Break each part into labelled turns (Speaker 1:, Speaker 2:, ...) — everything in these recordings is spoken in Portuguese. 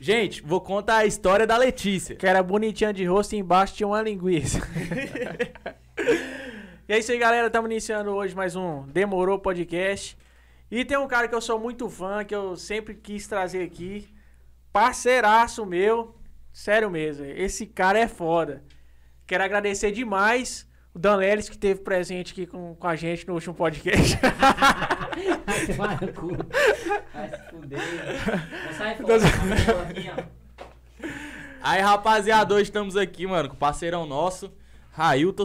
Speaker 1: Gente, vou contar a história da Letícia.
Speaker 2: Que era bonitinha de rosto e embaixo tinha uma linguiça. e é isso aí, galera. Estamos iniciando hoje mais um Demorou Podcast. E tem um cara que eu sou muito fã, que eu sempre quis trazer aqui. Parceiraço meu. Sério mesmo. Esse cara é foda. Quero agradecer demais o Dan Lelis, que esteve presente aqui com, com a gente no último podcast.
Speaker 3: Vai tomar no cu. Vai se fuder. Vai sair fora.
Speaker 1: Então,
Speaker 3: Vai
Speaker 1: Aí, rapaziada, hoje estamos aqui, mano, com o parceirão nosso, Railton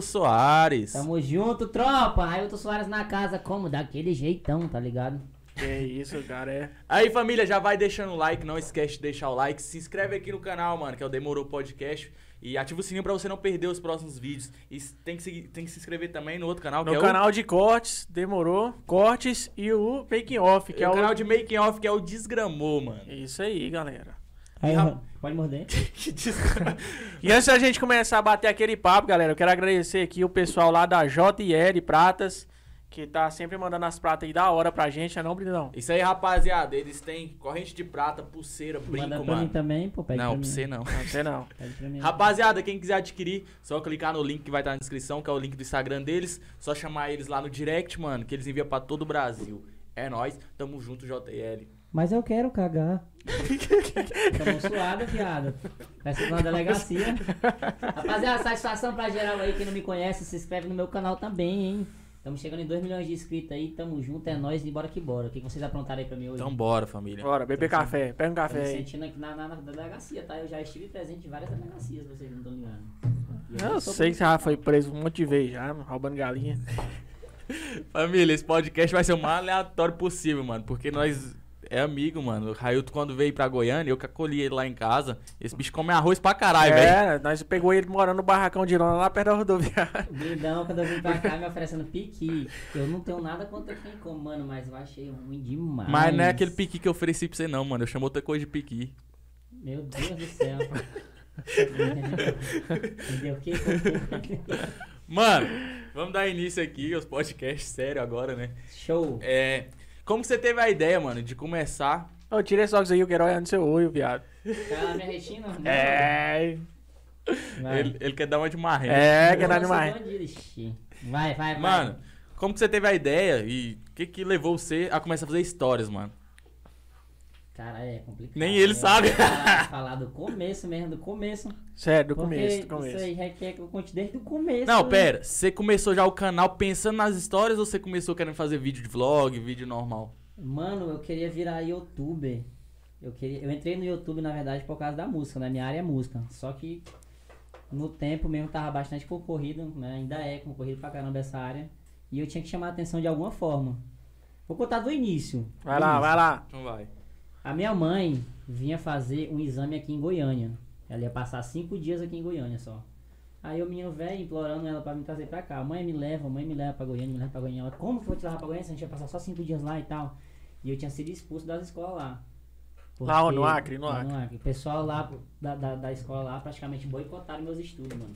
Speaker 1: Soares.
Speaker 3: Tamo junto, tropa. Railton Soares na casa, como? Daquele jeitão, tá ligado?
Speaker 2: que isso, cara. É.
Speaker 1: Aí, família, já vai deixando o like, não esquece de deixar o like. Se inscreve aqui no canal, mano, que é o Demorou Podcast. E ativa o sininho pra você não perder os próximos vídeos. E tem que, seguir- tem que se inscrever também no outro canal, que
Speaker 2: No
Speaker 1: é
Speaker 2: canal de cortes, demorou. Cortes e o Making Off,
Speaker 1: o,
Speaker 2: que é,
Speaker 1: é o
Speaker 2: o.
Speaker 1: canal de Making Off, que é o Desgramou, mano.
Speaker 2: Isso aí, galera.
Speaker 3: Aí,
Speaker 1: ra-
Speaker 3: pode morder.
Speaker 1: Que desgramou.
Speaker 2: E antes da gente começar a bater aquele papo, galera, eu quero agradecer aqui o pessoal lá da JL Pratas, que tá sempre mandando as pratas aí da hora pra gente, né, não, Brinão?
Speaker 1: Isso aí, rapaziada, eles têm corrente de prata, pulseira, brinco,
Speaker 3: Manda pra mim
Speaker 1: mano.
Speaker 3: também, pô. Pede
Speaker 1: não,
Speaker 3: pra
Speaker 1: pra
Speaker 3: mim.
Speaker 1: você não.
Speaker 2: Não sei não.
Speaker 3: Pede pra mim.
Speaker 1: Rapaziada, quem quiser adquirir, só clicar no link que vai estar na descrição, que é o link do Instagram deles. Só chamar eles lá no direct, mano, que eles enviam pra todo o Brasil. É nóis, tamo junto, JL.
Speaker 3: Mas eu quero cagar. Tamo suado, viado. Vai ser uma delegacia. Rapaziada, satisfação pra geral aí que não me conhece. Se inscreve no meu canal também, hein? Tamo chegando em 2 milhões de inscritos aí. Tamo junto, é nóis e bora que bora. O que que vocês aprontaram aí pra mim hoje?
Speaker 1: Então bora, família.
Speaker 2: Bora, beber café, pega
Speaker 1: Ah,
Speaker 2: um
Speaker 3: Tô me
Speaker 2: café aí.
Speaker 3: sentindo aqui na, na- na delegacia, tá? Eu já estive presente em várias delegacias, vocês não estão ligando. E
Speaker 2: Eu
Speaker 3: tô
Speaker 2: sei que você já foi preso um monte de vez já, mano, roubando galinha.
Speaker 1: Família, esse podcast vai ser o mais aleatório possível, mano, porque nós é amigo, mano. O Railton, quando veio pra Goiânia, eu que acolhi ele lá em casa. Esse bicho come arroz pra caralho, velho.
Speaker 2: é, nós pegou ele morando no barracão de lona lá perto da rodoviária.
Speaker 3: Doidão, quando eu vim pra cá me oferecendo piqui. Eu não tenho nada contra quem come, mano, mas eu achei ruim demais.
Speaker 1: Mas não é aquele piqui que eu ofereci pra você, não, mano. Eu chamo outra coisa de piqui.
Speaker 3: Meu Deus do céu. Entendeu o quê?
Speaker 1: Mano, vamos dar início aqui aos podcasts sério agora, né?
Speaker 3: Show.
Speaker 1: É. Como que você teve a ideia, mano, de começar?
Speaker 2: Ô, tira esse óculos aí, o Queiroz é no seu olho, viado.
Speaker 3: Tá na minha retina? Não.
Speaker 2: É,
Speaker 3: Vai.
Speaker 1: Ele, ele quer dar uma de marreta.
Speaker 2: é, que
Speaker 3: Eu
Speaker 2: dá
Speaker 3: sou
Speaker 2: demais.
Speaker 3: bandido, ixi. Vai, vai, vai.
Speaker 1: Mano, como que você teve a ideia e o que que levou você a começar a fazer histórias, mano?
Speaker 3: Cara, é complicado.
Speaker 1: Nem ele
Speaker 3: né?
Speaker 1: sabe.
Speaker 3: Falar, falar do começo mesmo, do começo.
Speaker 2: Sério, do
Speaker 3: Porque
Speaker 2: começo, do começo.
Speaker 3: Isso aí requer que eu conte desde o começo.
Speaker 1: Não,
Speaker 3: né?
Speaker 1: pera, você começou já o canal pensando nas histórias ou você começou querendo fazer vídeo de vlog, vídeo normal?
Speaker 3: Mano, eu queria virar youtuber. Eu, queria... eu entrei no YouTube, na verdade, por causa da música, né? Minha área é música. Só que no tempo mesmo tava bastante concorrido, né? Ainda é concorrido pra caramba essa área. E eu tinha que chamar a atenção de alguma forma. Vou contar do início.
Speaker 2: Vai
Speaker 3: Do
Speaker 2: lá,
Speaker 3: início.
Speaker 2: vai lá.
Speaker 1: Então vai.
Speaker 3: A minha mãe vinha fazer um exame aqui em Goiânia. Ela ia passar cinco dias aqui em Goiânia só. Aí o menino velho implorando ela pra me trazer pra cá. Mãe, me leva, mãe, me leva pra Goiânia, me leva pra Goiânia. Ela, como que eu vou te levar pra Goiânia se a gente ia passar só cinco dias lá e tal? E eu tinha sido expulso das escolas lá.
Speaker 2: Lá no Acre, no
Speaker 3: lá
Speaker 2: Acre.
Speaker 3: O pessoal lá da, da, da escola lá praticamente boicotaram meus estudos, mano.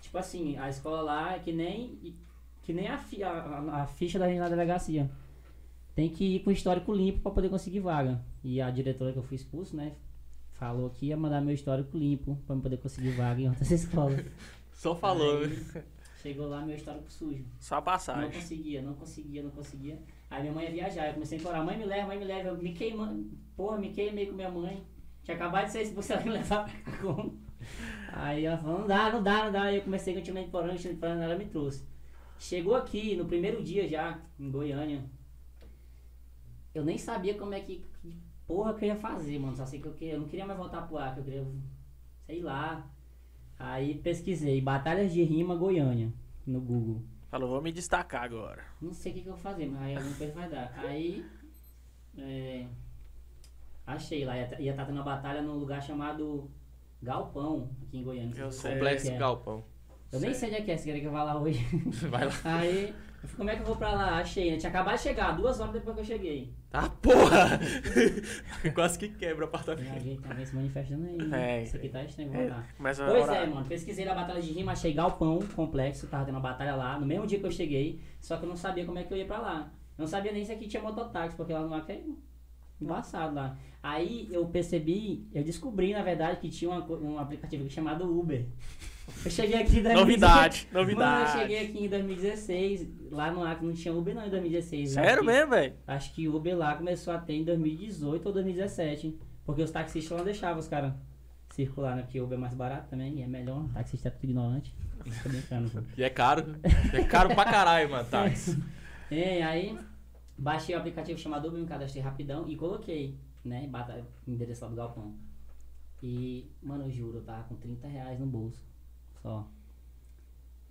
Speaker 3: Tipo assim, a escola lá é que nem, que nem a, fi- a- a- a ficha da gente na delegacia tem que ir com histórico limpo para poder conseguir vaga. E a diretora que eu fui expulso, né, falou que ia mandar meu histórico limpo para poder conseguir vaga em outras escolas.
Speaker 1: Só falou,
Speaker 3: Aí,
Speaker 1: né?
Speaker 3: Chegou lá meu histórico sujo.
Speaker 2: Só a
Speaker 3: Não
Speaker 2: passagem.
Speaker 3: conseguia, não conseguia, não conseguia. Aí minha mãe ia viajar, eu comecei a implorar, mãe me leva, mãe me leva, eu me queimando, porra, me queimei com minha mãe. Tinha acabado de ser expulso, ela me levar pra cá como? Aí ela falou, não dá, não dá, não dá. Aí eu comecei a continuar implorando, continuar implorando, ela me trouxe. Chegou aqui no primeiro dia já, em Goiânia. Eu nem sabia como é que, que porra que eu ia fazer, mano. Só sei que eu, queria, eu não queria mais voltar pro Acre, eu queria, sei lá. Aí pesquisei, Batalhas de Rima Goiânia, no Google.
Speaker 2: Falou, vou me destacar agora.
Speaker 3: Não sei o que, que eu vou fazer, mas aí alguma coisa vai dar. Aí. é, achei lá, ia estar tá tendo uma batalha num lugar chamado Galpão, aqui em Goiânia.
Speaker 2: Eu
Speaker 3: Não
Speaker 2: sei.
Speaker 1: Complexo
Speaker 3: onde é.
Speaker 1: Galpão.
Speaker 3: Eu nem sei onde é que é, se queria que eu vá lá hoje.
Speaker 1: Vai lá.
Speaker 3: Aí, eu falei, como é que eu vou pra lá? Achei, né? Tinha acabado de chegar, duas horas depois que eu cheguei.
Speaker 1: Ah, porra! Quase que quebra o apartamento.
Speaker 3: Tem alguém, tem alguém se manifestando aí.
Speaker 2: É,
Speaker 3: Isso aqui tá estranho, vou
Speaker 2: É,
Speaker 3: lá.
Speaker 2: começa a
Speaker 3: Pois
Speaker 2: orar.
Speaker 3: é, mano. Pesquisei na batalha de rima, achei galpão complexo, tava tendo uma batalha lá, no mesmo dia que eu cheguei, só que eu não sabia como é que eu ia pra lá. Eu Não sabia nem se aqui tinha mototáxi, porque lá no Acre é Embaçado lá. Aí eu percebi, eu descobri, na verdade, que tinha uma co- um aplicativo aqui chamado Uber. Eu cheguei aqui em 2016.
Speaker 2: Novidade,
Speaker 3: Mano, eu
Speaker 2: novidade.
Speaker 3: cheguei aqui em 2016. Lá no Acre não tinha Uber não em 2016. né?
Speaker 2: Sério
Speaker 3: Aqui-
Speaker 2: mesmo, velho?
Speaker 3: Acho que Uber lá começou a ter em 2018 ou 2017. hein? Porque os taxistas lá deixavam os caras circular, né? Porque Uber é mais barato também e é melhor. Taxista é tudo ignorante. Tô brincando, pô.
Speaker 1: E é caro. É caro pra caralho, mano, táxi.
Speaker 3: É, aí baixei o aplicativo chamado Uber, me cadastrei rapidão e coloquei, né? Bata o endereço lá do galpão. E, mano, eu juro, eu tava com 30 reais no bolso. Só.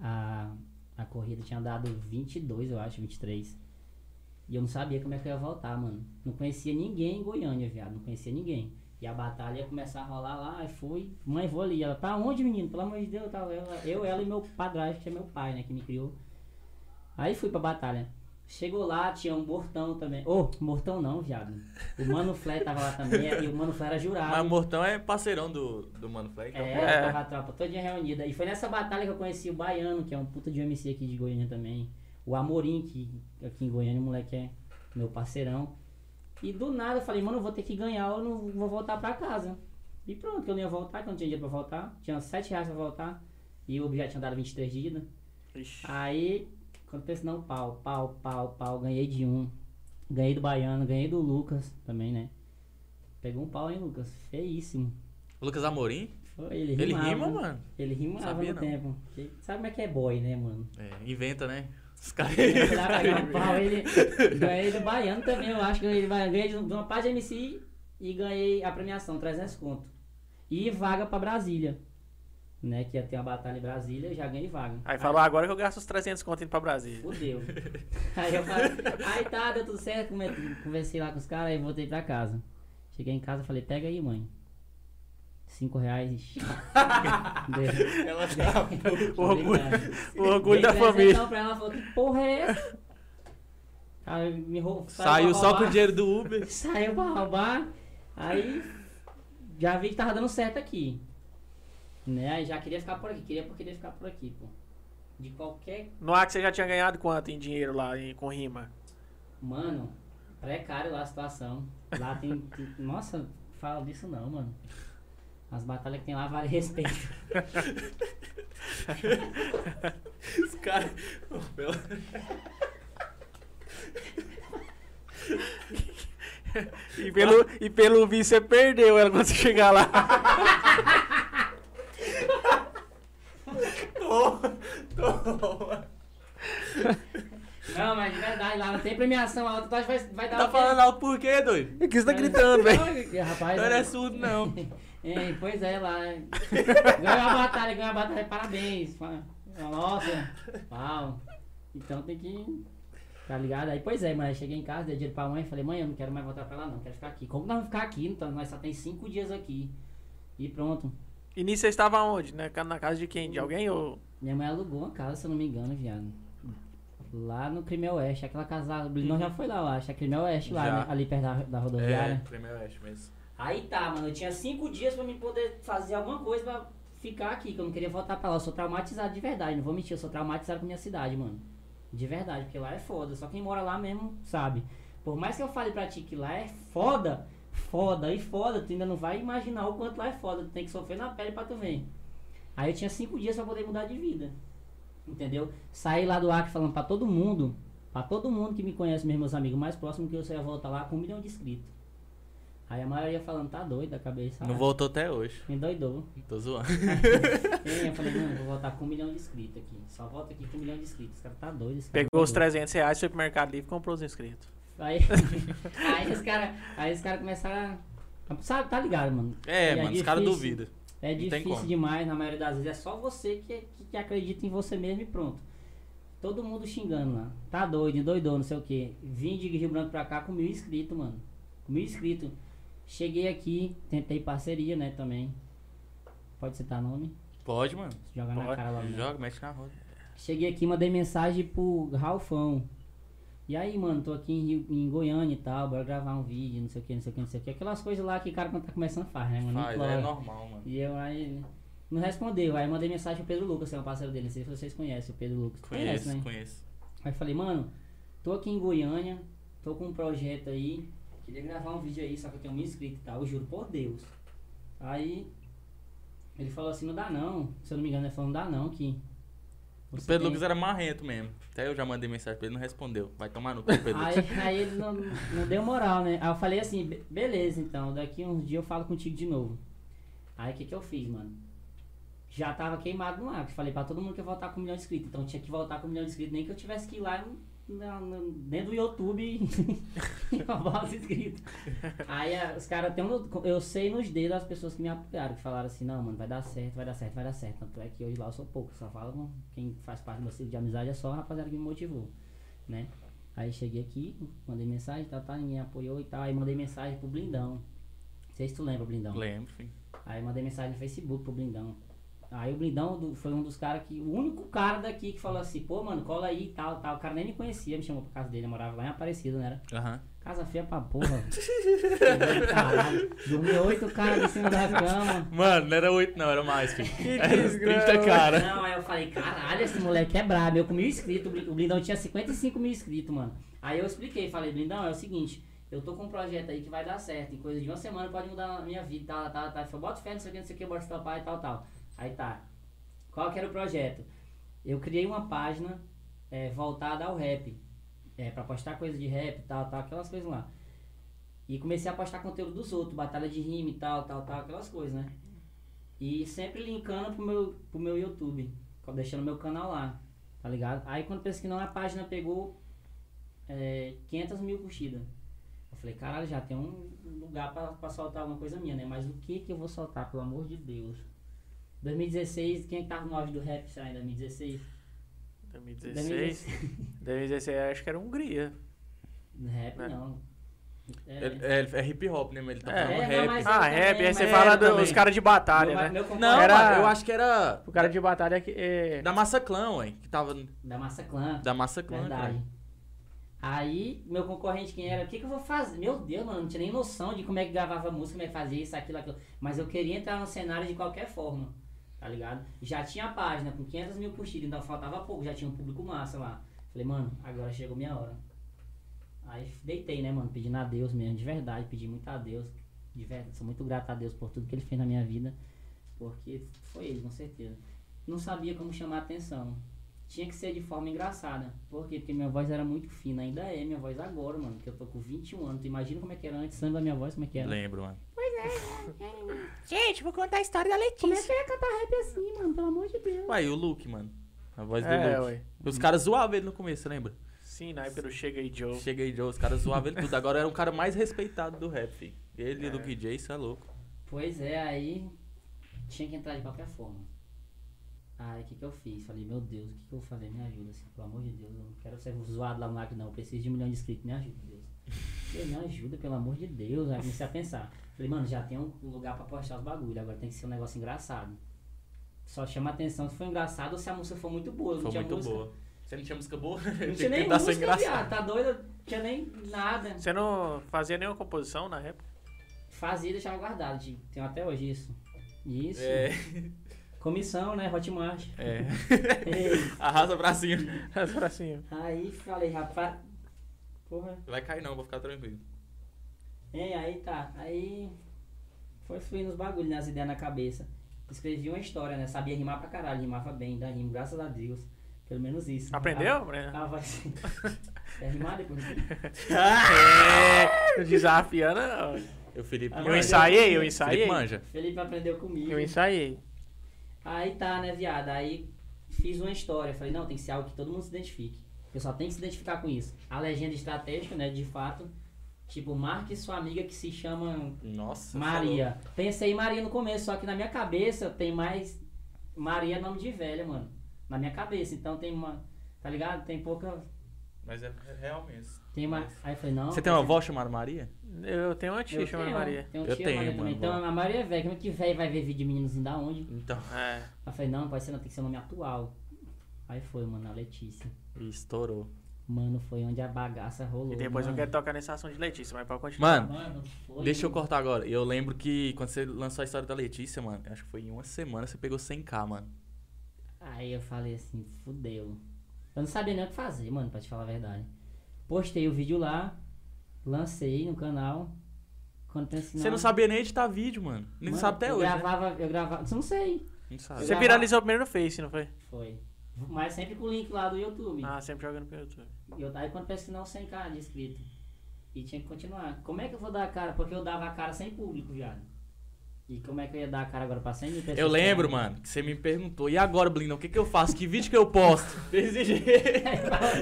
Speaker 3: A, a corrida tinha dado 22, eu acho, 23. E eu não sabia como é que eu ia voltar, mano. Não conhecia ninguém em Goiânia, viado. Não conhecia ninguém. E a batalha ia começar a rolar lá, e fui. Mãe, vou ali. Ela, pra onde, menino? Pelo amor de Deus, eu tava ela, eu, ela e meu padrasto, que é meu pai, né, que me criou. Aí fui pra batalha. Chegou lá, tinha um mortão também. Ô, mortão não, viado. O Mano Flé tava lá também, e o Mano Flé era jurado.
Speaker 1: Mas Mortão é parceirão do, do Mano Flag. então,
Speaker 3: É,
Speaker 2: É.
Speaker 3: tava a tropa todinha reunida. E foi nessa batalha que eu conheci o Baiano, que é um puta de MC aqui de Goiânia também. O Amorim, que aqui em Goiânia o moleque é meu parceirão. E do nada eu falei, mano, eu vou ter que ganhar ou eu não vou voltar pra casa. E pronto, que eu não ia voltar, que eu não tinha dinheiro pra voltar. Tinha 7 reais pra voltar. E o Uber já tinha dado 23 de ida.
Speaker 2: Ixi.
Speaker 3: Aí, quando pensa não, pau, pau, pau, pau, ganhei de um. Ganhei do Baiano, ganhei do Lucas também, né? Pegou um pau, hein, Lucas? Feíssimo.
Speaker 1: Lucas Amorim?
Speaker 3: Foi, ele
Speaker 1: Ele
Speaker 3: rimava.
Speaker 1: rima, mano.
Speaker 3: Ele rimava
Speaker 1: Sabia
Speaker 3: no
Speaker 1: não.
Speaker 3: tempo. Porque Sabe como é que é boy, né, mano?
Speaker 1: É, inventa, né? Os caras.
Speaker 3: Ele vai lá pegar um pau, ele- Ganhei do baiano também, eu acho que ganhei do baiano. Ganhei de uma parte de MC e ganhei a premiação, 300 conto. E vaga pra Brasília. Né, que ia ter uma batalha em Brasília, eu já ganhei vaga.
Speaker 2: Aí falou, agora que eu gasto os 300 conto indo pra Brasília.
Speaker 3: Fudeu. Aí eu falei, aí tá, deu tudo certo, come- conversei lá com os caras e voltei pra casa. Cheguei em casa, falei, pega aí, mãe. Cinco reais. ixi. Deu.
Speaker 1: Ela tá.
Speaker 2: O orgulho, o orgulho da
Speaker 3: Dei
Speaker 2: família.
Speaker 3: presentão Pra ela, falou, que porra é essa? Aí me rou-
Speaker 1: Saiu
Speaker 3: pra
Speaker 1: só com o
Speaker 3: roubar.
Speaker 1: dinheiro do Uber.
Speaker 3: Saiu pra roubar. Aí já vi que tava dando certo aqui. Né? Aí já queria ficar por aqui, queria porque queria ficar por aqui, pô. De qualquer
Speaker 2: No ar que você já tinha ganhado quanto em dinheiro lá, em- com rima?
Speaker 3: mano, precário lá a situação. Lá tem, tem- nossa, fala disso não, mano. As batalhas que tem lá vale respeito.
Speaker 1: Os caras.
Speaker 2: E pelo, e pelo visto você perdeu ela quando você chegar lá.
Speaker 1: Toma,
Speaker 3: Tá
Speaker 1: toma.
Speaker 3: Não, mas de verdade, lá não tem premiação alta, então vai, vai dar
Speaker 1: Tá
Speaker 3: o quê?
Speaker 1: falando alto por quê, doido?
Speaker 2: O que você tá gritando,
Speaker 3: É.
Speaker 2: velho?
Speaker 3: Não, Rapaz,
Speaker 1: Não é surdo, não.
Speaker 3: É, pois é, lá. é. Ganhou a batalha, ganhou a batalha, parabéns. Fa- Nossa, uau. Então tem que. Tá ligado? Aí, pois é, mãe, cheguei em casa, dei dinheiro pra mãe, falei, mãe, eu não quero mais voltar pra lá, não, quero ficar aqui. Como nós vamos ficar aqui? Então, nós só tem cinco dias aqui. E pronto.
Speaker 2: E nisso você estava onde? Na, ca- na casa de quem? De alguém? Ou...
Speaker 3: Minha mãe alugou uma casa, se eu não me engano, viado. Lá no Crimea Oeste, aquela casa. O Blinão já foi lá, eu acho. A Crimea Oeste lá,
Speaker 1: Já. É.
Speaker 3: né? ali perto da, da rodoviária.
Speaker 1: Prêmio Oeste mesmo.
Speaker 3: Aí tá, mano, eu tinha cinco dias pra me poder fazer alguma coisa pra ficar aqui, que eu não queria voltar pra lá. Eu sou traumatizado de verdade, não vou mentir, eu sou traumatizado com minha cidade, mano. De verdade, porque lá é foda, só quem mora lá mesmo sabe. Por mais que eu fale pra ti que lá é foda, foda e foda, tu ainda não vai imaginar o quanto lá é foda, tu tem que sofrer na pele pra tu ver. Aí eu tinha cinco dias pra poder mudar de vida. Entendeu? Saí lá do Acre falando pra todo mundo, pra todo mundo que me conhece, meus meus amigos mais próximos, que eu só ia voltar lá com um milhão de inscritos. Aí a maioria falando, tá doido da cabeça.
Speaker 1: Não
Speaker 3: Ah,
Speaker 1: voltou até hoje.
Speaker 3: Me doidou.
Speaker 1: Tô zoando.
Speaker 3: E eu falei, não, eu vou voltar com um milhão de inscritos aqui. Só volta aqui com um milhão de inscritos. Esse cara tá doido. Esse cara
Speaker 2: Pegou os
Speaker 3: tá doido.
Speaker 2: 300 reais, foi pro Mercado Livre e comprou os inscritos.
Speaker 3: Aí, aí os caras aí os cara começaram a. Sabe, tá ligado, mano?
Speaker 1: É,
Speaker 3: E
Speaker 1: mano, os caras
Speaker 3: difícil.
Speaker 1: duvidam.
Speaker 3: É
Speaker 1: Não tem
Speaker 3: difícil
Speaker 1: como.
Speaker 3: demais, na maioria das vezes. É só você que, que, que acredita em você mesmo e pronto. Todo mundo xingando lá. Tá doido, doidou, não sei o quê. Vim de Rio Branco pra cá com mil inscritos, mano. Com mil inscritos. Cheguei aqui, tentei parceria, né, também. Pode citar nome?
Speaker 1: Pode, mano.
Speaker 3: Jogar na
Speaker 2: Pode.
Speaker 3: cara logo. né?
Speaker 1: Joga, mexe na roda.
Speaker 3: Cheguei aqui, mandei mensagem pro Ralfão. E aí, mano, tô aqui em, Rio- em Goiânia e tal, bora gravar um vídeo, não sei o que, não sei o que, não sei o que. Aquelas coisas lá que o cara quando tá começando faz, né, mano? Não
Speaker 1: Faz,
Speaker 3: implora.
Speaker 1: é normal, mano.
Speaker 3: E eu aí não respondeu. Aí mandei mensagem pro Pedro Lucas, que é um parceiro dele. Não sei se vocês conhecem o Pedro Lucas.
Speaker 1: Conheço,
Speaker 3: Conhece, né?
Speaker 1: conheço.
Speaker 3: Aí falei, mano, tô aqui em Goiânia, tô com um projeto aí. Queria gravar um vídeo aí, só que eu tenho um inscrito e tal, eu juro por Deus. Aí ele falou assim, não dá não. Se eu não me engano, ele falou, não dá não, que.
Speaker 1: O
Speaker 3: você
Speaker 1: Pedro
Speaker 3: tem-
Speaker 1: Lucas era marrento mesmo. Até eu já mandei mensagem pra ele, não respondeu. Vai tomar no cu, Pedro Lucas.
Speaker 3: Aí, aí ele não, não deu moral, né? Aí eu falei assim, "Be- beleza, então, daqui uns dias eu falo contigo de novo. Aí o que, que eu fiz, mano? Já tava queimado no ar, que eu falei pra todo mundo que eu ia voltar com um milhão de inscritos. Então tinha que voltar com um milhão de inscritos, nem que eu tivesse que ir lá na- na- dentro do YouTube e roubar os inscritos. Aí ah, os caras tem um. Eu sei nos dedos as pessoas que me apoiaram, que falaram assim, não, mano, vai dar certo, vai dar certo, vai dar certo. Tanto é que hoje lá eu sou pouco, só falo com quem faz parte do meu círculo de amizade é só a rapaziada que me motivou, né? Aí cheguei aqui, mandei mensagem, tá, tá, ninguém apoiou e tal. Aí mandei mensagem pro Blindão. Não sei se tu lembra, Blindão.
Speaker 1: Lembro, filho.
Speaker 3: Aí mandei mensagem no Facebook pro Blindão. Aí o Blindão do- foi um dos caras que. O único cara daqui que falou assim, pô, mano, cola aí e tal, tal. O cara nem me conhecia, me chamou pra casa dele, eu morava lá em Aparecida, né? Era
Speaker 1: Aham.
Speaker 3: casa feia pra porra. Caralho. Dormia oito caras em cima da cama.
Speaker 1: Mano, não era oito, não, era mais, filho.
Speaker 2: Que
Speaker 1: Era uns 30
Speaker 2: desgrama.
Speaker 1: cara.
Speaker 3: Não, aí eu falei, caralho, esse moleque é brabo. Eu com mil inscritos, o Blindão tinha 55 mil inscritos, mano. Aí eu expliquei, falei, Blindão, é o seguinte, eu tô com um projeto aí que vai dar certo. Em coisa de uma semana pode mudar a minha vida, tal, tal, tal. Ele falou, bota fé, não sei o que, não sei o que, bota teu pai, tal, tal. Aí tá. Qual que era o projeto? Eu criei uma página é, voltada ao rap. É, pra postar coisa de rap, tal, tal, aquelas coisas lá. E comecei a postar conteúdo dos outros, batalha de rima e tal, tal, tal, aquelas coisas, né? E sempre linkando pro meu, pro meu YouTube, co- deixando meu canal lá, tá ligado? Aí quando pesquisou, a página pegou é, 500 mil curtidas. Eu falei, caralho, já tem um lugar pra, pra soltar alguma coisa minha, né? Mas o que que eu vou soltar, pelo amor de Deus? 2016, quem é tava no auge do rap, será em 2016?
Speaker 2: 2016. 2016 acho que era Hungria.
Speaker 3: Rap,
Speaker 2: É.
Speaker 3: não. É,
Speaker 1: Ele- É, ele- é hip hop, né? mas Ele tá
Speaker 2: É.
Speaker 1: falando
Speaker 3: É,
Speaker 1: rap.
Speaker 3: mas-
Speaker 2: Ah,
Speaker 3: eu
Speaker 2: rap,
Speaker 3: também,
Speaker 2: aí você
Speaker 1: mas
Speaker 2: fala
Speaker 1: eu
Speaker 2: do-
Speaker 1: também.
Speaker 2: dos caras de batalha,
Speaker 3: meu,
Speaker 2: né?
Speaker 3: meu compadre-
Speaker 1: Não,
Speaker 2: Era-
Speaker 1: mano, eu acho que era
Speaker 2: O cara de batalha que é.
Speaker 1: da Massa Clã, ué. Que tava
Speaker 3: Da Massa Clã.
Speaker 1: da Massa Clã,
Speaker 3: Verdade.
Speaker 1: cara.
Speaker 3: Aí, meu concorrente quem era, o que, que eu vou fazer? Meu Deus, mano, não tinha nem noção de como é que gravava música, como é que fazia isso, aquilo, aquilo. Mas eu queria entrar no cenário de qualquer forma, tá ligado? Já tinha a página com 500 mil curtidas, então faltava pouco, já tinha um público massa lá. Falei, mano, agora chegou minha hora. Aí deitei, né, mano, pedindo a Deus mesmo, de verdade, pedi muito a Deus, de verdade, sou muito grato a Deus por tudo que ele fez na minha vida, porque foi ele, com certeza. Não sabia como chamar a atenção, tinha que ser de forma engraçada. Por quê? Porque minha voz era muito fina, ainda é minha voz agora, mano. Porque eu tô com 21 anos. Tu imagina como é que era antes, lembra da minha voz, como é que era?
Speaker 1: Lembro, mano.
Speaker 4: Gente, vou contar a história da
Speaker 3: Como é
Speaker 4: Letícia.
Speaker 3: que eu ia cantar rap assim, mano? Pelo amor de Deus.
Speaker 1: Ué, e o Luke, mano. A voz do
Speaker 2: É,
Speaker 1: Luke.
Speaker 2: ué.
Speaker 1: Os caras zoavam ele no começo, você lembra?
Speaker 2: Sim, na época do Chega aí, Joe.
Speaker 1: Cheguei, Joe, os caras zoavam ele tudo. Agora era o cara mais respeitado do rap, filho. Ele
Speaker 2: É.
Speaker 1: e Luke J, isso é louco.
Speaker 3: Pois é, aí tinha que entrar de qualquer forma. Aí o que, que eu fiz? Falei, meu Deus, o que, que eu vou fazer? Me ajuda, assim, pelo amor de Deus, eu não quero ser zoado lá no Acre, não. Eu preciso de um milhão de inscritos, me ajuda, Deus. Falei, me ajuda, pelo amor de Deus. Aí comecei a pensar. Falei, mano, já tem um lugar pra postar os bagulhos, agora tem que ser um negócio engraçado. Só chama atenção se for engraçado ou se a música for muito boa. Não
Speaker 1: Foi
Speaker 3: tinha
Speaker 1: muito
Speaker 3: música.
Speaker 1: boa. Você não tinha música boa?
Speaker 3: Não
Speaker 1: Tem
Speaker 3: tinha
Speaker 1: que
Speaker 3: nem
Speaker 1: tentar
Speaker 3: música,
Speaker 1: ser
Speaker 3: viado,
Speaker 1: engraçado.
Speaker 3: tá doido? Não tinha nem nada.
Speaker 2: Você não fazia nenhuma composição na época?
Speaker 3: Fazia e deixava guardado, tipo, tem até hoje isso. Isso.
Speaker 1: É,
Speaker 3: Comissão, né? Hotmart.
Speaker 1: é.
Speaker 3: Ei,
Speaker 1: Arrasa pra cima.
Speaker 2: As bracinhas.
Speaker 3: aí falei, rapaz. Porra.
Speaker 1: Vai cair não, vou ficar tranquilo.
Speaker 3: Hein, aí tá. Aí foi fluindo os bagulhos, né? As ideias na cabeça. Escrevi uma história, né? Sabia rimar pra caralho, rimava bem, da rima, graças a Deus. Pelo menos isso.
Speaker 2: Aprendeu,
Speaker 3: Ah,
Speaker 2: Breno?
Speaker 3: ah, vai sim. Quer rimar depois?
Speaker 2: É, desafiando.
Speaker 1: Eu, Felipe,
Speaker 3: Ah,
Speaker 2: Eu
Speaker 1: manja.
Speaker 2: ensaiei, eu
Speaker 1: Felipe
Speaker 2: ensaiei.
Speaker 1: manja.
Speaker 3: Felipe aprendeu comigo.
Speaker 2: Eu ensaiei.
Speaker 3: Aí tá, né, viado? Aí fiz uma história. Falei, não, tem que ser algo que todo mundo se identifique. O pessoal tem que se identificar com isso. A legenda estratégica, né, de fato. Tipo, marque sua amiga que se chama
Speaker 1: Nossa. é
Speaker 3: Maria. Pensei em Maria no começo, só que na minha cabeça tem mais. Maria é nome de velha, mano. Na minha cabeça. Então tem uma. Tá ligado? Tem pouca.
Speaker 1: falou. Mas é real mesmo.
Speaker 3: Tem uma. Aí eu falei, não. é
Speaker 1: Você tem uma avó chamada Maria?
Speaker 2: Eu tenho uma tia
Speaker 3: Eu
Speaker 2: chamada
Speaker 3: tenho,
Speaker 2: Maria.
Speaker 3: tenho
Speaker 1: Eu
Speaker 3: tia
Speaker 1: tenho,
Speaker 3: Maria também.
Speaker 1: mano,
Speaker 3: Então
Speaker 1: boa.
Speaker 3: a Maria é velha. Como é que velho vai ver vídeo de meninozinho da onde?
Speaker 1: Então.
Speaker 2: É.
Speaker 3: Aí eu falei, não, pode ser, não, tem que ser o nome atual. Aí foi, mano, a Letícia.
Speaker 1: Ih, Estourou.
Speaker 3: Mano, foi onde a bagaça rolou.
Speaker 2: E depois eu
Speaker 3: mano.
Speaker 2: quero tocar nesse assunto de Letícia, mas pode continuar.
Speaker 1: Mano,
Speaker 3: Mano, foi.
Speaker 1: deixa eu cortar agora. Eu lembro que quando você lançou a história da Letícia, mano, acho que foi em uma semana você pegou 100k, mano.
Speaker 3: Aí eu falei assim, fudeu. Eu não sabia nem o que fazer, mano, pra te falar a verdade. Postei o vídeo lá. Lancei no canal. Quando tem sinal-
Speaker 1: Você não sabia nem editar vídeo, mano. Nem
Speaker 3: Mano,
Speaker 1: sabe até
Speaker 3: eu
Speaker 1: hoje. né?
Speaker 3: Gravava, Eu gravava. Não sei.
Speaker 1: Não sabe.
Speaker 2: Você viralizou primeiro no Face, não foi?
Speaker 3: Foi. Mas sempre com o link lá do YouTube.
Speaker 2: Ah, sempre jogando pelo YouTube.
Speaker 3: E eu, aí quando pensa que não 100k de inscrito. E tinha que continuar. Como é que eu vou dar a cara? Porque eu dava a cara sem público, viado. E como é que eu ia dar a cara agora pra 100 mil pessoas?
Speaker 1: Eu lembro, mano, que você me perguntou. E agora, Blindão, o que, que eu faço? Que vídeo que eu posto? Desse jeito.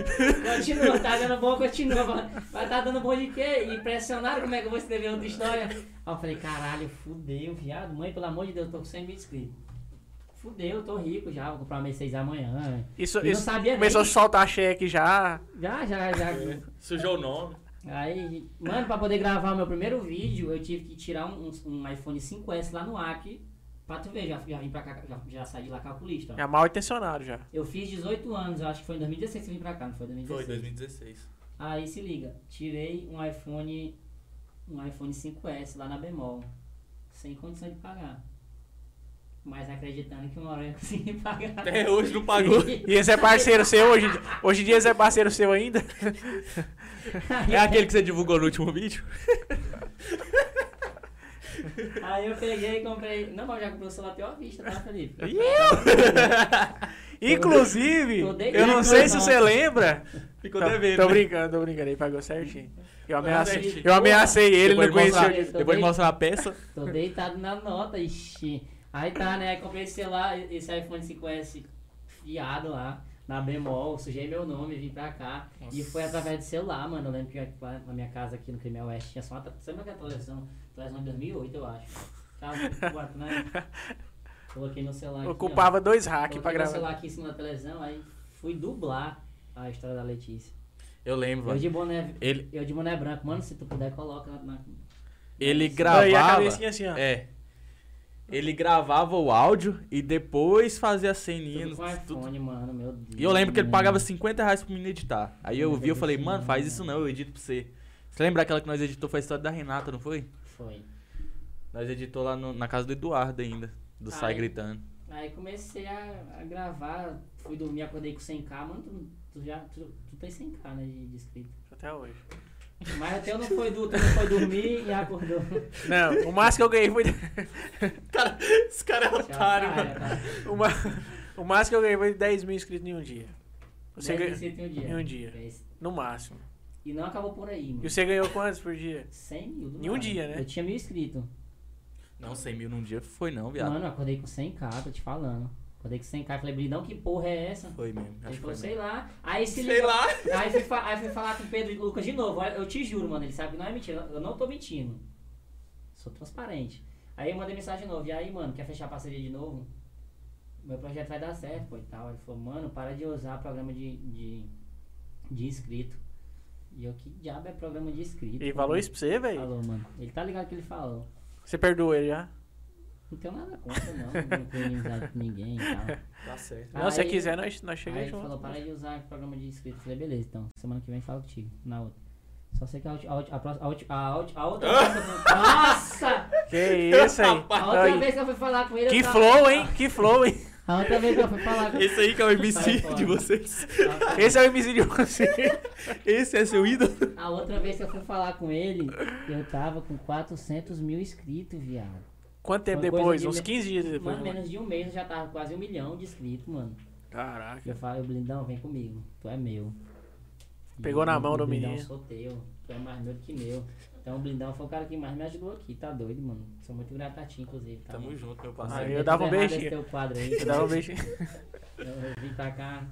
Speaker 3: continua, tá dando bom, continua. Mas mas tá dando bom de quê? E Impressionaram como é que eu vou escrever outra história. Aí eu falei, caralho, fudeu, viado. Mãe, pelo amor de Deus, eu tô com 100 mil inscritos. Fudeu, eu tô rico já, vou comprar uma Mercedes amanhã.
Speaker 2: Isso,
Speaker 3: E não
Speaker 2: isso
Speaker 3: sabia nem
Speaker 2: começou a
Speaker 3: que-
Speaker 2: soltar cheque já.
Speaker 3: Já, já, já.
Speaker 1: Sujou o nome.
Speaker 3: Aí, mano, pra poder gravar meu primeiro vídeo, eu tive que tirar um, um- um iPhone 5S lá no AC. Pra tu ver, já, já vim pra cá, já, já saí de lá calculista. ó.
Speaker 2: É mal intencionado já.
Speaker 3: Eu fiz 18 anos, eu acho que foi em 2016 que eu vim pra cá, não foi em 2016?
Speaker 1: 2016.
Speaker 3: Aí se liga, tirei um iPhone, um iPhone 5S lá na Bemol, sem condição de pagar. Mas acreditando que uma hora eu ia conseguir pagar.
Speaker 1: Até hoje não pagou.
Speaker 2: E esse é parceiro seu hoje? em dia? Hoje em dia esse é parceiro seu ainda?
Speaker 1: É aquele que você divulgou no último vídeo?
Speaker 3: Aí eu peguei e comprei. Não, mas eu já comprei o celular pior à vista, tá, Felipe?
Speaker 2: Inclusive,
Speaker 3: Tô de-
Speaker 2: eu não sei se
Speaker 3: Não.
Speaker 2: você lembra.
Speaker 1: Ficou
Speaker 2: Tô-
Speaker 1: devendo.
Speaker 2: Tô
Speaker 1: né?
Speaker 2: brincando, tô brincando. Ele pagou certinho. Eu ameacei,
Speaker 1: certinho.
Speaker 2: eu ameacei ele,
Speaker 1: depois
Speaker 2: não
Speaker 1: de mostrar,
Speaker 2: conheceu.
Speaker 3: conheceu.
Speaker 1: depois de mostrar a peça.
Speaker 3: Tô deitado na nota, ixi. Aí tá, né? Aí comprei esse celular, esse iPhone 5S fiado lá, na bemol, sujei meu nome, vim pra cá. E foi através de celular, mano. Eu lembro que lá na minha casa aqui no Crimea Oeste tinha só uma. Sabe aquela televisão? Televisão de 2008, eu acho. Tava quatro, né? Coloquei meu celular aqui. ó.
Speaker 2: Ocupava dois hacks
Speaker 3: Coloquei
Speaker 2: pra
Speaker 3: meu celular
Speaker 2: gravar.
Speaker 3: aqui em cima da televisão, aí fui dublar a história da Letícia.
Speaker 1: Eu lembro,
Speaker 3: Eu
Speaker 1: mano.
Speaker 3: de boné,
Speaker 1: Ele,
Speaker 3: eu de boné branco. Mano, se tu puder, coloca na- na,
Speaker 1: ele
Speaker 2: Daí a
Speaker 1: gravava.
Speaker 2: cabecinha assim, ó.
Speaker 1: É. Ele gravava o áudio e depois fazia a ceninha.
Speaker 3: Tudo com
Speaker 1: no- tudo-
Speaker 3: iPhone, mano, meu Deus.
Speaker 1: E eu lembro que ele
Speaker 3: mano.
Speaker 1: pagava 50 reais pro menino editar. Aí eu
Speaker 3: Nunca
Speaker 1: vi eu
Speaker 3: vi
Speaker 1: falei,
Speaker 3: isso,
Speaker 1: mano,
Speaker 3: não,
Speaker 1: faz
Speaker 3: mano.
Speaker 1: isso não, eu edito pra você. Você lembra aquela que nós editou? Foi a história da Renata, não foi?
Speaker 3: Foi.
Speaker 1: Nós editou lá no- na casa do Eduardo ainda. Do Sai
Speaker 3: Ai.
Speaker 1: Gritando.
Speaker 3: Aí comecei a, a gravar, fui dormir, acordei com 100k, mano, tu, tu já, tu, tu tem 100k, né, de, de inscrito.
Speaker 2: Até hoje.
Speaker 3: Mas até eu não foi, du- tu não foi dormir e acordou.
Speaker 2: Não, o máximo que eu ganhei foi.
Speaker 1: Cara, esse cara é
Speaker 3: um Otário, mano.
Speaker 2: um o ma- O máximo que eu ganhei foi 10 mil inscritos em um dia. Você ganhou.
Speaker 3: em um dia.
Speaker 2: em um dia.
Speaker 3: Dez.
Speaker 2: No máximo.
Speaker 3: E não acabou por aí, mano.
Speaker 2: E você ganhou quantos por dia?
Speaker 3: 100 mil. do
Speaker 2: Em um
Speaker 3: nada.
Speaker 2: dia, né?
Speaker 3: Eu tinha mil inscritos.
Speaker 1: Não, 100 mil num dia foi não, viado.
Speaker 3: Mano, eu acordei com 100k, tô te falando. Acordei com 100k, falei, Brindão, que porra é essa?
Speaker 1: Foi mesmo, acho
Speaker 3: Ele
Speaker 1: que
Speaker 3: falou,
Speaker 1: foi
Speaker 3: sei
Speaker 1: mesmo.
Speaker 3: lá. Aí se
Speaker 1: Sei
Speaker 3: ligou.
Speaker 1: lá.
Speaker 3: Aí fui, fa- aí fui falar com o Pedro e o Lucas de novo. Olha, Eu te juro, mano, ele sabe que não é mentira. Eu não tô mentindo. Sou transparente. Aí eu mandei mensagem de novo. E aí, mano, quer fechar a parceria de novo? Meu projeto vai dar certo, pô, e tal. Ele falou, mano, para de usar programa de, de, de inscrito. E eu, que diabo é programa de inscrito?
Speaker 2: E falou isso pra você, velho?
Speaker 3: Falou, mano. Ele tá ligado que ele falou.
Speaker 2: Você perdoou ele já?
Speaker 3: Não tenho nada contra, não. Não tenho inimizade com ninguém e tal.
Speaker 1: Tá certo.
Speaker 2: Não, se
Speaker 3: Aí-
Speaker 2: quiser, nós, nós
Speaker 3: Aí
Speaker 2: chegamos
Speaker 3: ele falou,
Speaker 2: junto.
Speaker 3: para de usar o programa de inscrito. Eu falei, beleza, então. Semana que vem falo contigo, na outra. Só sei que a, ulti- a, ulti- a, próxima- a, ulti- a, ulti- a outra vez que eu fui- Nossa!
Speaker 2: Que isso aí?
Speaker 3: A outra vez que eu fui falar com ele... eu
Speaker 2: Que
Speaker 3: tava-
Speaker 2: flow, hein? Que flow, hein?
Speaker 3: A outra vez que eu fui falar com ele...
Speaker 1: Esse aí que é o
Speaker 3: Sai
Speaker 1: MC
Speaker 3: fora.
Speaker 1: de vocês.
Speaker 2: Esse é o MC de você.
Speaker 1: Esse é seu ídolo.
Speaker 3: A outra vez que eu fui falar com ele, eu tava com 400 mil inscritos, viado.
Speaker 2: Quanto tempo
Speaker 3: Uma coisa
Speaker 2: depois?
Speaker 3: de
Speaker 2: Uns
Speaker 3: me-
Speaker 2: 15 dias depois.
Speaker 3: Mais ou
Speaker 2: mano.
Speaker 3: menos de um mês eu já tava quase um milhão de inscritos, mano. Eu
Speaker 2: Caraca.
Speaker 3: falei, Blindão, vem comigo. Tu é meu.
Speaker 2: Pegou na mão do menino.
Speaker 3: Blindão sou teu. Tu é mais meu do que meu. Então o Blindão foi o cara que mais me ajudou aqui. Tá doido, mano. Sou muito grato a ti, inclusive. Tá bom?
Speaker 1: junto, meu
Speaker 2: parceiro. Aí
Speaker 3: Se
Speaker 2: eu dava um
Speaker 3: tiver errado
Speaker 2: beijinho.
Speaker 3: esse teu quadro aí,
Speaker 2: Eu dava um beijo.
Speaker 3: eu- eu vim pra cá.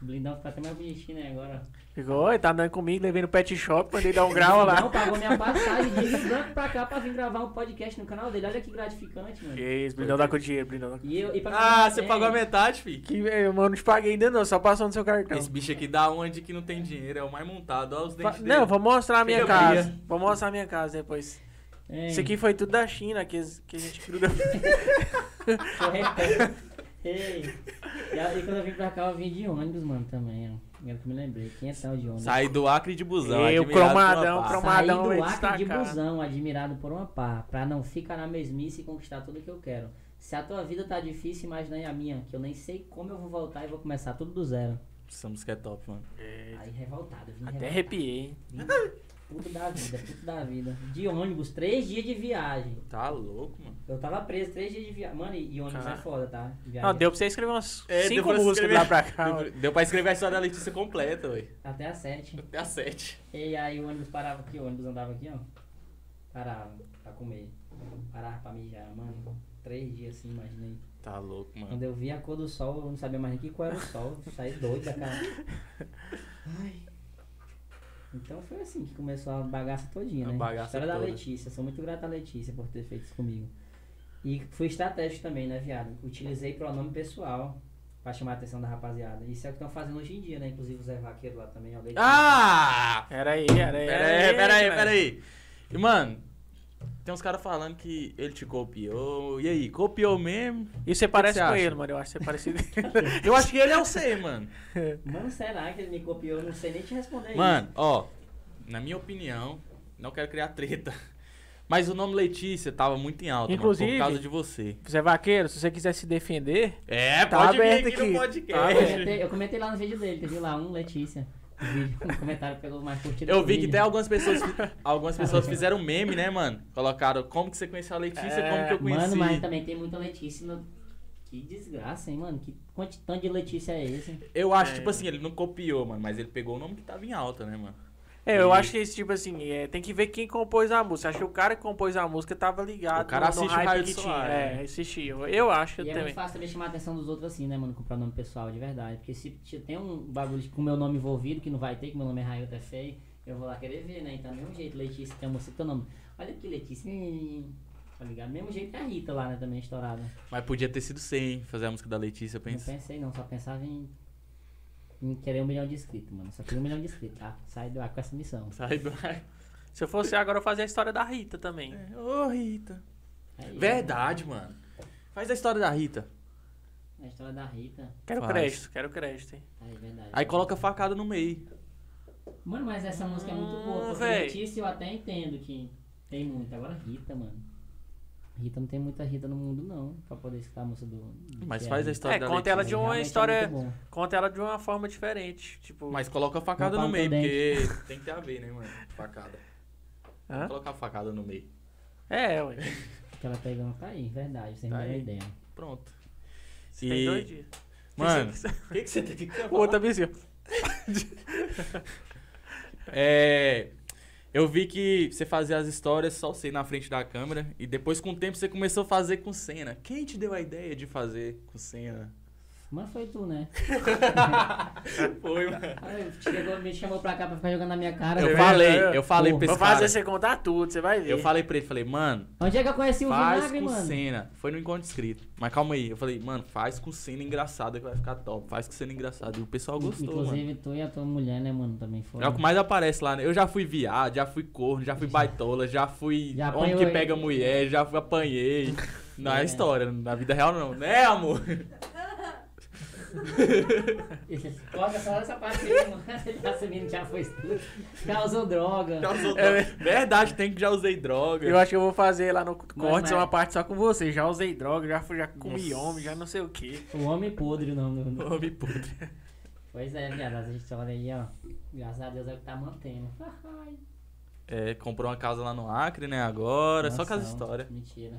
Speaker 3: O Blindão ficou até mais bonitinho, né, agora.
Speaker 2: Ficou, ele tá andando comigo, levei no pet shop, mandei dar um grau
Speaker 3: Não,
Speaker 2: lá.
Speaker 3: pagou minha passagem de Rio Branco pra cá pra vir gravar um podcast no canal dele. Olha que gratificante, mano.
Speaker 2: Que isso, Brindão dá com dinheiro, Brindão dá com
Speaker 3: E eu, e pra é,
Speaker 1: Ah,
Speaker 3: quem
Speaker 1: você
Speaker 3: tem-
Speaker 1: pagou a metade, fi.
Speaker 2: que, eh, eu não te paguei ainda não, só passou no seu cartão.
Speaker 1: Esse bicho aqui dá onde que não tem dinheiro, é o mais montado. Olha os
Speaker 2: Fa-
Speaker 1: dentes dele.
Speaker 2: Não, vou mostrar a minha
Speaker 1: Fica
Speaker 2: casa.
Speaker 1: bem.
Speaker 2: Vou mostrar a minha casa depois.
Speaker 3: Hein,
Speaker 2: Isso aqui foi tudo da China, que, que a gente gruda.
Speaker 3: sou repórter. Ei. E aí, quando eu vim pra cá, eu vim de ônibus, mano, também. ó. Agora que eu me lembrei. Quem é tal de ônibus?
Speaker 1: Saí do Acre de busão.
Speaker 2: Ei, o
Speaker 1: admirado por uma
Speaker 2: cromadão,
Speaker 1: pá.
Speaker 2: cromadão. Cromadão
Speaker 3: Saí
Speaker 2: vai
Speaker 3: do Acre de
Speaker 2: destacar.
Speaker 3: busão, admirado por uma pá, pra não ficar na mesmice e conquistar tudo que eu quero. Se a tua vida tá difícil, imagina aí a minha, que eu nem sei como eu vou voltar e vou começar tudo do zero.
Speaker 1: Essa música é top, mano.
Speaker 3: Aí revoltado, eu vim
Speaker 2: Até
Speaker 3: revoltado.
Speaker 2: arrepiei, hein?
Speaker 3: Puto da vida, puto da vida. De ônibus, três dias de viagem.
Speaker 1: Tá louco, mano.
Speaker 3: Eu tava preso três dias de viagem. Mano, e, e ônibus
Speaker 2: Cara.
Speaker 3: é foda, tá? Viagem.
Speaker 2: Não, deu pra você escrever umas
Speaker 1: É, deu
Speaker 2: cinco
Speaker 1: pra
Speaker 2: músicas
Speaker 1: escrever-
Speaker 2: lá pra cá.
Speaker 1: Deu, pra- deu pra escrever a história da Letícia completa, velho.
Speaker 3: Até às sete.
Speaker 1: Até a 7.
Speaker 3: E aí o ônibus parava aqui, o ônibus andava aqui, ó. Parava pra comer. Parava pra mijar, mano. Três dias assim, imagina aí.
Speaker 1: Tá louco, mano.
Speaker 3: Quando eu vi a cor do sol, eu não sabia mais nem que cor era o sol. Eu Saí doido da cara. Ai. Então foi assim que começou a bagaça todinha,
Speaker 1: A
Speaker 3: né?
Speaker 1: bagaça
Speaker 3: História da
Speaker 1: toda.
Speaker 3: Letícia. Sou muito grato à Letícia por ter feito isso comigo. E fui estratégico também, né, viado? Utilizei pronome pessoal pra chamar a atenção da rapaziada. Isso é o que estão fazendo hoje em dia, né? Inclusive o Zé Vaqueiro lá também. ó, Letícia.
Speaker 1: Ah!
Speaker 2: Pera aí, pera aí.
Speaker 1: Pera aí, pera aí, pera aí. E, mano, tem uns caras falando que ele te copiou. E aí, copiou mesmo?
Speaker 2: E você parece
Speaker 1: você
Speaker 2: com
Speaker 1: acha?
Speaker 2: ele, mano. Eu acho que você é parecido.
Speaker 1: Eu acho que ele é o C, mano.
Speaker 3: Mano, será que ele me copiou? Eu não sei nem te
Speaker 2: É
Speaker 3: responder
Speaker 1: Mano, ó, na minha opinião, não quero criar treta. Mas o nome Letícia tava muito em alta,
Speaker 2: Inclusive-
Speaker 1: mano, por causa de você.
Speaker 2: Você é vaqueiro, se você quiser se defender,
Speaker 1: É,
Speaker 2: Tá
Speaker 1: pode vir
Speaker 2: aberto
Speaker 1: aqui, no
Speaker 2: aqui.
Speaker 3: isso. Eu
Speaker 1: podcast.
Speaker 3: comentei, eu comentei lá no vídeo dele, teve lá um Letícia. O vídeo, o comentário pegou mais curtido.
Speaker 1: Eu
Speaker 3: o
Speaker 1: vi que
Speaker 3: vídeo.
Speaker 1: até algumas pessoas, algumas pessoas fizeram meme, né, mano? Colocaram como que você conheceu a Letícia,
Speaker 2: É,
Speaker 1: como que eu
Speaker 3: Mano,
Speaker 1: conheci.
Speaker 3: mas também tem muita Letícia. no- Que desgraça, hein, mano? Que quantidade de Letícia é esse?
Speaker 1: Eu acho,
Speaker 2: É.
Speaker 1: tipo assim, ele não copiou, mano, mas ele pegou o nome que tava em alta, né, mano?
Speaker 2: É, eu
Speaker 1: E-
Speaker 2: acho que esse tipo assim, é, tem que ver quem compôs a música. Acho que o cara que compôs a música tava ligado
Speaker 1: O cara
Speaker 2: no, no
Speaker 1: assiste o
Speaker 2: hype
Speaker 1: Raio
Speaker 2: que
Speaker 1: do
Speaker 2: tinha.
Speaker 1: Solar,
Speaker 2: é,
Speaker 1: né?
Speaker 2: assistia. Eu, eu acho que
Speaker 3: E é
Speaker 2: também.
Speaker 3: muito fácil também chamar a atenção dos outros assim, né, mano? Com pronome pessoal, de verdade. Porque se te- tem um bagulho com meu nome envolvido, que não vai ter, que meu nome é Raio, é feio, eu vou lá querer ver, né? Então, mesmo jeito, Letícia, tem uma música, teu nome. Olha aqui, Letícia. hum, Tá ligado? Mesmo jeito que a Rita lá, né? Também estourada.
Speaker 1: Mas podia ter sido sem fazer a música da Letícia, eu
Speaker 3: Não
Speaker 1: pensei.
Speaker 3: pensei não, só pensava em, em querer um milhão de inscritos, mano. Só queria um milhão de inscritos, tá? Sai do ar com essa missão.
Speaker 1: Sai do
Speaker 2: Se eu fosse agora, eu fazia a história da Rita também.
Speaker 1: É, Ô, Rita.
Speaker 3: Aí,
Speaker 1: Verdade, mano. Faz a história da Rita.
Speaker 3: A história da Rita.
Speaker 2: Quero
Speaker 1: Faz.
Speaker 2: crédito, quero crédito. hein?
Speaker 3: Aí, verdade.
Speaker 1: Aí coloca a facada no meio.
Speaker 3: Mano, mas essa música é muito
Speaker 2: Hum,
Speaker 1: Ah,
Speaker 3: boa. Porque
Speaker 2: véi.
Speaker 3: Letícia eu até entendo que tem muito. Agora Rita, mano. Rita não tem muita Rita no mundo, não. Pra poder escutar a música do. do
Speaker 1: Mas
Speaker 3: que
Speaker 1: faz
Speaker 3: é.
Speaker 1: a história
Speaker 2: É,
Speaker 1: da
Speaker 2: conta
Speaker 1: Letícia.
Speaker 2: ela de uma
Speaker 3: Realmente é
Speaker 2: história-
Speaker 3: muito bom.
Speaker 2: Conta ela de uma forma diferente. Tipo.
Speaker 1: Mas coloca a facada
Speaker 3: Não
Speaker 1: no meio,
Speaker 3: falta
Speaker 1: porque tem que ter a ver, né, mano? Facada.
Speaker 2: Hã?
Speaker 1: Colocar a facada no meio.
Speaker 2: É, ué.
Speaker 3: Que ela pegando tá aí, verdade. Sem
Speaker 1: Tá
Speaker 3: tá
Speaker 1: aí.
Speaker 3: ideia.
Speaker 1: Pronto.
Speaker 2: Você Tem dois dias.
Speaker 1: Mano,
Speaker 2: Pensei
Speaker 1: o assim, que, que você teve que
Speaker 2: que- O outro vizinho.
Speaker 1: É. Eu vi que você fazia as histórias só sem na frente da câmera. E depois, com o tempo, você começou a fazer com cena. Quem te deu a ideia de fazer com cena?
Speaker 3: Mas foi tu, né?
Speaker 1: Foi, mano.
Speaker 3: Aí chegou, me chamou pra cá pra ficar jogando na minha cara.
Speaker 1: Eu
Speaker 3: velho.
Speaker 1: falei, eu falei pra
Speaker 2: Vou
Speaker 1: esse
Speaker 2: fazer
Speaker 1: cara.
Speaker 2: você contar tudo, você vai ver.
Speaker 1: Eu falei pra ele, falei, mano,
Speaker 3: Onde é que eu conheci o
Speaker 1: faz
Speaker 3: Vinagre,
Speaker 1: com
Speaker 3: mano?
Speaker 1: cena. Foi no encontro escrito. Mas calma aí. Eu falei, mano, faz com cena engraçada que vai ficar top. Faz com cena engraçada. E o pessoal gostou, mano.
Speaker 3: Inclusive, tu e a tua mulher, né, mano? Também foi.
Speaker 1: É o que mais aparece lá, né? Eu já fui viado, já fui corno, já fui baitola, já fui
Speaker 3: Já
Speaker 1: homem que
Speaker 3: apanhou,
Speaker 1: pega
Speaker 3: hein?
Speaker 1: mulher, já fui- apanhei. Na
Speaker 3: É.
Speaker 1: história, na vida real não, né, amor?
Speaker 3: Olha só essa parte aí, mano. Essa menina já foi tudo. Já usou droga.
Speaker 1: É verdade, tem que já usei droga.
Speaker 2: Eu acho que eu vou fazer lá no corte
Speaker 3: mas-
Speaker 1: é.
Speaker 2: uma parte só com você. Já usei droga, já, fui- já comi
Speaker 1: Nossa.
Speaker 2: homem, já não sei o que.
Speaker 3: O homem podre, o nome do- do-
Speaker 1: Homem podre.
Speaker 3: Pois é, viado. Essa história aí, ó. Graças a Deus é o que tá mantendo. Ai.
Speaker 1: É, comprou uma casa lá no Acre, né, agora. só com as
Speaker 3: Nossa, um
Speaker 1: histórias.
Speaker 3: Mentira.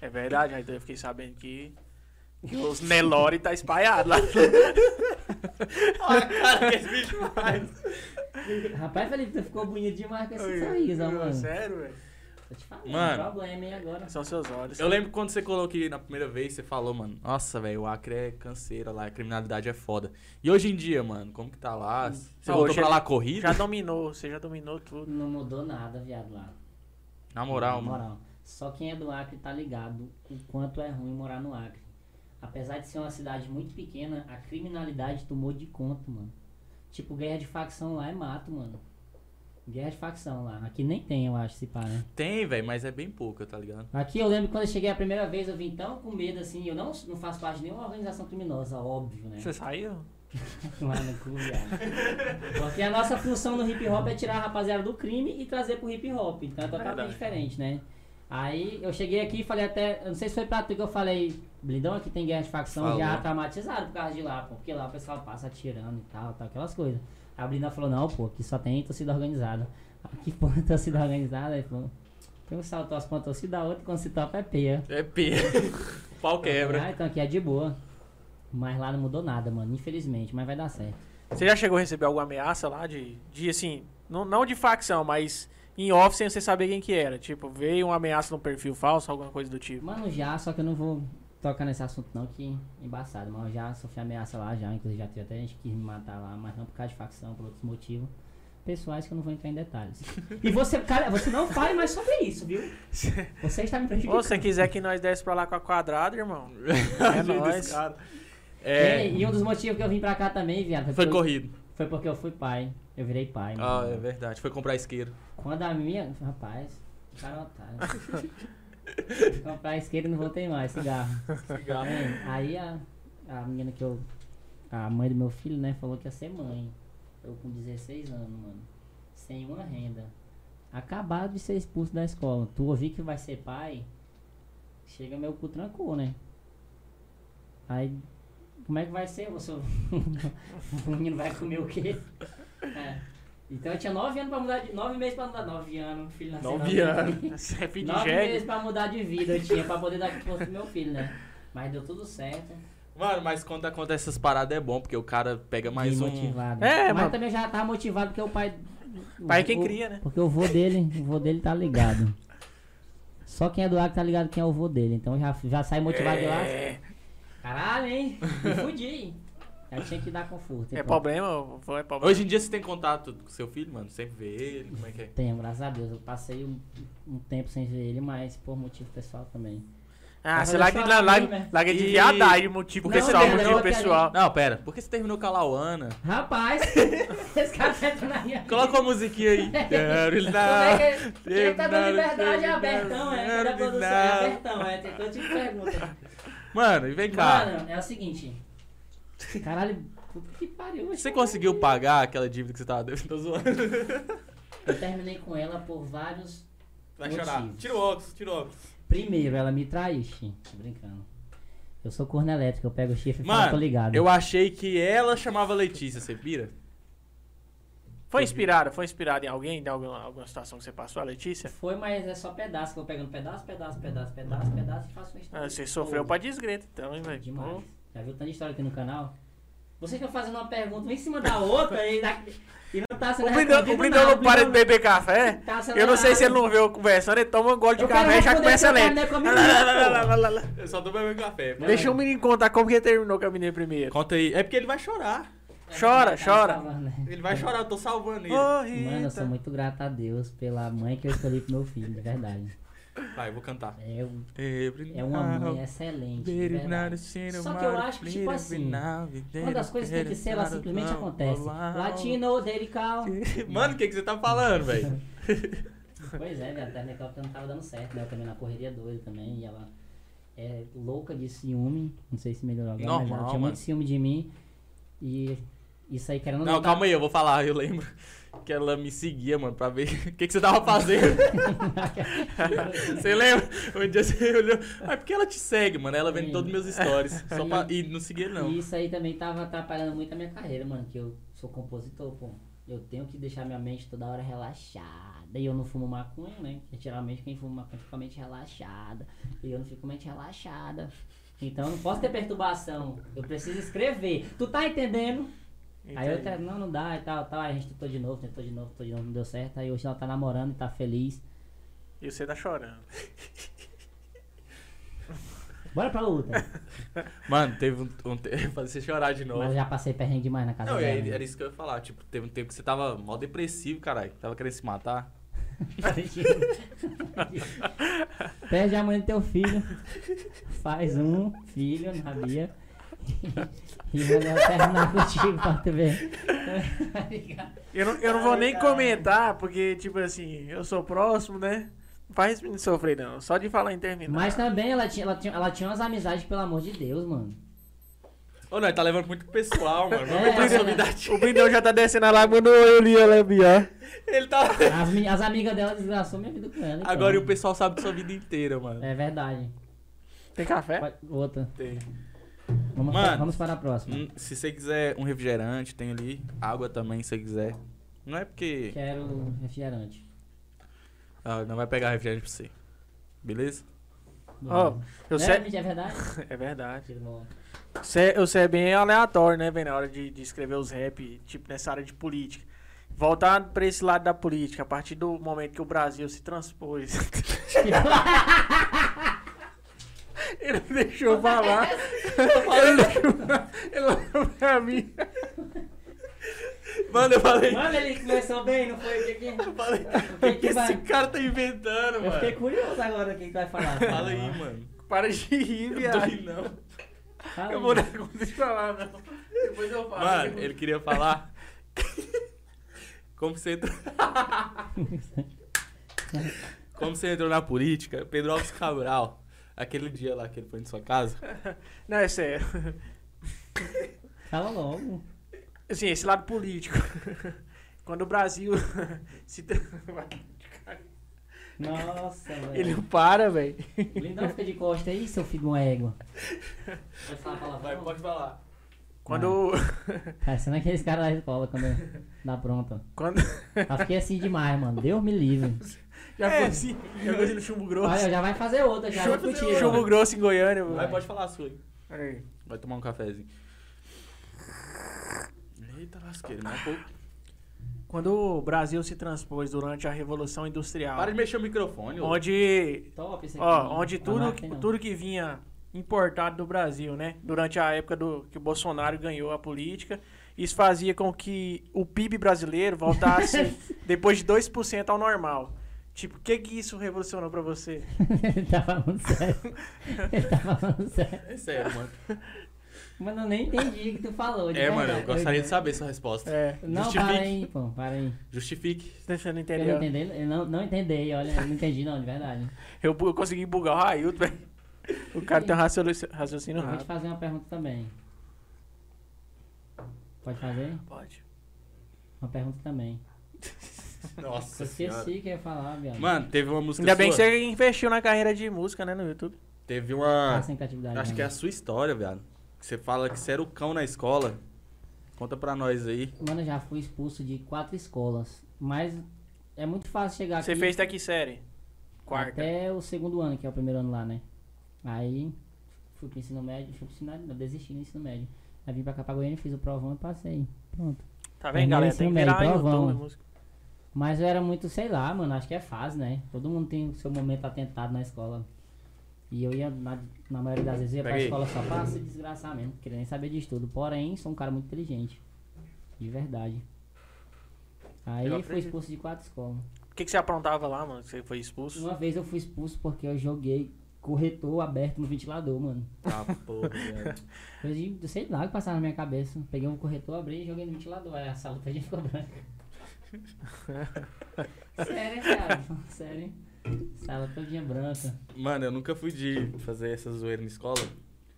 Speaker 2: É verdade, aí eu fiquei sabendo que, que os Nelore tá espalhado lá.
Speaker 1: Olha a cara que esse bicho faz.
Speaker 3: Rapaz, Felipe, tu ficou bonito demais com esse
Speaker 2: Oi,
Speaker 3: sorriso, ó,
Speaker 2: eu-
Speaker 3: mano.
Speaker 2: Sério, velho?
Speaker 3: Tô te falando,
Speaker 1: Mano.
Speaker 3: problema, hein, agora.
Speaker 2: São seus olhos.
Speaker 1: Eu lembro quando você colocou aqui na primeira vez, você falou, mano, nossa, velho, o Acre é canseira lá, a criminalidade é foda. E hoje em dia, mano, como que tá lá? Você
Speaker 2: Ah,
Speaker 1: voltou
Speaker 2: hoje
Speaker 1: pra
Speaker 2: ele-
Speaker 1: lá corrida?
Speaker 2: Já dominou, você já dominou tudo.
Speaker 3: Não mudou nada, viado, lá.
Speaker 1: Na moral,
Speaker 3: Na
Speaker 1: mano.
Speaker 3: moral. Só quem é do Acre tá ligado o quanto é ruim morar no Acre. Apesar de ser uma cidade muito pequena, a criminalidade tomou de conta, mano. Tipo, guerra de facção lá é mato, mano. Guerra de facção lá. Aqui nem tem, eu acho, se pá, né?
Speaker 1: Tem, velho, mas é bem pouca, tá ligado?
Speaker 3: Aqui eu lembro que quando eu cheguei a primeira vez, eu vim tão com medo assim. Eu não, não faço parte de nenhuma organização criminosa, óbvio, né?
Speaker 2: Você saiu?
Speaker 3: Lá no cu, viado. Porque a nossa função no hip hop é tirar a rapaziada do crime e trazer pro hip hop. Então é totalmente
Speaker 2: Verdade.
Speaker 3: diferente, né? Aí eu cheguei aqui e falei até, eu não sei se foi pra tu que eu falei, Blindão, aqui tem guerra de facção,
Speaker 1: Falou.
Speaker 3: já traumatizado por causa de lá, pô, porque lá o pessoal passa atirando e tal, tal aquelas coisas. Aí o Blindão falou, não, pô, aqui só tem torcida organizada. Aqui, pô, torcida organizada, aí falou, tem um salto as pra uma torcida, a outra quando se topa é peia.
Speaker 1: É pia. Pau
Speaker 3: Ah,
Speaker 1: quebra.
Speaker 3: então aqui é de boa. Mas lá não mudou nada, mano, infelizmente, mas vai dar certo.
Speaker 2: Você já chegou a receber alguma ameaça lá de, de assim, não, não de facção, mas em off sem você saber quem que era? Tipo, veio uma ameaça num perfil falso, alguma coisa do tipo.
Speaker 3: Mano, já, só que eu não vou tocar nesse assunto não, que é embaçado. Mas eu já sofri ameaça lá já, inclusive já teve até gente que quis me matar lá, mas não por causa de facção, por outros motivos. Pessoais que eu não vou entrar em detalhes. E você, cara, você não fale mais sobre isso, viu? Você está me
Speaker 2: Ou
Speaker 3: prejudicando.
Speaker 2: se você quiser que nós desse pra lá com a quadrada, irmão.
Speaker 1: É
Speaker 2: nóis.
Speaker 1: É,
Speaker 3: E, e um dos motivos que eu vim pra cá também, viado,
Speaker 1: foi
Speaker 3: porque eu-
Speaker 1: corrido.
Speaker 3: foi porque eu fui pai. Eu virei pai.
Speaker 1: Ah,
Speaker 3: mano.
Speaker 1: é verdade. Foi comprar isqueiro.
Speaker 3: Quando a minha. Rapaz, o cara é um otário. Fui comprar isqueiro e não voltei mais, cigarro.
Speaker 1: Cigarro.
Speaker 3: É, Aí a, a menina que eu. A mãe do meu filho, né, falou que ia ser mãe. Eu com 16 anos, mano. Sem uma renda. Acabado de ser expulso da escola. Tu ouvi que vai ser pai. Chega meu cu trancou, né? Aí. Como é que vai ser? Você... o menino vai comer o quê? É. Então eu tinha 9 anos pra mudar de. 9 meses pra mudar. 9 anos, filho nasceu.
Speaker 1: Nove
Speaker 3: nove
Speaker 1: anos.
Speaker 2: Você pedir
Speaker 3: Nove meses
Speaker 2: jegue.
Speaker 3: pra mudar de vida eu tinha, pra poder dar conta pro meu filho, né? Mas deu tudo certo.
Speaker 1: Mano, mas quando acontece essas paradas é bom, porque o cara pega mais um.
Speaker 3: motivado.
Speaker 2: É,
Speaker 3: Mas
Speaker 2: mano.
Speaker 3: também eu já tava motivado porque o pai...
Speaker 2: Pai é quem
Speaker 3: o-
Speaker 2: cria, né?
Speaker 3: Porque o vô dele, o vô dele tá ligado. Só quem é do ar que tá ligado quem é o vô dele. Então já, já sai motivado de lá.
Speaker 2: É.
Speaker 3: Caralho, hein? Me fudi. Já tinha que dar conforto.
Speaker 2: É
Speaker 3: então.
Speaker 2: problema, vô, é problema.
Speaker 1: Hoje em dia você tem contato com seu filho, mano? Sempre vê ele, como é que é?
Speaker 3: Tenho, graças a Deus. Eu passei um, um tempo sem ver ele, mas por motivo pessoal também.
Speaker 2: Ah,
Speaker 3: Mas
Speaker 2: você
Speaker 3: vai
Speaker 2: larga de,
Speaker 3: deixar
Speaker 2: larga-
Speaker 3: ruim, né?
Speaker 2: larga de
Speaker 1: E-
Speaker 2: viadagem, motivo
Speaker 3: Não,
Speaker 2: pessoal,
Speaker 3: não,
Speaker 2: motivo
Speaker 3: não,
Speaker 2: pessoal.
Speaker 1: Não, pera. Por que você terminou com a Lauana?
Speaker 3: Rapaz, esse cara tá entrando na minha...
Speaker 1: Coloca uma musiquinha aí. Quero tá.
Speaker 3: Como
Speaker 1: ir lá.
Speaker 3: é que ele tá dando liberdade é
Speaker 1: Quero
Speaker 3: abertão, é? Quando a
Speaker 1: quero
Speaker 3: produção é
Speaker 1: dar.
Speaker 3: abertão, é. Tem todo tipo de pergunta.
Speaker 1: Mano, e vem cá.
Speaker 3: Mano, é o seguinte. Caralho, puta que pariu.
Speaker 1: Você
Speaker 3: Você...
Speaker 1: conseguiu pagar aquela dívida que você tava devendo? Tô zoando.
Speaker 3: Eu terminei com ela por vários.
Speaker 1: Vai chorar.
Speaker 3: Motivos.
Speaker 1: Tira o óculos, tira o óculos.
Speaker 3: Primeiro, ela me traiu, Xim. Tô brincando. Eu sou corno elétrico, eu pego o chifre e falo, tô
Speaker 1: Mano,
Speaker 3: ligado.
Speaker 1: eu achei que ela chamava Letícia, você pira?
Speaker 2: Foi inspirado, foi inspirado em alguém, de alguma, alguma situação que você passou, a Letícia?
Speaker 3: Foi, mas é só pedaço. que Eu vou pegando pedaço, pedaço, pedaço, pedaço, pedaço e faço
Speaker 2: Ah,
Speaker 3: um história.
Speaker 2: você sofreu pra desgreta, então, hein, velho?
Speaker 3: Demais.
Speaker 2: Pô.
Speaker 3: Já viu tanta história aqui no canal? Vocês estão fazendo uma pergunta uma em cima da outra e, da- e não tá sendo
Speaker 2: O Um Brindão,
Speaker 3: respondido
Speaker 2: o Brindão não
Speaker 3: nada.
Speaker 2: para de beber café?
Speaker 3: Tá acelerado.
Speaker 2: Eu não sei se ele não vê eu conversando, ele toma um gole de
Speaker 3: Eu quero
Speaker 2: café e já
Speaker 3: responder
Speaker 2: começa a
Speaker 3: porque eu
Speaker 2: ler.
Speaker 3: quero comer muito, pô.
Speaker 1: Eu só tô bebendo café. pô.
Speaker 2: Deixa o menino contar como que ele terminou com a menina primeiro.
Speaker 1: Conta aí. É porque ele vai chorar.
Speaker 2: Chora,
Speaker 3: Tá me
Speaker 2: chora.
Speaker 3: salvando, né?
Speaker 1: Ele vai chorar, eu tô salvando ele.
Speaker 2: Ô, Rita.
Speaker 3: Mano, eu sou muito grato a Deus pela mãe que eu escolhi pro meu filho, de verdade.
Speaker 1: Vai, eu vou cantar.
Speaker 3: É, um- é uma
Speaker 2: Ah,
Speaker 3: mãe excelente, de verdade. Só que eu acho que, tipo assim, quando as coisas têm que ser, elas simplesmente acontecem. Latino, delical.
Speaker 1: Mano, o que, que você tá falando, velho?
Speaker 3: Pois é, velho, a Delical não tava dando certo, né? Eu também na correria doida também, e ela é louca de ciúme. Não sei se melhorou agora, mas ela
Speaker 1: Normal,
Speaker 3: tinha
Speaker 1: mano.
Speaker 3: muito ciúme de mim. E isso aí, querendo ou
Speaker 1: Não,
Speaker 3: tá-
Speaker 1: calma aí, eu vou falar. Eu lembro que ela me seguia, mano, pra ver o que, que você tava fazendo. você lembra? Um dia você olhou. Ah, porque ela te segue, mano. Ela vendo todos os meus stories. Só pra... E não seguia, não.
Speaker 3: E isso aí também tava atrapalhando muito a minha carreira, mano, que eu sou compositor, pô. Eu tenho que deixar minha mente toda hora relaxada. E eu não fumo maconha, né? Porque geralmente quem fuma maconha fica com a mente relaxada. E eu não fico com a mente relaxada. Então eu não posso ter perturbação. Eu preciso escrever. Tu tá entendendo? Aí eu até, não, não dá e tal, tal. Aí a gente tentou de novo, tentou de novo, tentou de novo, não deu certo. Aí hoje ela tá namorando e tá feliz.
Speaker 2: E você tá chorando.
Speaker 3: Bora pra luta.
Speaker 1: Mano, teve um, um te- fazer você chorar de novo.
Speaker 3: Mas eu já passei perrengue demais na casa
Speaker 1: Não, e
Speaker 3: dela.
Speaker 1: aí,
Speaker 3: né?
Speaker 1: era isso que eu ia falar. Tipo, teve um tempo que você tava mal depressivo, caralho. Tava querendo se matar.
Speaker 3: Perde a mãe do teu filho. Faz um filho, na Bia. E eu vou terminar contigo pra tu ver.
Speaker 2: Eu não, eu não vou nem comentar, porque, tipo assim, eu sou próximo, né? Não faz esse menino sofrer, não. Só de falar em terminar.
Speaker 3: Mas também ela tinha, ela, tinha, ela tinha umas amizades, pelo amor de Deus, mano.
Speaker 1: Ô, não, ele tá levando muito pessoal, mano. Vamos
Speaker 3: É,
Speaker 1: é,
Speaker 3: é.
Speaker 1: pra sumidade.
Speaker 2: O Brindão já tá descendo a lágrima do Elia Lambiá. Ele tá.
Speaker 3: As, meni- as amigas dela desgraçou minha vida com ela. então.
Speaker 1: Agora e o pessoal sabe de sua vida inteira, mano.
Speaker 3: É verdade.
Speaker 2: Tem café?
Speaker 3: Pode- Outra.
Speaker 1: Tem.
Speaker 3: Vamos,
Speaker 1: É? Mano.
Speaker 3: pa- vamos para a próxima.
Speaker 1: Hum, Se você quiser um refrigerante, tem ali. Água também, se você quiser. Não é porque.
Speaker 3: Quero um refrigerante.
Speaker 1: Ah, não vai pegar refrigerante pra você. Beleza?
Speaker 2: Ó, eu
Speaker 3: Não
Speaker 1: né,
Speaker 2: sei.
Speaker 3: é, mentira, é verdade?
Speaker 2: É verdade.
Speaker 3: Tira, bom.
Speaker 2: Você, eu sei, é bem aleatório, né, velho? Na hora de, de escrever os rap, tipo, nessa área de política. Voltar pra esse lado da política, a partir do momento que o Brasil se transpôs. Ele não deixou eu falar.
Speaker 1: né?
Speaker 2: Ele não deixou eu falar. Ele olhou pra mim.
Speaker 1: Mano, eu falei.
Speaker 3: Mano, ele começou bem, não foi? O que que- o
Speaker 1: O
Speaker 3: que
Speaker 1: que
Speaker 3: que vai-
Speaker 1: esse cara tá inventando,
Speaker 3: Eu fiquei
Speaker 1: mano?
Speaker 3: curioso agora o que que vai falar.
Speaker 1: Fala aí, mano.
Speaker 2: Para de rir,
Speaker 1: Eu tô rindo,
Speaker 2: viado.
Speaker 1: não.
Speaker 3: Fala
Speaker 2: Eu
Speaker 3: aí.
Speaker 2: vou dar conta de falar, não. Depois eu falo.
Speaker 1: Mano, ele queria falar. Como você entrou. Como você entrou na política, Pedro Alves Cabral, aquele dia lá que ele foi na sua casa.
Speaker 2: Não, é sério.
Speaker 3: Fala logo.
Speaker 2: Assim, esse lado político. Quando o Brasil se. tra-
Speaker 3: Nossa,
Speaker 2: Ele
Speaker 1: é um
Speaker 3: velho.
Speaker 2: não para, velho.
Speaker 3: Lindão fica de costa aí, seu filho de um uma égua. Pode falar
Speaker 1: Vai,
Speaker 3: palavrão?
Speaker 1: pode falar.
Speaker 2: Quando.
Speaker 1: Ah.
Speaker 3: Parecendo É, aqueles caras da escola quando dá pronta.
Speaker 2: Quando.
Speaker 3: Eu fiquei assim demais, mano. Deus me livre.
Speaker 2: Já foi assim. Já foi assim no chumbo grosso.
Speaker 3: Olha, Ah, já vai fazer outra, já vou contigo.
Speaker 2: Chumbo grosso em Goiânia,
Speaker 1: Vai,
Speaker 2: mano.
Speaker 1: pode falar a sua aí.
Speaker 2: Peraí.
Speaker 1: Vai tomar um cafezinho. Eita lasqueira, né? mais pouco.
Speaker 2: Quando o Brasil se transpôs durante a Revolução Industrial,
Speaker 1: Para de mexer o microfone. ô.
Speaker 2: onde,
Speaker 3: Top esse aqui.
Speaker 2: ó, onde
Speaker 3: Não
Speaker 2: tudo,
Speaker 3: marca, não.
Speaker 2: tudo que vinha importado do Brasil, né? Durante a época do, que o Bolsonaro ganhou a política, isso fazia com que o PIB brasileiro voltasse depois de 2% ao normal. Tipo, o que que isso revolucionou pra você?
Speaker 3: Ele tá falando sério. Ele tá falando sério.
Speaker 1: É sério, mano.
Speaker 3: Mano, eu nem entendi o que tu falou. de
Speaker 1: É, mano, eu
Speaker 3: verdade.
Speaker 1: gostaria de saber sua resposta.
Speaker 2: É.
Speaker 3: Não,
Speaker 1: Justifique.
Speaker 3: para aí, pô, para aí.
Speaker 1: Justifique.
Speaker 2: Você não
Speaker 3: Eu não
Speaker 2: entendeu?
Speaker 3: entendi, eu não, não entendi, olha, eu não entendi não, de verdade.
Speaker 2: Eu, bu- eu consegui bugar o Railton, velho. O cara tem um raciocínio, raciocínio
Speaker 3: Eu vou te
Speaker 2: rápido.
Speaker 3: fazer uma pergunta também. Pode fazer?
Speaker 2: Pode.
Speaker 3: Uma pergunta também.
Speaker 1: Nossa
Speaker 3: Eu esqueci que eu ia falar, viado.
Speaker 1: Mano, teve uma música
Speaker 2: Ainda bem que
Speaker 1: sua.
Speaker 2: você investiu na carreira de música, né, no YouTube.
Speaker 1: Teve uma...
Speaker 2: Ah,
Speaker 3: Tá sem criatividade.
Speaker 1: Acho
Speaker 3: não.
Speaker 1: que é a sua história, viado. Você fala que você era o cão na escola. Conta pra nós aí.
Speaker 3: Mano, eu já fui expulso de quatro escolas. Mas é muito fácil chegar
Speaker 2: Você
Speaker 3: aqui
Speaker 2: fez até que série? Quarta.
Speaker 3: até o segundo ano, que é o primeiro ano lá, né? Aí fui pro ensino médio, fui pro ensino médio, não, desisti do ensino médio. Aí vim pra cá pra Goiânia, fiz o provão e passei. Pronto.
Speaker 2: Tá
Speaker 3: Primeiro
Speaker 2: vendo, galera? Tem
Speaker 3: ensino
Speaker 2: que
Speaker 3: médio,
Speaker 2: virar
Speaker 3: provão.
Speaker 2: YouTube música.
Speaker 3: Mas eu era muito, sei lá, mano, acho que é fase, né? Todo mundo tem o seu momento atentado na escola. E eu ia, na, na maioria das vezes, ia pra
Speaker 1: Pega aí.
Speaker 3: escola só pra se desgraçar mesmo, queria nem saber de estudo. Porém, sou um cara muito inteligente. De verdade. Aí
Speaker 2: Eu
Speaker 3: fui
Speaker 2: acredito.
Speaker 3: expulso de quatro escolas.
Speaker 2: O que, que você aprontava lá, mano? que Você foi expulso?
Speaker 3: Uma vez eu fui expulso porque eu joguei corretor aberto no ventilador, mano.
Speaker 1: Tá, porra, viado.
Speaker 3: Coisa de, eu sei lá o que passava na minha cabeça. Peguei um corretor, abri e joguei no ventilador. Aí a sala toda ficou branca. Sério, cara. Sério. Sala todinha branca.
Speaker 1: Mano, eu nunca fui de fazer essa zoeira na escola.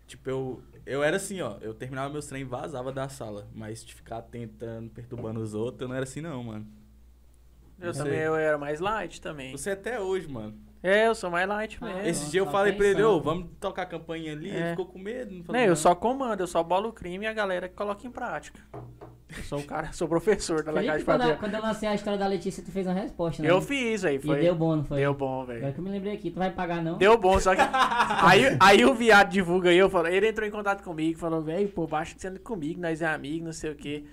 Speaker 1: Tipo, eu, eu era assim, ó. Eu terminava meus treinos e vazava da sala. Mas de ficar tentando, perturbando os outros, eu não era assim, não, mano.
Speaker 2: Eu
Speaker 1: Você-
Speaker 2: também eu era mais light também.
Speaker 1: Você até hoje, mano.
Speaker 2: É, eu sou mais light
Speaker 3: Ah,
Speaker 2: mesmo.
Speaker 3: eu-
Speaker 1: Esse dia eu
Speaker 3: tá
Speaker 1: falei pra ele,
Speaker 3: pensando.
Speaker 1: ô, vamos tocar a campainha ali.
Speaker 2: É.
Speaker 1: Ele ficou com medo. Não falou
Speaker 2: Né, eu
Speaker 1: nada.
Speaker 2: só comando, eu só bolo o crime e a galera que coloca em prática. Eu sou o cara, sou professor da Lagarde
Speaker 3: Felipe, quando, eu-
Speaker 2: Fabiano.
Speaker 3: quando eu lancei a história da Letícia, tu fez uma resposta, né?
Speaker 2: Eu fiz aí, foi.
Speaker 3: E deu bom, não foi?
Speaker 2: Deu bom,
Speaker 3: Agora
Speaker 2: velho.
Speaker 3: que eu me lembrei aqui, tu vai pagar não?
Speaker 2: Deu bom, só que. aí, aí o viado divulga aí, eu falo, ele entrou em contato comigo, falou, velho, pô, baixa que você anda comigo, nós é amigo, não sei o quê.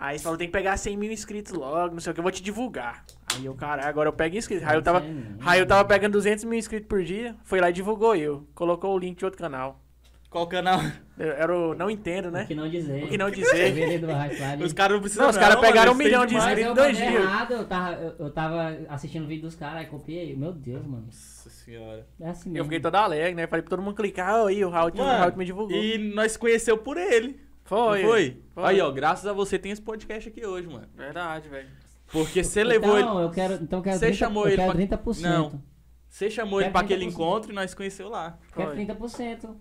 Speaker 2: Aí falou, tem que pegar 100 mil inscritos logo, não sei o que, eu vou te divulgar. Aí eu, caralho, agora eu pego inscritos. Aí eu tava. Aí eu tava pegando 200 mil inscritos por dia, foi lá e divulgou eu. Colocou o link de outro canal.
Speaker 1: Qual canal?
Speaker 2: Eu- Era o Não Entendo,
Speaker 3: né?
Speaker 2: né?
Speaker 3: O que não dizer.
Speaker 2: O que não dizer.
Speaker 3: Segredo do Highlight.
Speaker 1: Os caras não precisam.
Speaker 2: Não, os caras
Speaker 1: mano,
Speaker 2: pegaram um
Speaker 1: eles têm
Speaker 2: milhão de
Speaker 1: demais.
Speaker 3: Mas
Speaker 2: inscritos.
Speaker 3: eu
Speaker 2: dois
Speaker 3: mandei
Speaker 2: dias.
Speaker 3: errado, eu tava, eu, eu tava assistindo o vídeo dos caras, aí copiei. Meu Deus, mano.
Speaker 1: Nossa senhora.
Speaker 3: É assim mesmo.
Speaker 2: Eu fiquei todo alegre, né? Falei pra todo mundo clicar, "Ó, aí o Raul, o Raul me divulgou.
Speaker 1: E nós conheceu por ele.
Speaker 2: Foi.
Speaker 1: não foi?
Speaker 2: Foi.
Speaker 1: Aí, ó, graças a você tem esse podcast aqui hoje, mano.
Speaker 2: Verdade, velho.
Speaker 1: Porque você
Speaker 3: então,
Speaker 1: levou ele.
Speaker 3: Eu quero, então eu quero
Speaker 1: Você
Speaker 3: 30,
Speaker 1: chamou
Speaker 3: eu
Speaker 1: ele
Speaker 3: quero
Speaker 1: pra-
Speaker 3: 30%.
Speaker 1: Não. Você chamou ele
Speaker 3: Quer
Speaker 1: pra aquele
Speaker 3: 30%.
Speaker 1: encontro e nós conheceu lá.
Speaker 3: Quero
Speaker 2: Foi.
Speaker 3: 30%.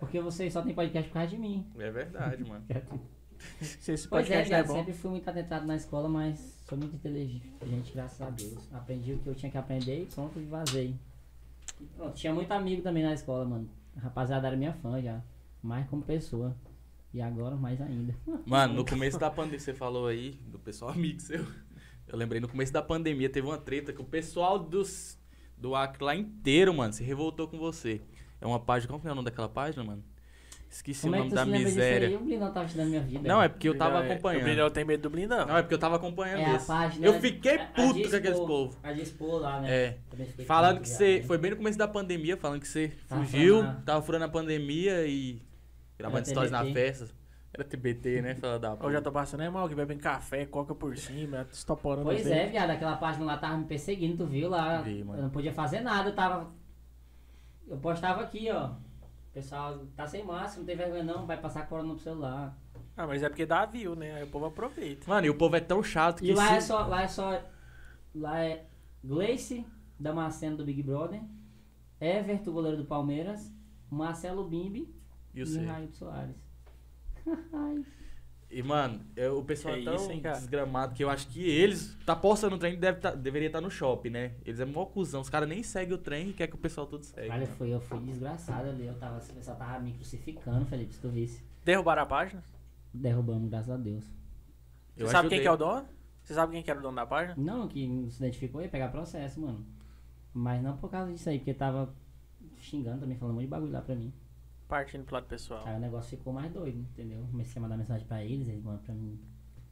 Speaker 3: Porque vocês só tem podcast por causa de mim.
Speaker 1: É verdade, mano.
Speaker 3: Quero-
Speaker 2: Se esse
Speaker 3: Pois é,
Speaker 2: podcast não é
Speaker 3: viado,
Speaker 2: bom.
Speaker 3: sempre fui muito atentado na escola, mas sou muito inteligente, graças a Deus. Aprendi o que eu tinha que aprender e pronto, e vazei. E pronto, tinha muito amigo também na escola, mano. A rapaziada era minha fã já, mais como pessoa. E agora mais ainda.
Speaker 1: Mano, no começo da pandemia, você falou aí, do pessoal amigo seu. Eu lembrei, no começo da pandemia teve uma treta que o pessoal dos, do Acre lá inteiro, mano, se revoltou com você. É uma página, qual que é o nome daquela página, mano? Esqueci
Speaker 3: como
Speaker 1: o
Speaker 3: é
Speaker 1: nome
Speaker 3: que tu
Speaker 1: da
Speaker 3: se lembra disso aí?
Speaker 1: miséria.
Speaker 3: O Blindão tava te dando minha vida.
Speaker 1: Não, é porque eu tava
Speaker 2: Blindão é- O
Speaker 1: acompanhando.
Speaker 2: Brilhão tem medo do Blindão.
Speaker 1: Não, é porque eu tava acompanhando
Speaker 3: É, a
Speaker 1: isso.
Speaker 3: página-
Speaker 1: Eu fiquei
Speaker 3: a- a
Speaker 1: puto
Speaker 3: Dispo-
Speaker 1: com aqueles povo.
Speaker 3: A Dispo lá, né?
Speaker 1: É.
Speaker 3: Também fiquei
Speaker 1: Falando
Speaker 3: puto,
Speaker 1: que
Speaker 3: viado,
Speaker 1: você.
Speaker 3: né?
Speaker 1: Foi bem no começo da pandemia, falando que você
Speaker 3: Tava
Speaker 1: fugiu,
Speaker 3: furando a-
Speaker 1: tava furando a pandemia e. Gravando
Speaker 3: Era
Speaker 1: stories na
Speaker 3: TBT.
Speaker 1: festa. Era TBT, né? Fala da
Speaker 2: Hoje eu
Speaker 1: puta.
Speaker 2: tô passando é mal que bebem café, coca por cima, estoporando
Speaker 3: Pois é, viado, aquela página lá tava me perseguindo, tu viu lá.
Speaker 1: Vi, mano.
Speaker 3: eu não podia fazer nada, eu tava. Eu postava aqui, ó. Pessoal, tá sem máscara, não tem vergonha não, vai passar corona no celular.
Speaker 2: Ah, mas é porque dá view, né? Aí o povo aproveita.
Speaker 1: Mano, e o povo é tão chato que.
Speaker 3: E lá
Speaker 1: se-
Speaker 3: é só. Lá é só. Lá é Gleice, Damasceno do Big Brother, Everton, goleiro do Palmeiras, Marcelo Bimbi
Speaker 1: E o
Speaker 3: e
Speaker 1: seu.
Speaker 3: Raio Soares.
Speaker 1: E, mano, é, o pessoal
Speaker 2: Que
Speaker 1: é tão
Speaker 2: isso, hein, cara?
Speaker 1: desgramado que eu acho que eles. Tá postando o trem, deve tá- deveria estar no shopping, né? Eles é mó cuzão. Os caras nem seguem o trem e quer que o pessoal todo segue.
Speaker 3: Cara, eu
Speaker 1: mano.
Speaker 3: fui, eu fui desgraçado ali, eu tava, o pessoal tava me crucificando, Felipe, se tu visse.
Speaker 2: Derrubaram a página.
Speaker 3: Derrubamos, graças a Deus.
Speaker 1: Eu
Speaker 2: Você sabe quem
Speaker 1: ajudei.
Speaker 2: que é o dono? Você sabe quem que era o dono da página?
Speaker 3: Não, que não se identificou ia pegar processo, mano. Mas não por causa disso aí, porque tava xingando também, falando um monte de bagulho lá pra mim.
Speaker 2: Partindo pro lado pessoal.
Speaker 3: Aí o negócio ficou mais doido, entendeu? Comecei a mandar mensagem pra eles, eles mandam pra mim.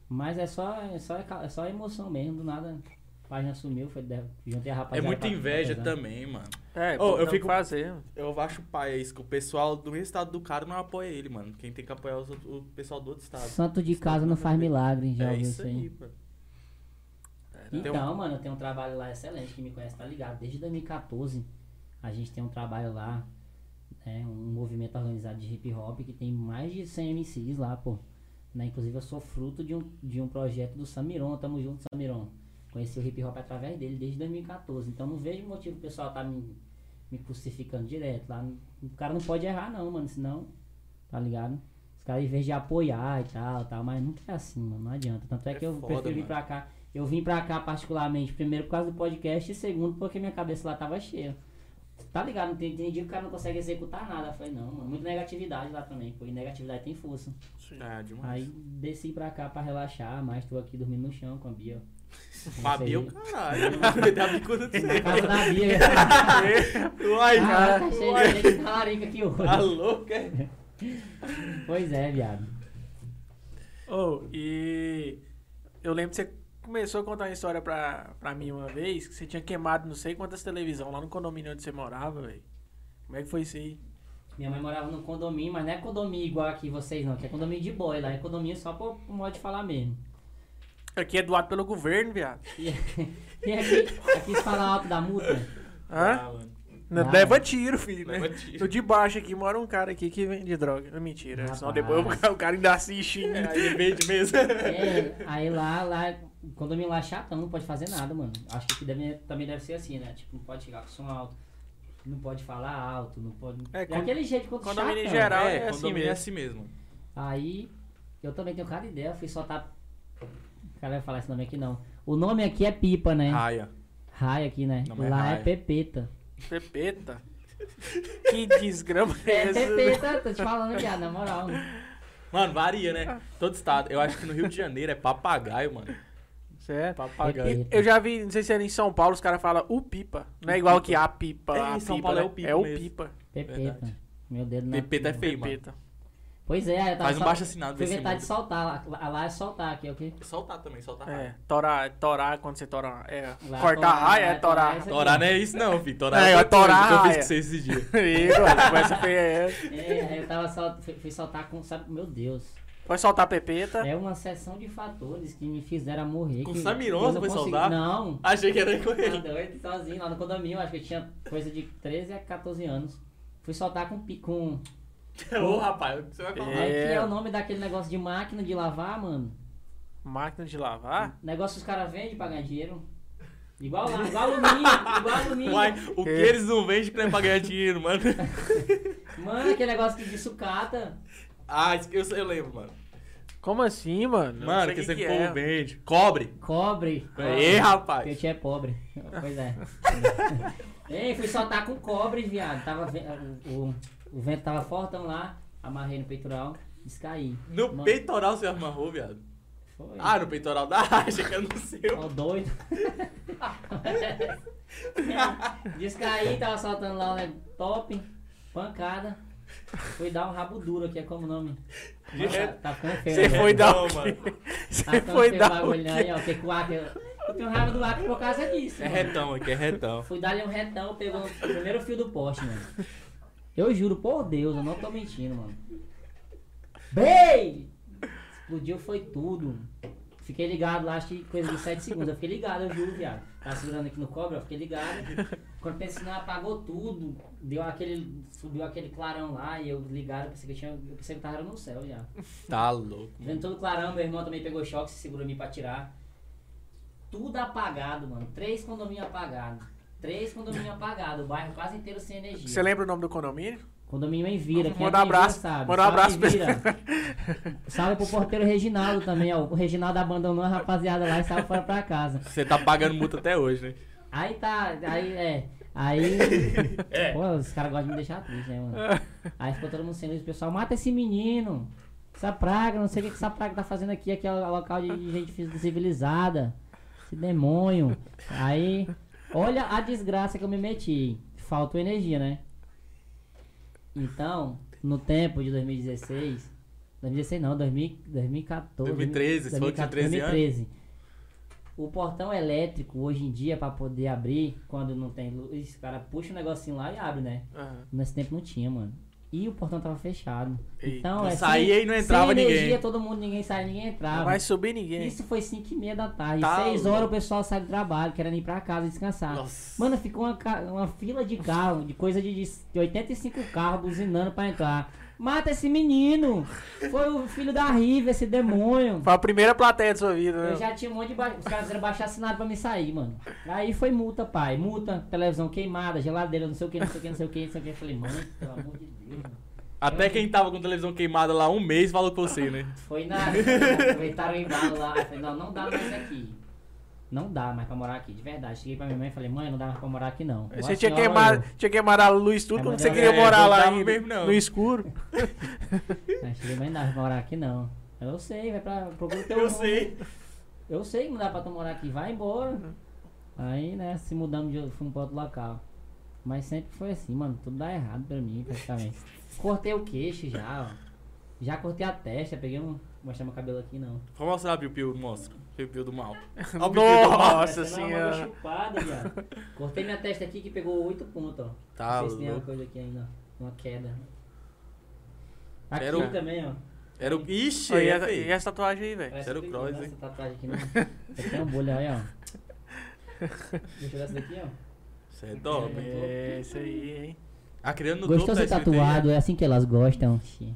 Speaker 3: Mas é só, é só, é só emoção mesmo, do nada. A página sumiu, foi, de- juntei a
Speaker 1: É
Speaker 3: rapaziada.
Speaker 1: muita
Speaker 3: pra- pra
Speaker 1: inveja
Speaker 3: pesar.
Speaker 1: também, mano.
Speaker 2: É,
Speaker 1: Ô, eu
Speaker 2: não
Speaker 1: fico-
Speaker 2: fazer.
Speaker 1: Eu acho pai, é isso, que o pessoal do estado do cara não apoia ele, mano. Quem tem que apoiar é os outros- o pessoal do outro estado.
Speaker 3: Santo de casa não faz milagre, já
Speaker 1: é
Speaker 3: ouviu
Speaker 1: isso
Speaker 3: isso
Speaker 1: aí,
Speaker 3: aí.
Speaker 1: mano.
Speaker 2: É,
Speaker 1: Tem
Speaker 3: Então, mano, eu tenho um trabalho lá excelente, quem me conhece tá ligado. Desde 2014, a gente tem um trabalho lá, né, um movimento organizado de hip hop que tem mais de 100 MCs lá, pô. Né, inclusive eu sou fruto de um, de um projeto do Samiron, tamo junto, Samiron. Conheci o hip hop através dele desde 2014, então não vejo motivo o pessoal tá me, me crucificando direto lá. O cara não pode errar não, mano, senão, tá ligado? Os caras em vez de apoiar e tal, tal, mas nunca é assim, mano, não adianta. Tanto é,
Speaker 1: É
Speaker 3: que eu
Speaker 1: foda,
Speaker 3: prefiro ir
Speaker 1: mano.
Speaker 3: pra cá. Eu vim pra cá particularmente, primeiro por causa do podcast e segundo porque minha cabeça lá tava cheia. Tá ligado? Não tem, tem dia que o cara não consegue executar nada. Eu falei, não, mano, muita negatividade lá também, pô, e negatividade tem força.
Speaker 1: Ah, demais.
Speaker 3: Aí desci pra cá pra relaxar, mas tô aqui dormindo no chão com a Bia.
Speaker 1: Fabio, caralho. Dá bicuda de
Speaker 3: Na casa da Bia.
Speaker 1: Uai,
Speaker 3: Ah,
Speaker 1: cara.
Speaker 3: tá cheio de gente de talarica aqui
Speaker 1: Tá
Speaker 3: hoje.
Speaker 1: louco, é?
Speaker 3: Pois é, viado.
Speaker 2: Ô, e eu lembro que você começou a contar uma história pra, pra mim uma vez, que você tinha queimado não sei quantas televisão lá no condomínio onde você morava, velho. Como é que foi isso aí?
Speaker 3: Minha mãe morava num condomínio, mas não é condomínio igual aqui vocês não, que é condomínio de boy lá, é condomínio só por por modo de falar mesmo.
Speaker 2: Aqui é doado pelo governo, viado.
Speaker 3: E, e aqui, aqui se fala alto da multa.
Speaker 2: Hã?
Speaker 1: Ah, mano.
Speaker 2: Não,
Speaker 3: Ah.
Speaker 2: Leva tiro, filho, né?
Speaker 1: Leva tiro.
Speaker 2: No de baixo aqui mora um cara aqui que vende droga. Não, mentira. Senão
Speaker 3: Rapaz.
Speaker 2: depois o cara- o cara ainda assiste.
Speaker 1: É, aí vende mesmo.
Speaker 3: É, aí lá, lá, condomínio lá é chatão, não pode fazer nada, mano. Acho que aqui deve- também deve ser assim, né? Tipo, não pode chegar com som alto, não pode falar alto, não pode.
Speaker 2: É,
Speaker 3: É,
Speaker 2: con-
Speaker 3: aquele jeito quando
Speaker 2: condomínio em
Speaker 3: chatão.
Speaker 2: geral.
Speaker 1: É,
Speaker 2: é assim
Speaker 1: condomínio é
Speaker 2: mesmo.
Speaker 1: assim mesmo.
Speaker 3: Aí, eu também tenho cara de ideia, eu fui soltar. O cara vai falar esse nome aqui não. O nome aqui é pipa, né?
Speaker 1: Raia.
Speaker 3: Raia aqui, né?
Speaker 1: Não, mas
Speaker 3: lá
Speaker 1: raia.
Speaker 3: é pepeta.
Speaker 2: Pepeta. Que desgrama é
Speaker 3: É
Speaker 2: essa?
Speaker 3: pepeta, tô te falando, viado, na moral.
Speaker 1: Mano, varia, né? Todo estado. Eu acho que no Rio de Janeiro é papagaio, mano.
Speaker 2: Certo.
Speaker 1: Papagaio.
Speaker 3: Pepe.
Speaker 2: é? E Eu já vi, não sei se era em São Paulo, os caras falam o pipa. Não é igual que a pipa.
Speaker 1: É,
Speaker 2: a
Speaker 1: em São
Speaker 2: pipa,
Speaker 1: Paulo
Speaker 2: né?
Speaker 1: é o pipa
Speaker 2: É o
Speaker 1: mesmo.
Speaker 2: pipa.
Speaker 1: Verdade.
Speaker 3: Pepeta. Meu dedo na.
Speaker 1: Pepeta é feio, mano.
Speaker 2: Pepeta.
Speaker 3: Pois é, eu tava
Speaker 1: Faz um
Speaker 3: sol-
Speaker 1: baixo assinado
Speaker 3: Fui
Speaker 1: desse
Speaker 3: inventar de
Speaker 1: mundo.
Speaker 3: soltar, lá, lá é soltar aqui, ok?
Speaker 1: Soltar também, soltar raia.
Speaker 2: É, torar, torar quando você tora. uma- É,
Speaker 3: Lá,
Speaker 2: cortar a
Speaker 3: torar,
Speaker 2: raia é
Speaker 3: lá,
Speaker 2: torar.
Speaker 3: torar,
Speaker 1: Torar não é isso não, filho. Torar
Speaker 2: É, eu
Speaker 1: outra coisa
Speaker 2: torar
Speaker 1: que eu fiz
Speaker 2: raia.
Speaker 1: com você esse dia.
Speaker 2: Ih, mano, com essa feia é essa.
Speaker 3: É, aí eu tava sol... fui, fui soltar com, sabe, meu Deus.
Speaker 2: Pode soltar a pepeta.
Speaker 3: É uma sessão de fatores que me fizeram morrer.
Speaker 1: Com
Speaker 3: que
Speaker 1: Samiron
Speaker 3: eu
Speaker 1: você
Speaker 3: não
Speaker 1: foi
Speaker 3: consegui-
Speaker 1: soltar?
Speaker 3: Não,
Speaker 1: Achei que era com
Speaker 3: tá
Speaker 1: ele.
Speaker 3: doido, sozinho lá no condomínio, acho que eu tinha coisa de 13 a 14 anos. Fui soltar com. pi- com...
Speaker 1: Ô, rapaz, o que você vai falar?
Speaker 3: Aí que é
Speaker 2: É.
Speaker 3: o nome daquele negócio de máquina de lavar, mano.
Speaker 2: Máquina de lavar.
Speaker 3: Negócio que os caras vendem pra ganhar dinheiro. Igual lá, igual alumínio, igual alumínio.
Speaker 1: Uai, o que
Speaker 2: É.
Speaker 1: eles não vendem que não é pra ganhar dinheiro, mano.
Speaker 3: Mano, aquele negócio de sucata.
Speaker 1: Ah, isso que eu, eu lembro, mano.
Speaker 2: Como assim, mano?
Speaker 1: Mano,
Speaker 2: Não sei
Speaker 1: que você
Speaker 2: que
Speaker 1: ficou
Speaker 2: é.
Speaker 1: verde. Cobre.
Speaker 3: Cobre.
Speaker 1: Ei,
Speaker 3: Porque
Speaker 1: rapaz.
Speaker 3: é pobre. Pois é. Ei, fui soltar com cobre, viado. Tava, ve- o, o vento tava fortão lá, amarrei no peitoral, descaí.
Speaker 1: No
Speaker 3: Mano,
Speaker 1: peitoral você amarrou, viado.
Speaker 3: Foi.
Speaker 1: Ah, no peitoral da Achei que era no seu.
Speaker 3: Ó, doido. Descaí, tava soltando lá, né? Top. Pancada. Fui dar um rabo duro aqui, é como o nome. Tá,
Speaker 1: De re-
Speaker 3: tá ficando feio.
Speaker 2: É. Você
Speaker 3: né?
Speaker 2: foi dar
Speaker 1: Não,
Speaker 2: o quê?
Speaker 1: mano.
Speaker 2: Você
Speaker 3: Tá ficando
Speaker 2: foi
Speaker 3: feio o
Speaker 2: dar o
Speaker 3: bagulho, né? Aí,
Speaker 2: quê?
Speaker 3: ó, porque com o Acre- Eu tenho raiva do Acre por causa disso.
Speaker 1: É
Speaker 3: mano.
Speaker 1: retão aqui, é retão.
Speaker 3: Fui dar-lhe um retão, pegou o primeiro fio do poste, mano. Eu juro, por Deus, eu não tô mentindo, mano. Bem! Explodiu, foi tudo. Fiquei ligado lá, acho que coisa de 7 segundos. Eu fiquei ligado, eu juro, viado. Tava segurando aqui no cobre, eu fiquei ligado. Quando pensei, não, apagou tudo. Deu aquele. Subiu aquele clarão lá e eu ligado, eu pensei que eu tinha. Eu pensei que eu tava no céu já.
Speaker 1: Tá louco.
Speaker 3: Vendo todo clarão, meu irmão também pegou choque, se segurou em mim pra tirar. Tudo apagado, mano. Três condomínios apagados. Três condomínios apagados. O bairro quase inteiro sem energia.
Speaker 2: Você lembra o nome do condomínio?
Speaker 3: Condomínio em Vira. Quem
Speaker 2: Manda
Speaker 3: é
Speaker 2: um
Speaker 3: em Vira
Speaker 2: abraço.
Speaker 3: Sabe.
Speaker 2: Manda um
Speaker 3: Salve,
Speaker 2: abraço pra
Speaker 3: Vira. Salve pro porteiro Reginaldo também, ó. O Reginaldo abandonou a rapaziada lá e saiu fora pra casa.
Speaker 1: Você tá pagando multa até hoje, né?
Speaker 3: Aí tá, aí é. Aí. Pô, os caras gostam de me deixar triste, né, mano? Aí ficou todo mundo sem luz, o pessoal, mata esse menino. Essa praga, não sei o que que essa praga tá fazendo aqui, aqui é o local de gente civilizada. Esse demônio. Aí, olha a desgraça que eu me meti. Faltou energia, né? Então, no tempo de 2016, 2016 não, 2000, 2014.
Speaker 1: 2013, você falou que tinha 13 anos.
Speaker 3: 2013. O portão elétrico, hoje em dia, pra poder abrir, quando não tem luz, o cara puxa o negocinho lá e abre, né?
Speaker 2: Aham.
Speaker 3: Nesse tempo não tinha, mano. E o portão tava fechado.
Speaker 1: Eita,
Speaker 3: Então,
Speaker 1: não
Speaker 3: é, sem-
Speaker 1: saía e não entrava
Speaker 3: sem energia,
Speaker 1: ninguém.
Speaker 3: todo mundo, ninguém saía, ninguém
Speaker 2: Não
Speaker 3: entrava.
Speaker 2: vai subir ninguém.
Speaker 3: Isso foi 5 e meia da tarde.
Speaker 1: Tá
Speaker 3: 6
Speaker 1: louco.
Speaker 3: horas o pessoal sai do trabalho, querendo ir pra casa descansar.
Speaker 1: Nossa.
Speaker 3: Ah, Mano, ficou uma, ca- uma fila de carro, de coisa de, de 85 carros buzinando pra entrar. Mata esse menino! Foi o filho da Riva, esse demônio.
Speaker 2: Foi a primeira plateia da sua vida, né?
Speaker 3: Eu já tinha um monte de. Ba... Os caras fizeram baixar assinado pra me sair, mano. Aí foi multa, pai. Multa, televisão queimada, geladeira, não sei o que, não sei o que, não sei o que, não sei o que. Eu falei, mano, pelo amor de Deus, mano.
Speaker 1: Até quem tava com televisão queimada lá um mês falou com você, né?
Speaker 3: Foi nada. cara. Aproveitaram o embalo lá. Eu falei, não, não dá mais aqui. Não dá mais pra morar aqui, de verdade. Cheguei pra minha mãe e falei, mãe, não dá mais pra morar aqui não.
Speaker 2: Você tinha
Speaker 3: Ó, senhora,
Speaker 2: queimado,
Speaker 3: olha
Speaker 2: tinha queimado a luz tudo,
Speaker 3: É,
Speaker 2: como
Speaker 3: mas
Speaker 2: você
Speaker 3: eu-
Speaker 2: queria
Speaker 1: é,
Speaker 2: morar
Speaker 1: não
Speaker 2: lá
Speaker 1: tava
Speaker 2: ainda,
Speaker 1: mesmo, não.
Speaker 2: no escuro.
Speaker 3: eu. Aí né, cheguei, mãe, não dá pra morar aqui não. Ela, Eu sei, vai pra. Procura teu
Speaker 1: Eu
Speaker 3: rumo.
Speaker 1: sei.
Speaker 3: Eu sei que não dá pra tu morar aqui, vai embora. Aí, né, se mudamos de fomos pra outro local. Mas sempre foi assim, mano, tudo dá errado pra mim, praticamente. cortei o queixo já, ó. Já cortei a testa, peguei um. Vou mostrar meu cabelo aqui não.
Speaker 1: Vou mostrar a Piu Piu, mostra. Piu Piu do mal. Ó o Piu Piu do mal.
Speaker 2: Nossa
Speaker 3: Essa não é
Speaker 2: senhora.
Speaker 3: uma chupada, viado. Cortei minha testa aqui que pegou 8 pontos, ó.
Speaker 1: Tá
Speaker 3: não sei se tem alguma
Speaker 1: louco.
Speaker 3: coisa aqui ainda. Uma queda. Aqui
Speaker 1: Era o-
Speaker 3: também, ó.
Speaker 1: Era o... Ixi,
Speaker 2: Olha, E
Speaker 1: é
Speaker 2: essa, e
Speaker 1: feio.
Speaker 2: essa tatuagem aí, velho?
Speaker 3: Parece
Speaker 1: Era o
Speaker 3: que tem
Speaker 1: É, Cross, hein?
Speaker 3: essa tatuagem aqui, né? Eu tenho uma bolha aí, ó. Deixa eu ver essa daqui, ó.
Speaker 1: Você é top, hein?
Speaker 2: É, isso aí, hein?
Speaker 1: A criança no
Speaker 3: Gostou
Speaker 1: topo
Speaker 3: ser
Speaker 1: tá escrito aí, né?
Speaker 3: tatuado, é assim que elas gostam. Xi.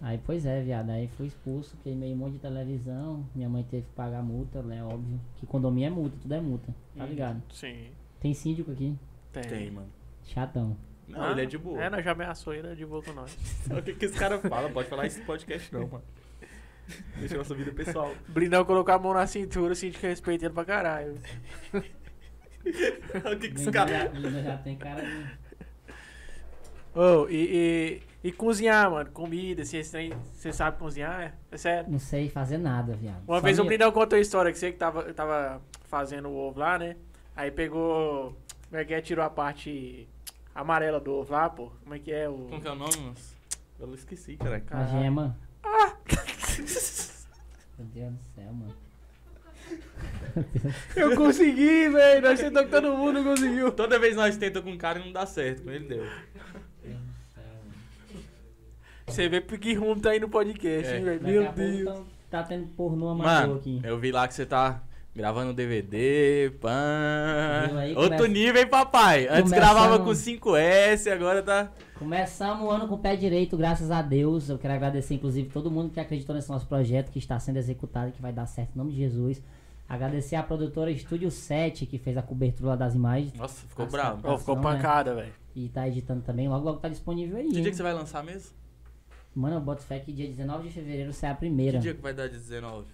Speaker 3: Aí, pois é, viado. Aí fui expulso, queimei um monte de televisão. Minha mãe teve que pagar multa, né? Óbvio. Que condomínio é multa, tudo é multa. Tá
Speaker 2: Hum.
Speaker 3: ligado?
Speaker 2: Sim,
Speaker 3: Tem síndico aqui.
Speaker 2: tem.
Speaker 1: Tem, mano.
Speaker 3: Chatão.
Speaker 1: Não,
Speaker 2: Ah,
Speaker 1: ele é de boa.
Speaker 2: É, nós já ameaçou ele, ele de boa com nós.
Speaker 1: O que, que esse cara fala? Pode falar esse podcast não, mano. Deixa nossa vida pessoal.
Speaker 2: Blindão colocou a mão na cintura, assim, o síndico respeita ele pra caralho.
Speaker 1: o que, que esse
Speaker 3: Menino
Speaker 1: cara...
Speaker 3: já- menino já tem cara de.
Speaker 2: Ô, e, e, e cozinhar, mano, comida, assim, esse trem, você sabe cozinhar, é? É sério.
Speaker 3: Não sei fazer nada, viado.
Speaker 2: Uma
Speaker 3: Só
Speaker 2: vez o
Speaker 3: me-
Speaker 2: Blindão contou a história que você que tava, tava fazendo o ovo lá, né? Aí pegou. Como é que é? Tirou a parte amarela do ovo lá, pô. Como é que é o.
Speaker 1: Como que é o nome, moço? Eu esqueci, cara.
Speaker 3: A
Speaker 2: Caralho.
Speaker 3: gema.
Speaker 2: Ah!
Speaker 3: Meu Deus do céu, mano.
Speaker 2: Eu consegui, velho. Nós tentamos que todo mundo conseguiu.
Speaker 1: Toda vez nós tentamos com um cara e não dá certo. Com ele deu.
Speaker 2: Você vê que rumo tá aí no podcast,
Speaker 1: É.
Speaker 2: hein, velho?
Speaker 3: Daqui a
Speaker 2: Meu
Speaker 3: pouco
Speaker 2: Deus.
Speaker 3: tão- Tá tendo pornô amador
Speaker 1: Mano,
Speaker 3: aqui.
Speaker 1: eu vi lá que você tá gravando DVD,
Speaker 3: Viu
Speaker 1: pã.
Speaker 3: aí,
Speaker 1: Outro
Speaker 3: começa-
Speaker 1: nível, hein, papai? Antes
Speaker 3: Começando-
Speaker 1: gravava com 5S, agora tá.
Speaker 3: Começamos o ano com o pé direito, graças a Deus. Eu quero agradecer, inclusive, todo mundo que acreditou nesse nosso projeto, que está sendo executado, e que vai dar certo em nome de Jesus. Agradecer a produtora Estúdio 7, que fez a cobertura das imagens
Speaker 1: Nossa, tá ficou
Speaker 3: Nossa,
Speaker 1: bravo.
Speaker 2: Ó, ficou
Speaker 3: Não, né?
Speaker 2: pancada, velho.
Speaker 3: e tá editando também. Logo, logo tá disponível aí.
Speaker 1: Que dia
Speaker 3: hein?
Speaker 1: que você vai lançar mesmo?
Speaker 3: Mano, eu boto fé que dia 19 de fevereiro sai a primeira.
Speaker 1: Que dia que vai dar 19?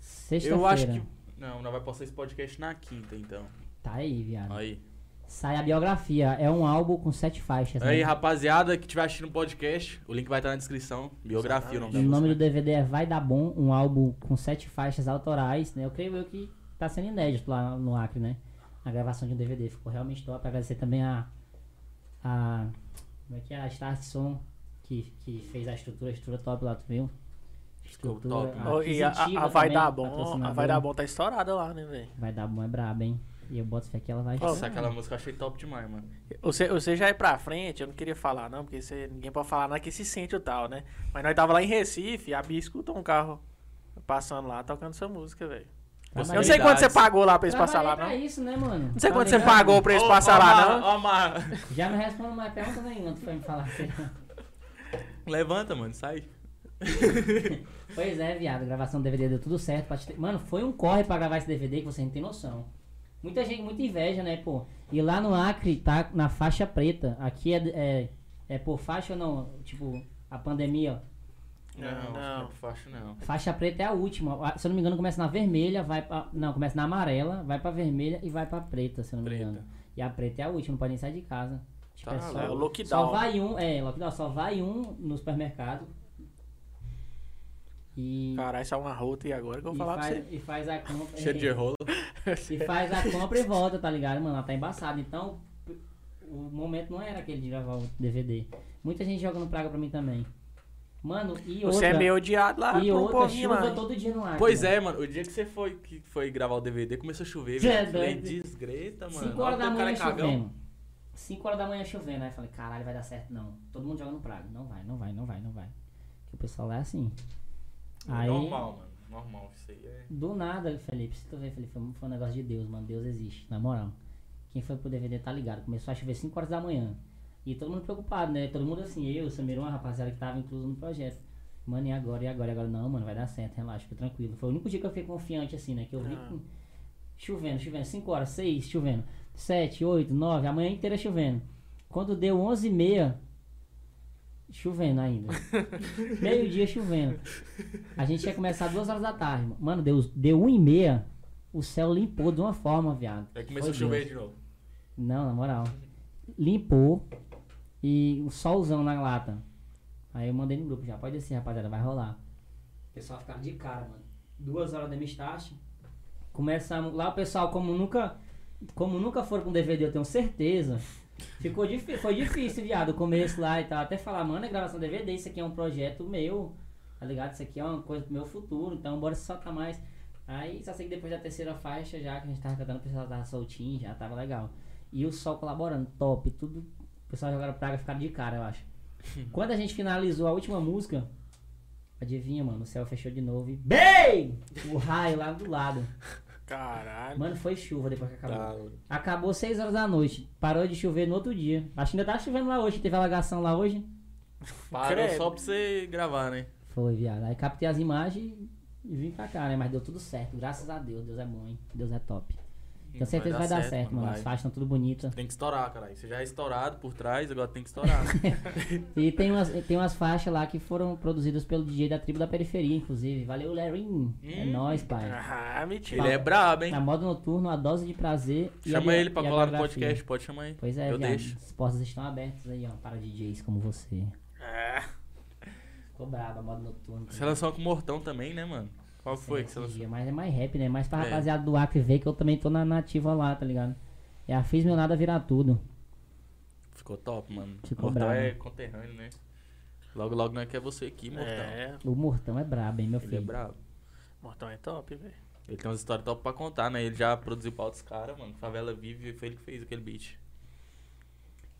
Speaker 3: Sexta-feira.
Speaker 1: Eu acho que. Não, não vai postar esse podcast na quinta, então.
Speaker 3: Tá aí, viado.
Speaker 1: Aí.
Speaker 3: Sai a biografia. É um álbum com sete faixas.
Speaker 1: Aí,
Speaker 3: né?
Speaker 1: rapaziada, que estiver assistindo o podcast, o link vai estar na descrição. Biografia, o nome
Speaker 3: E
Speaker 1: da
Speaker 3: o nome do
Speaker 1: música.
Speaker 3: DVD é Vai Dar Bom, um álbum com sete faixas autorais, né? Eu creio eu que tá sendo inédito lá no Acre, né? A gravação de um DVD. Ficou realmente top. Agradecer também a. a como é que é? A Start Som, que, que fez a estrutura, a estrutura top lá, tu viu?
Speaker 1: Ficou
Speaker 3: Estrutura,
Speaker 1: top, né?
Speaker 2: Ó, e a, a- a
Speaker 3: aquisitiva
Speaker 2: Vai
Speaker 3: também,
Speaker 2: Dar Bom, a Vai
Speaker 3: patrocinadora.
Speaker 2: Dar Bom tá estourada lá, né, velho?
Speaker 3: Vai Dar Bom é braba, hein? E eu boto fé que ela vai.
Speaker 1: Nossa, aquela música eu achei top demais, mano.
Speaker 2: Você, você já é pra frente, eu não queria falar, não, porque você- ninguém pode falar, não, é que se sente o tal, né? Mas nós tava lá em Recife, a Bia escutou um carro passando lá, tocando sua música, velho.
Speaker 3: Tá
Speaker 2: Eu não sei quanto você pagou lá pra eles passar lá, não.
Speaker 3: Trabalhei pra
Speaker 2: Não
Speaker 3: isso, né, mano?
Speaker 2: sei
Speaker 3: Tá
Speaker 2: quanto você
Speaker 3: ligado?
Speaker 2: pagou pra eles passar lá, não.
Speaker 1: Ó, Mar.
Speaker 3: Já não respondo mais pergunta nenhuma, tu foi me falar.
Speaker 1: Levanta, mano, sai.
Speaker 3: Pois é, viado, gravação do DVD deu tudo certo. pra te ter- Mano, foi um corre pra gravar esse DVD que você não tem noção. Muita gente, muita inveja, né, pô? E lá no Acre tá na faixa preta. Aqui é, é, é por faixa ou não? Tipo, a pandemia, ó.
Speaker 1: Não,
Speaker 2: Não.
Speaker 1: não, faço não.
Speaker 3: Faixa preta é a última. A- Se eu não me engano, começa na vermelha, vai pra. Não, começa na amarela, vai pra vermelha e vai pra preta, se eu não me
Speaker 1: Preta.
Speaker 3: engano. E a preta é a última, não pode nem sair de casa. Tipo,
Speaker 1: Tá,
Speaker 3: é só,
Speaker 2: é o lockdown.
Speaker 3: Só vai um, é, lockdown, só vai um no supermercado. E.
Speaker 2: Caralho, isso é uma rota e agora que eu
Speaker 3: e
Speaker 2: vou falar pra
Speaker 3: faz,
Speaker 2: você.
Speaker 3: e faz a compra.
Speaker 1: Cheiro de rolo.
Speaker 3: E faz a compra e volta, tá ligado, mano? Ela tá embaçada. Então, o momento não era aquele de gravar o DVD. Muita gente joga no Praga pra mim também. Mano, e outra.
Speaker 2: Você é meio odiado lá
Speaker 3: E
Speaker 2: por um
Speaker 3: outra,
Speaker 2: pouquinho,
Speaker 3: chuva
Speaker 2: mano.
Speaker 3: todo dia no ar.
Speaker 1: Pois é, mano, o dia que você foi, que foi gravar o DVD, começou a chover,
Speaker 3: Cê
Speaker 1: velho.
Speaker 3: é
Speaker 1: Eu Falei,
Speaker 3: doido.
Speaker 1: desgreta, mano.
Speaker 3: 5 horas
Speaker 1: Olha
Speaker 3: da
Speaker 1: o cara
Speaker 3: manhã
Speaker 1: é cagão.
Speaker 3: chovendo. 5 horas da manhã chovendo. Aí eu falei, caralho, vai dar certo não. Todo mundo joga no Praga. Não vai, não vai, não vai, não vai. Porque o pessoal lá é assim. Aí,
Speaker 1: É Normal, mano. Normal, isso aí é.
Speaker 3: do nada, Felipe, se tu ver, Felipe, foi um foi um negócio de Deus, mano. Deus existe, na moral. Quem foi pro DVD tá ligado. Começou a chover 5 horas da manhã. E todo mundo preocupado, né? Todo mundo assim, eu, Samirão, a rapaziada que tava incluso no projeto. Mano, e agora? E agora? E agora? Não, mano, vai dar certo, relaxa, fica tranquilo. Foi o único dia que eu fiquei confiante, assim, né? Que eu vi
Speaker 2: Ah.
Speaker 3: que- chovendo, chovendo, 5 horas, 6, chovendo, 7, 8, 9, a manhã inteira chovendo. Quando deu 11 e meia, chovendo ainda. Meio-dia chovendo. A gente ia começar duas horas da tarde. Mano, deu, deu 1 e meia, o céu limpou de uma forma, viado.
Speaker 1: Aí É começou
Speaker 3: Foi
Speaker 1: a chover
Speaker 3: Deus.
Speaker 1: de novo.
Speaker 3: Não, na moral. Limpou e o solzão na lata. Aí eu mandei no grupo já, pode descer, rapaziada, vai rolar. O pessoal ficava de cara, mano. Duas horas da mistache. Começamos. Lá o pessoal, como nunca. Como nunca foram com DVD, eu tenho certeza. Ficou difícil, foi difícil, viado, o começo lá e tal. Até falar, mano, é gravação DVD, isso aqui é um projeto meu, tá ligado? Isso aqui é uma coisa pro meu futuro, então bora se soltar mais. Aí só sei que depois da terceira faixa, já que a gente tava cantando, o pessoal tava soltinho, já tava legal. E o sol colaborando, top, tudo. O pessoal jogaram praga ficaram de cara, eu acho. Quando a gente finalizou a última música, adivinha, mano, o céu fechou de novo e. BEM! O raio lá do lado.
Speaker 2: Caralho.
Speaker 3: Mano, foi chuva depois que acabou.
Speaker 1: Tá.
Speaker 3: Acabou 6 horas da noite. Parou de chover no outro dia. Acho que ainda tá chovendo lá hoje. Teve alagação lá hoje.
Speaker 1: Parou
Speaker 2: Credo.
Speaker 1: só pra você gravar, né?
Speaker 3: Foi, viado. Aí captei as imagens e vim pra cá, né? Mas deu tudo certo. Graças a Deus. Deus é bom, hein? Deus é top. Tenho certeza que vai dar certo, mano. As faixas estão tudo bonitas.
Speaker 1: Tem que estourar, caralho. Você já é estourado por trás, agora tem que estourar. né?
Speaker 3: E tem umas, tem umas faixas lá que foram produzidas pelo DJ da tribo da periferia, inclusive. Valeu, Lerin. É nóis, pai.
Speaker 2: Ah, mentira.
Speaker 1: ele é brabo, hein?
Speaker 3: Na moda noturna, a dose de prazer. e a
Speaker 1: Chama
Speaker 3: bio-
Speaker 1: ele pra
Speaker 3: e a
Speaker 1: colar no
Speaker 3: biografia.
Speaker 1: podcast, pode chamar ele.
Speaker 3: Pois é,
Speaker 1: Eu
Speaker 3: viado.
Speaker 1: deixo.
Speaker 3: As portas estão abertas aí, ó. Para DJs como você.
Speaker 2: É.
Speaker 3: Ficou braba, a moda noturna.
Speaker 1: Você lançou com o Mortão também, né, mano? Qual foi que você
Speaker 3: Esse
Speaker 1: lançou?
Speaker 3: dia, Mas é mais rap, né? Mais pra
Speaker 1: É.
Speaker 3: rapaziada do Acre ver que eu também tô na nativa lá, tá ligado? Já fiz meu nada virar tudo.
Speaker 1: Ficou top, mano.
Speaker 3: Ficou
Speaker 1: Mortão
Speaker 3: brabo.
Speaker 1: é conterrâneo, né? Logo, logo não é que é você aqui, Mortão.
Speaker 2: É,
Speaker 3: O Mortão é brabo, hein, meu
Speaker 1: Ele é
Speaker 3: filho?
Speaker 1: brabo.
Speaker 2: Mortão é top, velho.
Speaker 1: Ele tem umas histórias top pra contar, né? Ele já produziu pra outros caras, mano. Favela Vive, foi ele que fez aquele beat.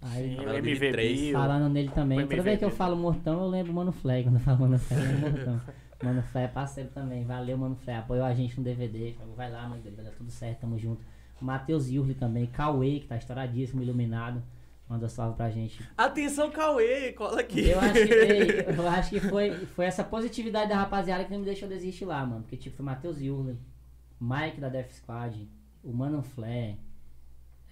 Speaker 3: Aí,
Speaker 2: Sim,
Speaker 1: Agora
Speaker 2: o
Speaker 1: ele três.
Speaker 2: MVB. o-
Speaker 3: falando nele
Speaker 2: Foi
Speaker 3: também.
Speaker 2: bem
Speaker 3: Toda vez que eu
Speaker 2: vendido.
Speaker 3: falo Mortão, eu lembro Mano Flé. Quando eu falo Mano Flé, eu lembro Mortão. Mano Flé é parceiro também. Valeu, Mano Flé. Apoiou a gente no DVD. Falou, vai lá, mano. Vai dar tudo certo, tamo junto. Matheus Yurli também. Cauê, que tá estouradíssimo, iluminado. Mandou salve pra gente.
Speaker 1: Atenção, Cauê, cola aqui.
Speaker 3: Eu acho que, é ei, eu acho que foi, foi essa positividade da rapaziada que não me deixou desistir lá, mano. Porque, tipo, foi Matheus Yurley, Mike da Death Squad, o Mano Flé,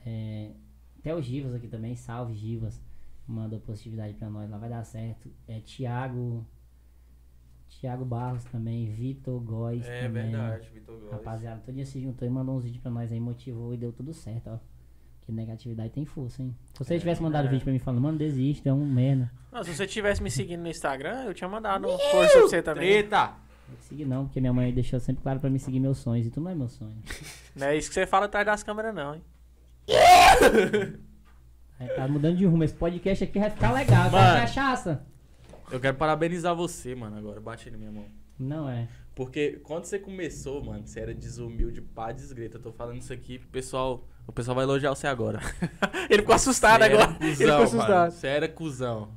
Speaker 3: é, até o Givas aqui também, salve Givas. mandou positividade pra nós lá, vai dar certo. É Thiago. Thiago Barros também, Vitor Góes.
Speaker 1: É
Speaker 3: também.
Speaker 1: verdade, Vitor Góes.
Speaker 3: Rapaziada, todo dia se juntou e mandou uns vídeos pra nós aí, motivou e deu tudo certo, ó. Que negatividade tem força, hein? Se
Speaker 1: É,
Speaker 3: você tivesse mandado vídeo pra mim falando, mano, desiste, é um merda.
Speaker 2: Não, se você tivesse me seguindo no Instagram, eu tinha mandado um força pra você também.
Speaker 1: Treta!
Speaker 3: Não segui não, porque minha mãe deixou sempre claro pra mim seguir meus sonhos, e tu não é meu sonho.
Speaker 2: Não é isso que você fala atrás das câmeras, não, hein?
Speaker 3: Aí tá mudando de rumo, esse podcast aqui vai ficar legal, vai
Speaker 1: Mano.
Speaker 3: cachaça.
Speaker 1: Eu quero parabenizar você, mano, agora. Bate aí na minha mão.
Speaker 3: Não é.
Speaker 1: Porque quando você começou, mano, você era desumilde pá desgreta. Eu tô falando isso aqui, pro pessoal. O pessoal vai elogiar você agora.
Speaker 2: Ele ficou assustado
Speaker 1: Você era
Speaker 2: agora. Ele ficou
Speaker 1: Cuzão, mano.
Speaker 2: assustado.
Speaker 1: Você era cuzão.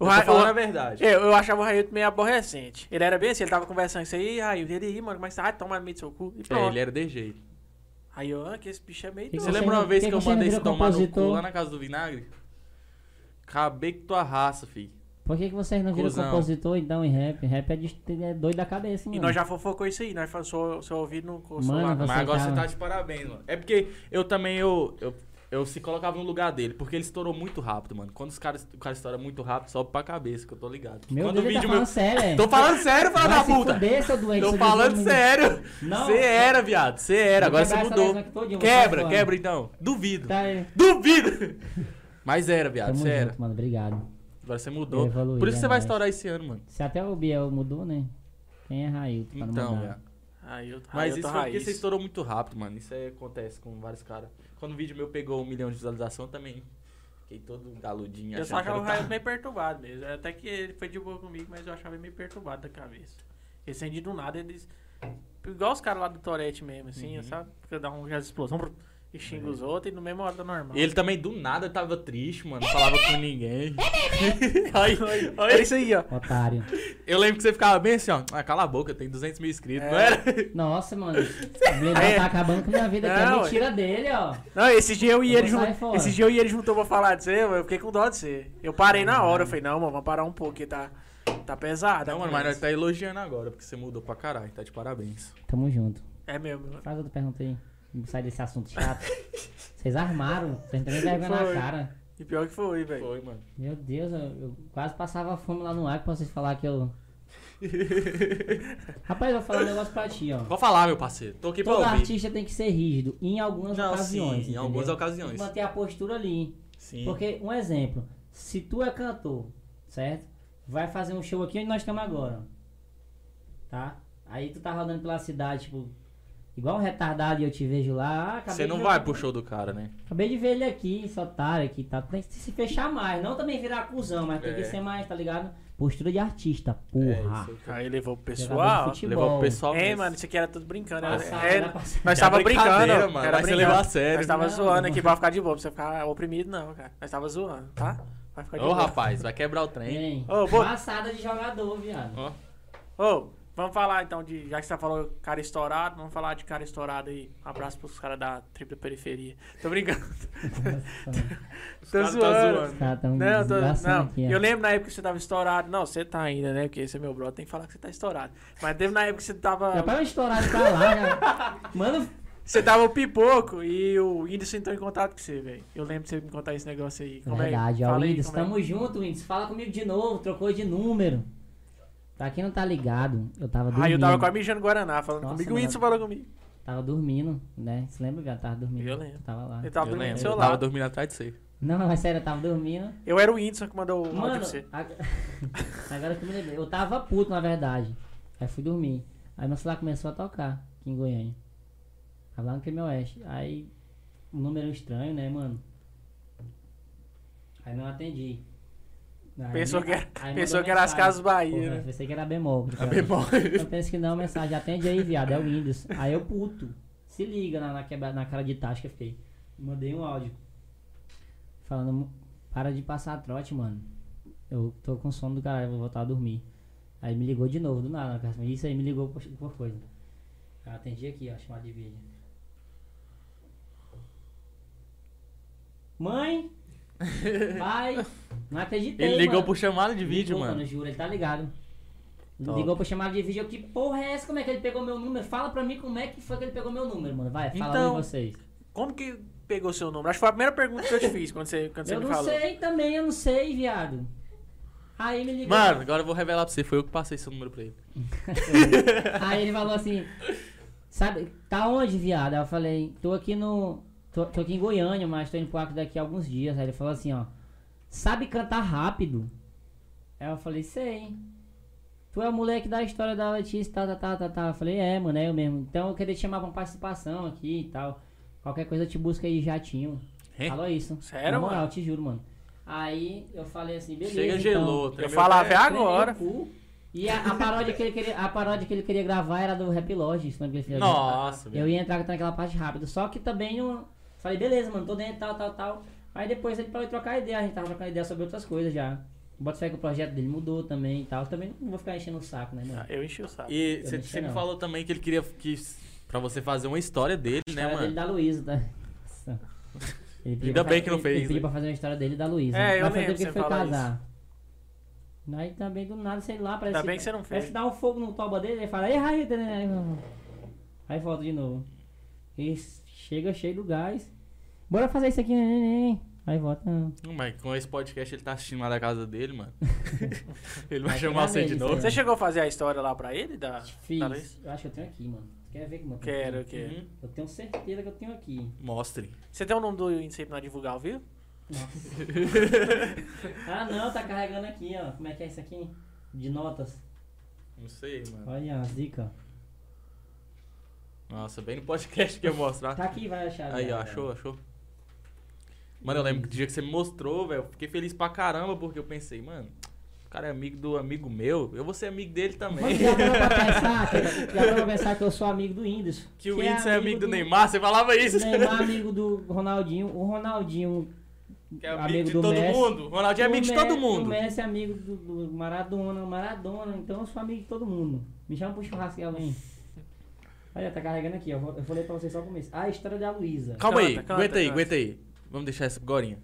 Speaker 2: O
Speaker 1: O
Speaker 2: Ra-
Speaker 1: Ra...
Speaker 2: o- É,
Speaker 1: falando a verdade.
Speaker 2: Eu, eu achava o Railton meio aborrecente. Ele era bem assim, ele tava conversando isso aí, aí ele ri, mano, mas tá, toma no meio do seu cu. E
Speaker 1: É,
Speaker 2: pronto.
Speaker 1: ele era de jeito.
Speaker 2: Aí eu, ah, que esse bicho é meio
Speaker 3: Que que
Speaker 1: Você
Speaker 2: doido.
Speaker 3: você
Speaker 1: lembra uma
Speaker 3: não-
Speaker 1: vez
Speaker 3: por
Speaker 1: que,
Speaker 3: que
Speaker 1: eu
Speaker 3: você não
Speaker 1: mandei
Speaker 3: virou
Speaker 1: você tomar no cu
Speaker 3: compositor?
Speaker 1: lá na casa do Vinagre? Acabei com tua raça, fi.
Speaker 3: Por que, que vocês não viram
Speaker 1: Cusão.
Speaker 3: compositor então em rap? Rap é, de- é doido da cabeça, hein,
Speaker 2: E
Speaker 3: mano.
Speaker 2: nós já fofocou isso aí, nós falamos, seu, seu ouvido não coçou
Speaker 3: Mano,
Speaker 2: lá.
Speaker 3: você
Speaker 1: Mas agora
Speaker 3: tava-
Speaker 1: você tá de parabéns, mano. É porque eu também, eu, eu, eu se colocava no lugar dele, porque ele estourou muito rápido, mano. Quando os caras, o cara estoura muito rápido, sobe pra cabeça, que eu tô ligado.
Speaker 3: Meu
Speaker 1: Quando
Speaker 3: Deus, ele tá falando sério, é.
Speaker 1: Tô falando sério, filha da
Speaker 3: Vai se
Speaker 1: puta!
Speaker 3: fuder, seu doente,
Speaker 1: Tô
Speaker 3: seu
Speaker 1: falando
Speaker 3: desumilde.
Speaker 1: sério!
Speaker 3: Não.
Speaker 1: Você era, viado, você era,
Speaker 3: Vou
Speaker 1: agora você
Speaker 3: quebrar essa
Speaker 1: mudou.
Speaker 3: lesão aqui todinha, vou sair
Speaker 1: Quebra,
Speaker 3: fora.
Speaker 1: quebra então. Duvido.
Speaker 3: Tá aí.
Speaker 1: Duvido! Mas era, viado,
Speaker 3: Tamo
Speaker 1: você era.
Speaker 3: junto, mano. Obrigado.
Speaker 1: Agora você mudou.
Speaker 3: Eu evoluí,
Speaker 1: Por
Speaker 3: é
Speaker 1: isso que você vai
Speaker 3: nóis.
Speaker 1: estourar esse ano, mano.
Speaker 3: Se até o Biel mudou, né? Quem é Railton pra não
Speaker 1: Então,
Speaker 3: mudar?
Speaker 1: viado.
Speaker 2: Aí eu,
Speaker 1: Mas
Speaker 2: aí eu
Speaker 1: isso
Speaker 2: tô
Speaker 1: foi porque
Speaker 2: raiz.
Speaker 1: você estourou muito rápido, mano. Isso aí acontece com vários caras. Quando o vídeo meu pegou um milhão de visualização, eu também fiquei todo galudinho.
Speaker 2: Eu só
Speaker 1: achando que
Speaker 2: achava o
Speaker 1: era- tá-
Speaker 2: Railton meio perturbado mesmo. É, Até que ele foi de boa comigo, mas eu achava ele meio perturbado da cabeça. Ele sente do nada, eles. Igual os caras lá do Torete mesmo, assim,
Speaker 1: Uhum.
Speaker 2: sabe? Porque dá um já explosão brum, e xinga os outros e no mesmo hora da normal.
Speaker 1: E ele também do nada tava triste, mano. Não
Speaker 2: é
Speaker 1: falava com ninguém.
Speaker 2: Aí, é isso aí, ó.
Speaker 3: Otário.
Speaker 1: Eu lembro que você ficava bem assim, ó. Ah, cala a boca, tem 200 mil inscritos,
Speaker 2: É.
Speaker 1: não era?
Speaker 3: Nossa, mano. O Biel
Speaker 1: é.
Speaker 3: tá acabando com a minha vida aqui.
Speaker 2: Não,
Speaker 3: é mentira dele, ó.
Speaker 2: Não, esse dia eu e
Speaker 3: Eu
Speaker 2: ele
Speaker 3: vou sair
Speaker 2: junto,
Speaker 3: fora.
Speaker 2: esse dia eu e ele juntou pra falar de você, eu fiquei com dó de você. Eu parei na hora, eu falei, não, mano, vamos parar um pouco, que tá, tá pesado.
Speaker 1: Não,
Speaker 2: a
Speaker 1: mano, mas nós
Speaker 2: conversa.
Speaker 1: tá elogiando agora, porque você mudou pra caralho. Tá de parabéns.
Speaker 3: Tamo junto.
Speaker 2: É mesmo.
Speaker 3: Faz outra pergunta aí. Vamos sair desse assunto chato. Vocês armaram. Vocês também vergonha na
Speaker 2: Foi.
Speaker 3: cara.
Speaker 2: E pior que foi, velho.
Speaker 1: Foi, mano.
Speaker 3: Meu Deus, eu, eu quase passava fome lá no ar pra vocês falar que eu... Rapaz, eu vou falar um negócio pra ti, ó.
Speaker 1: Pode falar, meu parceiro. Tô aqui pra
Speaker 3: Todo
Speaker 1: ouvir.
Speaker 3: artista tem que ser rígido, em algumas
Speaker 1: Não,
Speaker 3: ocasiões.
Speaker 1: sim, em
Speaker 3: entendeu?
Speaker 1: algumas
Speaker 3: Tem
Speaker 1: ocasiões.
Speaker 3: que manter a postura ali.
Speaker 1: Sim.
Speaker 3: Porque, um exemplo, se tu é cantor, certo? Vai fazer um show aqui onde nós estamos agora. Tá? Aí tu tá rodando pela cidade, tipo, igual um retardado e eu te vejo lá. Ah, acabei
Speaker 1: Você
Speaker 3: de
Speaker 1: não
Speaker 3: ver-
Speaker 1: vai pro show do cara, né?
Speaker 3: Acabei de ver ele aqui, esse otário aqui, tá? Tu tem que se fechar mais. Não também virar cuzão, mas tem
Speaker 1: É.
Speaker 3: que ser mais, tá ligado? Postura de artista,
Speaker 1: É,
Speaker 3: porra.
Speaker 1: isso aí.
Speaker 2: Aí levou pro
Speaker 3: Jogador de
Speaker 2: pessoal.
Speaker 3: futebol.
Speaker 1: Levou pro pessoal.
Speaker 2: É,
Speaker 1: mesmo.
Speaker 2: mano, isso aqui era tudo brincando. era-
Speaker 3: Passada,
Speaker 2: é,
Speaker 3: né, passada.
Speaker 2: nós tava
Speaker 1: É brincadeira,
Speaker 2: brincando,
Speaker 1: mano,
Speaker 2: Era
Speaker 1: mas você
Speaker 2: brincando.
Speaker 1: levou a sério.
Speaker 2: Nós tava
Speaker 3: Não.
Speaker 2: zoando aqui pra ficar de boa, pra você ficar oprimido, não, cara. Nós tava zoando, tá? Vai ficar de
Speaker 1: Ô,
Speaker 2: boa.
Speaker 1: rapaz, vai quebrar o trem.
Speaker 3: Hein?
Speaker 2: Ô, vou-
Speaker 3: Passada de jogador, viado.
Speaker 1: Ó.
Speaker 2: Ô, vamos falar então de. Já que você falou cara estourado, vamos falar de cara estourado aí. Um abraço pros caras da tripla periferia. Tô brincando.
Speaker 1: Os
Speaker 2: Tô
Speaker 1: caras tá
Speaker 2: zoando.
Speaker 3: Os caras tão me
Speaker 2: Não, tô,
Speaker 3: desgraçando
Speaker 2: não.
Speaker 3: aqui, ó.
Speaker 2: eu lembro na época que você tava estourado. Não, você tá ainda, né? Porque esse é meu brother, tem que falar que você tá estourado. Mas teve na época que você
Speaker 3: Já
Speaker 2: tava.
Speaker 3: para de estourar de pra lá, cara. Mano,
Speaker 2: Você tava o pipoco e o Whindersson entrou em contato com você, velho. Eu lembro de você me contar esse negócio aí. Como
Speaker 3: Verdade,
Speaker 2: é?
Speaker 3: ó,
Speaker 2: Fala aí,
Speaker 3: Windows,
Speaker 2: como é?
Speaker 3: tamo junto, Windows. Fala comigo de novo, trocou de número. Pra quem não tá ligado, eu tava dormindo.
Speaker 2: Aí eu tava com a mijando Guaraná falando
Speaker 3: Nossa,
Speaker 1: é
Speaker 2: comigo. O
Speaker 3: mano.
Speaker 2: Whindersson falou comigo.
Speaker 3: Tava dormindo, né? Você lembra, viado? Tava dormindo.
Speaker 2: Eu lembro.
Speaker 3: Tava lá.
Speaker 2: Ele tava
Speaker 1: Ah, Eu
Speaker 2: dormindo do
Speaker 1: lembro,
Speaker 2: seu
Speaker 1: eu tava
Speaker 2: lado.
Speaker 1: dormindo atrás de você.
Speaker 3: Não, mas sério, eu tava dormindo.
Speaker 2: Eu era o Whindersson que mandou o áudio
Speaker 3: Mano,
Speaker 2: pra você.
Speaker 3: a- agora que eu me lembrei. Eu tava puto, na verdade. Aí fui dormir. Aí meu celular começou a tocar aqui em Goiânia. Tava lá no Crime Oeste. Aí, um número estranho, né, mano? Aí não atendi. Aí-
Speaker 2: Pensou que era-
Speaker 3: aí mandou
Speaker 2: pensou que era as
Speaker 3: mensagem.
Speaker 2: Casas Bahia,
Speaker 3: Porra,
Speaker 2: né?
Speaker 3: Pensei que era bemol.
Speaker 1: A memória.
Speaker 3: Eu penso que não, mensagem, atende aí, viado, é o Windows. Aí eu puto. Se liga na, na, quebra- na cara de taxa que eu fiquei. Mandei um áudio. Falando, para de passar trote, mano. Eu tô com sono do caralho, vou voltar a dormir. Aí me ligou de novo, do nada. cara. Isso aí me ligou por, por coisa. Aí eu atendi aqui, ó, chamada de vídeo. Mãe! Pai! Não acreditei,
Speaker 1: Ele ligou
Speaker 3: mano.
Speaker 1: por chamada de vídeo,
Speaker 3: Ligou,
Speaker 1: mano.
Speaker 3: Juro, ele tá ligado.
Speaker 1: Top.
Speaker 3: Ligou pra chamar de vídeo. eu, Que porra é essa? Como é que ele pegou meu número? Fala pra mim como é que foi que ele pegou meu número, mano. Vai, fala
Speaker 1: Então.
Speaker 3: aí vocês.
Speaker 2: Como que. pegou seu número? Acho que foi a primeira pergunta que eu te fiz quando você, quando você
Speaker 3: Eu
Speaker 2: me
Speaker 3: não
Speaker 2: falou.
Speaker 3: sei também, eu não sei, viado. Aí me ligou.
Speaker 1: Mano, agora eu vou revelar pra você. Foi eu que passei seu número pra ele.
Speaker 3: Aí ele falou assim, sabe, tá onde, viado? Aí eu falei, tô aqui no. Tô, tô aqui em Goiânia, mas tô indo pro Acre daqui a alguns dias. Aí ele falou assim, ó. Sabe cantar rápido? Aí eu falei, sei. Tu é o moleque da história da Letícia, tá, tá, tá, tá, tá. Eu falei, é, mano, é eu mesmo. Então eu queria te chamar pra uma participação aqui e tal. Qualquer coisa eu te busca aí, jatinho.
Speaker 1: É?
Speaker 3: Falou isso.
Speaker 2: Sério,
Speaker 3: Na moral,
Speaker 2: mano?
Speaker 3: te juro, mano. Aí eu falei assim, beleza.
Speaker 1: Chega,
Speaker 3: então.
Speaker 1: gelou.
Speaker 2: Eu
Speaker 1: tremeu
Speaker 2: falava
Speaker 1: o
Speaker 2: é
Speaker 1: pé.
Speaker 2: agora.
Speaker 3: Tremeu o cu. E a, a paródia que ele queria, a paródia que ele queria gravar era do Rap Lodge, isso não é que ele queria gravar.
Speaker 1: Nossa,
Speaker 3: Eu
Speaker 1: velho.
Speaker 3: ia entrar naquela parte rápida, só que também eu falei, beleza, mano, tô dentro, tal, tal, tal. Aí depois ele parou de trocar ideia, a gente tava trocando ideia sobre outras coisas já. Bota fé que o projeto dele mudou também e tal. Também não vou ficar enchendo o saco, né, mano?
Speaker 2: Ah, Eu enchi o saco.
Speaker 1: E
Speaker 3: Eu
Speaker 1: você
Speaker 3: não sei
Speaker 1: você me
Speaker 3: não.
Speaker 1: falou também que ele queria que, pra você fazer uma história dele,
Speaker 3: A
Speaker 1: né,
Speaker 3: história dele
Speaker 1: mano?
Speaker 3: da Luísa, tá? Ele pediu
Speaker 1: Ainda
Speaker 3: pra
Speaker 1: bem
Speaker 3: fa-
Speaker 1: que não
Speaker 3: ele-
Speaker 1: fez,
Speaker 3: Ele
Speaker 1: né?
Speaker 3: pediu pra fazer uma história dele e da Luísa.
Speaker 2: É, eu
Speaker 3: Mas
Speaker 2: lembro
Speaker 3: foi tempo que
Speaker 2: você
Speaker 3: ele foi
Speaker 2: falar
Speaker 3: casar. Aí também do nada, sei lá, parece
Speaker 2: Ainda bem que você não fez.
Speaker 3: Parece que dá um fogo no toba dele, ele fala, ei, né, aí, né." aí volta de novo. E chega cheio do gás. Bora fazer isso aqui, né, né, né. Aí volta.
Speaker 2: Ah,
Speaker 3: não.
Speaker 1: Hum, Mas com esse podcast ele tá assistindo lá da casa dele, mano. ele vai
Speaker 3: Vai
Speaker 1: chamar
Speaker 3: tirar
Speaker 1: você de
Speaker 3: dele,
Speaker 1: novo.
Speaker 2: Você chegou a fazer a história lá pra ele? Da,
Speaker 1: Uhum.
Speaker 2: da Luiz?
Speaker 3: Fiz. Eu acho que eu tenho aqui, mano. Quer ver como eu tenho?
Speaker 2: tá, Quero, quero.
Speaker 1: Uhum.
Speaker 3: Eu tenho certeza que eu tenho aqui.
Speaker 1: Mostre.
Speaker 2: Você tem o nome do Inception pra divulgar, ouviu?
Speaker 3: Ah, não, tá carregando aqui, ó. Como é que é isso aqui? De notas.
Speaker 1: Não sei, mano.
Speaker 3: Olha a zica.
Speaker 1: Nossa, bem no podcast que eu mostrar.
Speaker 3: Tá aqui, vai achar.
Speaker 1: Aí,
Speaker 3: velho.
Speaker 1: ó, achou, achou. Mano, eu lembro que o dia que você me mostrou, velho, eu fiquei feliz pra caramba, porque eu pensei, mano, o cara é amigo do amigo meu, eu vou ser amigo dele também.
Speaker 3: Mas já parou pra pensar, que- já parou pra pensar que eu sou amigo do Indus.
Speaker 1: que o Whindersson é amigo do Neymar, você falava isso?
Speaker 3: Neymar, amigo do Ronaldinho. O Ronaldinho.
Speaker 1: que é amigo,
Speaker 3: amigo
Speaker 1: de
Speaker 3: do
Speaker 1: todo
Speaker 3: Messi.
Speaker 1: mundo. O Ronaldinho é
Speaker 3: o
Speaker 1: amigo de
Speaker 3: Me-
Speaker 1: todo
Speaker 3: O
Speaker 1: mundo.
Speaker 3: Messi é amigo do, do Maradona. Maradona, então eu sou amigo de todo mundo. Me chama pro churrasco, alguém. Olha, tá carregando aqui, ó. Eu vou- Eu falei pra vocês só o começo. Ah, a história da Luísa.
Speaker 1: Calma aí,
Speaker 2: Canta, canta,
Speaker 1: aguenta aí,
Speaker 2: canta.
Speaker 1: aguenta aí. Vamos deixar essa gorinha.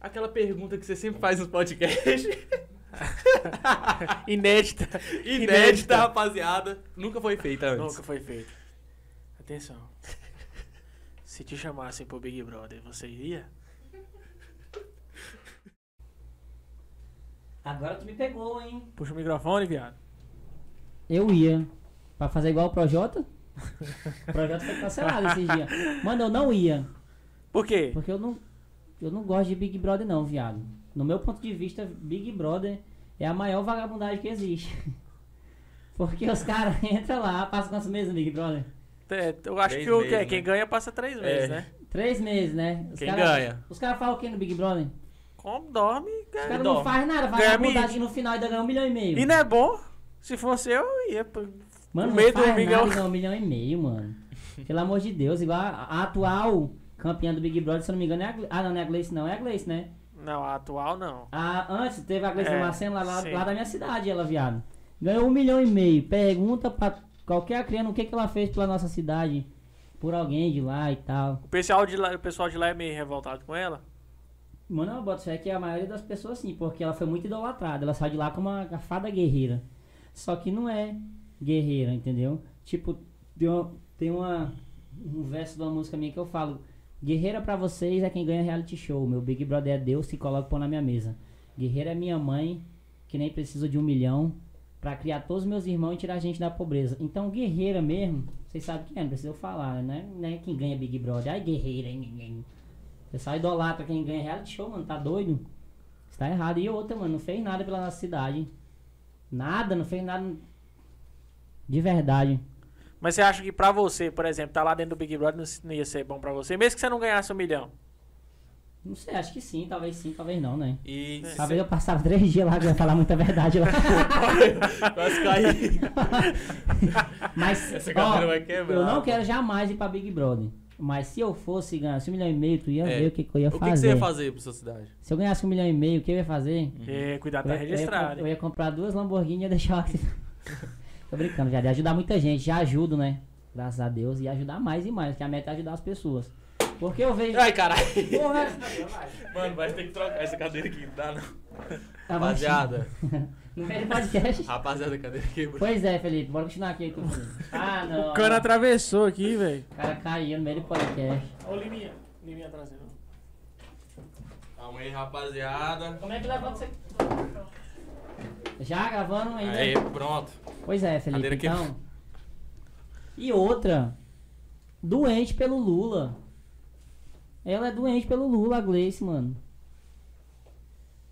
Speaker 1: Aquela pergunta que você sempre faz nos podcasts,
Speaker 2: Inédita.
Speaker 1: inédita, rapaziada, nunca foi feita antes.
Speaker 2: Nunca foi feito. Atenção. Se te chamassem pro Big Brother, você iria?
Speaker 3: Agora tu me pegou, hein?
Speaker 2: Puxa o microfone, viado.
Speaker 3: Eu ia. Pra fazer igual o Projota. O Projota foi cancelado esses dias. Mano, eu não ia.
Speaker 2: Por quê?
Speaker 3: Porque eu não, eu não gosto de Big Brother, não, viado. No meu ponto de vista, Big Brother é a maior vagabundagem que existe. Porque os caras entram lá, passam quantos meses no Big Brother?
Speaker 2: É, eu acho
Speaker 1: Três
Speaker 2: que o
Speaker 1: meses,
Speaker 2: que é,
Speaker 1: né?
Speaker 2: quem ganha passa três meses,
Speaker 1: É.
Speaker 2: né?
Speaker 3: Três meses, né? Os
Speaker 1: Quem
Speaker 3: cara-
Speaker 1: ganha?
Speaker 3: Os caras falam o que no Big Brother?
Speaker 2: Como dorme,
Speaker 3: Os
Speaker 2: ganha.
Speaker 3: caras não
Speaker 1: dorme.
Speaker 3: fazem nada,
Speaker 2: Ganha
Speaker 3: vagabundagem
Speaker 2: mídia.
Speaker 3: no final ainda ganha um milhão e meio.
Speaker 2: E não é bom? Se fosse eu, eu ia. pro-
Speaker 3: Mano,
Speaker 2: No
Speaker 3: não
Speaker 2: meio do
Speaker 3: faz
Speaker 2: Domingão.
Speaker 3: nada, não, um milhão e meio, mano. Pelo amor de Deus, igual a, a atual campeã do Big Brother, se eu não me engano, é a Gleice. Ah, não, não é a Gleice, não, é a Gleice, né?
Speaker 2: Não, a atual não.
Speaker 3: A, antes teve a Gleice
Speaker 2: É,
Speaker 3: Damasceno lá, lá,
Speaker 2: sim.
Speaker 3: lá da minha cidade, ela, viado. Ganhou um milhão e meio. Pergunta pra qualquer criança o que, que ela fez pela nossa cidade, por alguém de lá e tal.
Speaker 2: O pessoal de lá, o pessoal de lá é meio revoltado com ela.
Speaker 3: Mano, eu boto fé que a maioria das pessoas sim, porque ela foi muito idolatrada. Ela saiu de lá como uma fada guerreira. Só que não é guerreira, entendeu? Tipo, tem, uma, tem uma, um verso de uma música minha que eu falo: Guerreira pra vocês é quem ganha reality show. Meu Big Brother é Deus que coloca o pão na minha mesa. Guerreira é minha mãe, que nem precisa de um milhão pra criar todos os meus irmãos e tirar a gente da pobreza. Então, guerreira mesmo, vocês sabem quem é, não precisa eu falar, né? Não é quem ganha Big Brother. Ai, guerreira, hein, hein, hein. O pessoal idolatra quem ganha reality show, mano. Tá doido? Isso tá errado. E outra, mano, não fez nada pela nossa cidade. Nada, não fez nada. De verdade.
Speaker 2: Mas você acha que pra você, por exemplo, tá lá dentro do Big Brother não se- não ia ser bom pra você? Mesmo que você não ganhasse um milhão.
Speaker 3: Não sei, acho que sim, talvez sim, talvez não, né?
Speaker 1: E se
Speaker 3: Talvez eu passava três dias lá que eu ia falar muita verdade lá.
Speaker 1: Quase caí.
Speaker 3: Mas
Speaker 1: Essa
Speaker 3: ó,
Speaker 1: galera vai quebrar.
Speaker 3: eu não quero jamais ir pra Big Brother. Mas se eu fosse ganhasse um milhão e meio, tu ia
Speaker 1: É.
Speaker 3: ver o que, que eu ia
Speaker 1: O que,
Speaker 3: fazer.
Speaker 1: que você ia fazer Uhum. pra sua cidade?
Speaker 3: Se eu ganhasse um milhão e meio, o que eu ia fazer?
Speaker 2: É, cuidado, tá
Speaker 3: Eu ia- eu ia comp-
Speaker 2: registrado.
Speaker 3: Eu ia comprar duas Lamborghini e ia deixar o Axel. Tô brincando, viado. Ia ajudar muita gente. Já ajudo, né? Graças a Deus. E ajudar mais e mais, que a meta é ajudar as pessoas. Porque eu vejo.
Speaker 1: Ai, caralho.
Speaker 3: Porra!
Speaker 1: Mano, vai ter que trocar essa cadeira aqui. Não dá, não.
Speaker 3: Tá bom.
Speaker 1: Rapaziada.
Speaker 3: No meio do podcast.
Speaker 1: Rapaziada, a cadeira quebrou.
Speaker 3: Pois é, Felipe. Bora continuar aqui. Arthur. Ah, não.
Speaker 1: tá-
Speaker 2: atravessou aqui, velho.
Speaker 3: O cara caiu no meio do podcast.
Speaker 2: Ô, Liminha, Ninguém atrás não.
Speaker 1: Calma aí, rapaziada.
Speaker 3: Como é que levanta você? Já gravando ainda?
Speaker 1: Aí, pronto.
Speaker 3: Pois é, Felipe.
Speaker 1: Cadeira que-
Speaker 3: Então. E outra. Doente pelo Lula. Ela é doente pelo Lula, a Gleice, mano.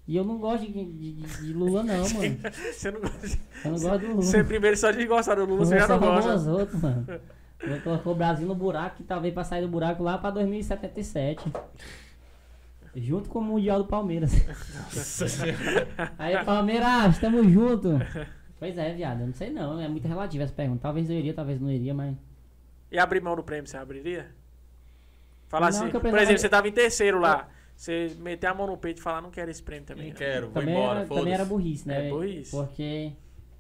Speaker 3: E eu não gosto de, de- de- de Lula, não, mano.
Speaker 2: Você não gosta.
Speaker 3: Eu não gosto do Lula.
Speaker 2: Você é primeiro só de gostar do Lula, você já
Speaker 3: Lula
Speaker 2: não
Speaker 3: só roubou
Speaker 2: gosta.
Speaker 3: os outros, mano. Lula colocou o Brasil no buraco, que talvez pra sair do buraco lá pra 2077. Junto com o Mundial do Palmeiras. Aí, Palmeiras, tamo junto. Pois é, viado, eu não sei não, é muito relativo essa pergunta. Talvez eu iria, talvez não iria, mas.
Speaker 2: E abrir mão do prêmio, você abriria? Falar
Speaker 3: Não,
Speaker 2: assim,
Speaker 3: que eu
Speaker 2: por
Speaker 3: pensava-
Speaker 2: exemplo, você tava em terceiro lá. Você meter a mão no peito e falar, não quero esse prêmio também.
Speaker 1: Não
Speaker 2: né?
Speaker 1: quero, vou
Speaker 3: Também,
Speaker 1: embora,
Speaker 3: era, também era
Speaker 1: foda-se.
Speaker 3: burrice, né?
Speaker 2: É, burrice.
Speaker 3: Porque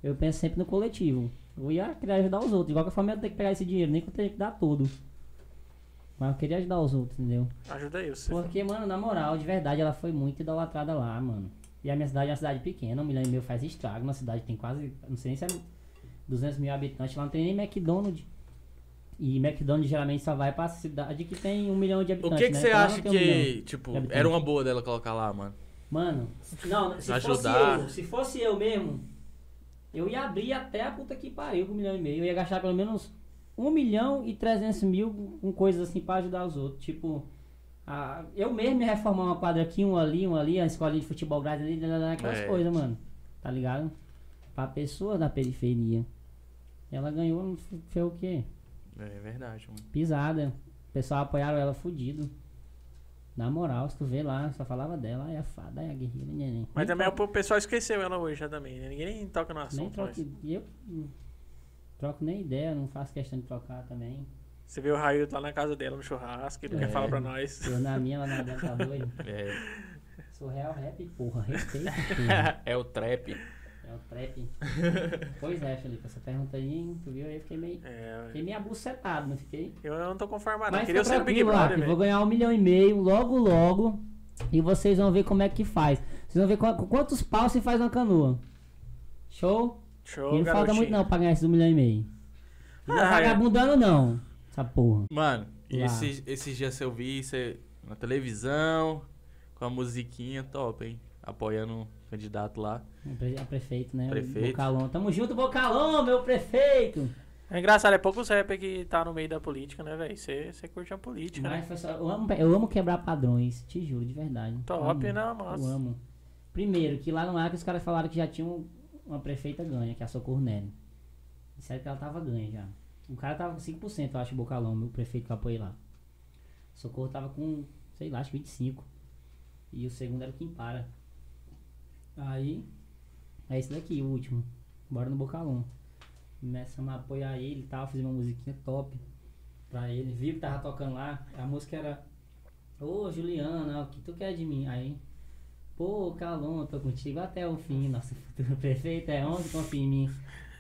Speaker 3: eu penso sempre no coletivo. Eu ia querer ajudar os outros. De qualquer forma, eu ia ter que pegar esse dinheiro, nem que eu tenha que dar tudo. Mas eu queria ajudar os outros, entendeu?
Speaker 2: Ajuda eu, você.
Speaker 3: Porque, mano, na moral, de verdade, ela foi muito idolatrada lá, mano. E a minha cidade é uma cidade pequena, um milhão e meio faz estrago. Uma cidade que tem quase, não sei nem se é 200 mil habitantes, lá não tem nem McDonald's. E McDonald's geralmente só vai pra cidade que tem um milhão de
Speaker 1: O
Speaker 3: habitantes.
Speaker 1: que, que
Speaker 3: né?
Speaker 1: você
Speaker 3: Então, ela
Speaker 1: acha
Speaker 3: tem um milhão.
Speaker 1: que, tipo,
Speaker 3: de habitantes.
Speaker 1: era uma boa dela colocar lá, mano?
Speaker 3: Mano, não, se
Speaker 1: Ajudar.
Speaker 3: fosse eu, se fosse eu mesmo, eu ia abrir até a puta que pariu com um milhão e meio. Eu ia gastar pelo menos um milhão e trezentos mil com coisas assim pra ajudar os outros. Tipo, a- eu mesmo ia reformar uma quadra aqui, uma ali, uma ali, a escolinha de futebol brasileiro, lá, lá, lá, aquelas
Speaker 1: É.
Speaker 3: coisas, mano. Tá ligado? Pra pessoa da periferia. Ela ganhou, não f- foi o quê?
Speaker 1: É verdade, mano.
Speaker 3: Pisada. O pessoal apoiaram ela fudido. Na moral, se tu vê lá, só falava dela, ai a fada, ai a guerreira, né, neném.
Speaker 2: Mas também é o pessoal esqueceu ela hoje já também, né? Ninguém nem toca no
Speaker 3: Nem
Speaker 2: assunto.
Speaker 3: troco,
Speaker 2: mais.
Speaker 3: eu hum, troco nem ideia, não faço questão de trocar também.
Speaker 2: Você vê o Railton lá na casa dela, no churrasco, ele não
Speaker 3: É.
Speaker 2: quer falar pra nós.
Speaker 3: Eu na minha, ela na dela tá doido.
Speaker 1: É,
Speaker 3: Sou real rap, porra, respeito.
Speaker 1: é o trap.
Speaker 3: É o trap. Pois é, Felipe, essa pergunta aí, hein, tu viu? Aí eu fiquei meio,
Speaker 2: É,
Speaker 3: fiquei meio abucetado, não fiquei?
Speaker 2: eu Ah, não tô conformado, eu
Speaker 3: Mas
Speaker 2: queria
Speaker 3: fica
Speaker 2: ser o Big
Speaker 3: tranquilo,
Speaker 2: Brother,
Speaker 3: Rap,
Speaker 2: velho.
Speaker 3: vou ganhar um milhão e meio logo, logo. E vocês vão ver como é que faz. Vocês vão ver qua- com quantos paus se faz uma canoa. Show? e
Speaker 2: Show,
Speaker 3: não falta
Speaker 2: garotinho.
Speaker 3: muito não pra ganhar esses um milhão e meio. E Não
Speaker 2: Ah,
Speaker 3: é vagabundando não, essa porra.
Speaker 1: Mano, e
Speaker 3: Lá.
Speaker 1: esses, esses dias eu vi você na televisão, com a musiquinha top, hein? Apoiando o candidato lá.
Speaker 3: O pre- o prefeito, né? O
Speaker 1: Prefeito.
Speaker 3: Bocalon. Tamo junto, Bocalon, meu prefeito!
Speaker 2: É engraçado, é poucos rappers que tá no meio da política, né, velho? Você você curte a política,
Speaker 3: Mas,
Speaker 2: né?
Speaker 3: foi só- eu, amo, eu amo quebrar padrões, te juro, de verdade.
Speaker 2: Top,
Speaker 3: Amo.
Speaker 2: né,
Speaker 3: Hum, Eu
Speaker 2: massa.
Speaker 3: amo. Primeiro, que lá no Acre os caras falaram que já tinham uma prefeita ganha, que é a Socorro Nelly. Disseram que ela tava ganha já. O cara tava com 5%, eu acho, o Bocalão, meu prefeito que eu apoiei lá. Socorro tava com, sei lá, acho que 25%. E o segundo era o Kim Para. Aí, é esse daqui, o último. Bora no Bocalão. Começamos a apoiar ele e tal, fiz uma musiquinha top pra ele. Vi que tava tocando lá, a música era Ô Juliana, o que tu quer de mim? Aí, pô, Calon, tô contigo até o fim, nosso futuro prefeito é 11, confia em mim.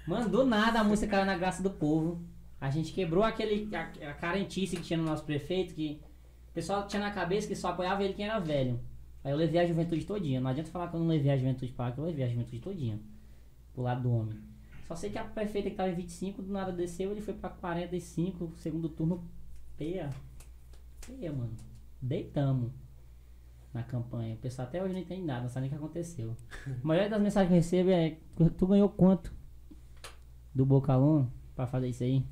Speaker 3: Mano, do nada a música caiu na graça do povo. A gente quebrou aquele, a, a carentice que tinha no nosso prefeito, que o pessoal tinha na cabeça que só apoiava ele quem era velho. Aí eu levei a juventude todinha. Não adianta falar que eu não levei a juventude pra lá, que eu levei a juventude todinha. Pro lado do homem. Só sei que a prefeita que tava em 25, do nada desceu, ele foi pra 45, segundo turno, peia. Peia, mano. Deitamos na campanha. O pessoal até hoje não entende nada, não sabe nem o que aconteceu. A maioria das mensagens que eu recebo é: Tu ganhou quanto do Bocalon pra fazer isso aí?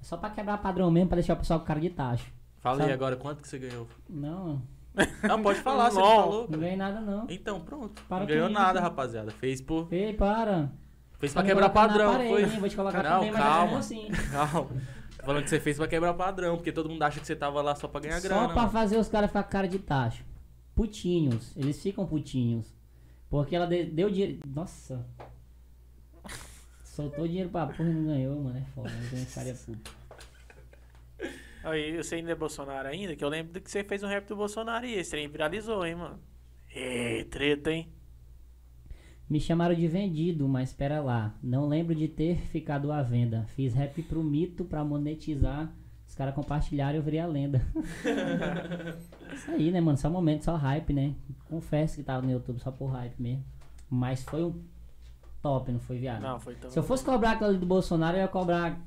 Speaker 3: É Só pra quebrar padrão mesmo, pra deixar o pessoal com cara de tacho.
Speaker 1: Fala aí
Speaker 3: Sabe-
Speaker 1: agora, quanto que você ganhou?
Speaker 3: Não,
Speaker 1: Não, pode falar, você não
Speaker 2: Não.
Speaker 1: falou.
Speaker 3: não ganhei nada não.
Speaker 1: Então, pronto.
Speaker 3: Para
Speaker 1: não
Speaker 3: com
Speaker 1: ganhou
Speaker 3: isso.
Speaker 1: nada, rapaziada. Fez por.
Speaker 3: Ei, para.
Speaker 1: Fez
Speaker 3: Só
Speaker 1: pra
Speaker 3: me
Speaker 1: quebrar
Speaker 3: colocar na
Speaker 1: padrão,
Speaker 3: parede,
Speaker 1: foi.
Speaker 3: hein? Vou te colocar
Speaker 1: Não,
Speaker 3: também, mas
Speaker 1: calma.
Speaker 3: é assim.
Speaker 1: Calma. Tô falando que você fez pra quebrar padrão, porque todo mundo acha que você tava lá só pra ganhar
Speaker 3: Só
Speaker 1: grana.
Speaker 3: pra
Speaker 1: mano.
Speaker 3: fazer os caras ficar com cara de tacho. Putinhos. Eles ficam putinhos. Porque ela de- deu dinheiro. Nossa. Soltou dinheiro pra porra e não ganhou, mano. É foda. Não ganha cara puto.
Speaker 2: Aí você ainda é Bolsonaro ainda, que eu lembro que você fez um rap do Bolsonaro e esse trem viralizou, hein, mano. Ê, treta, hein?
Speaker 3: Me chamaram de vendido, mas espera lá. Não lembro de ter ficado à venda. Fiz rap pro mito pra monetizar. Os caras compartilharam e eu virei a lenda. Isso aí, né, mano? Só momento, só hype, né? Confesso que tava no YouTube só por hype mesmo. Mas foi um top, não foi, viado?
Speaker 2: Não, foi tão.
Speaker 3: Se eu fosse cobrar aquela ali do Bolsonaro, eu ia cobrar.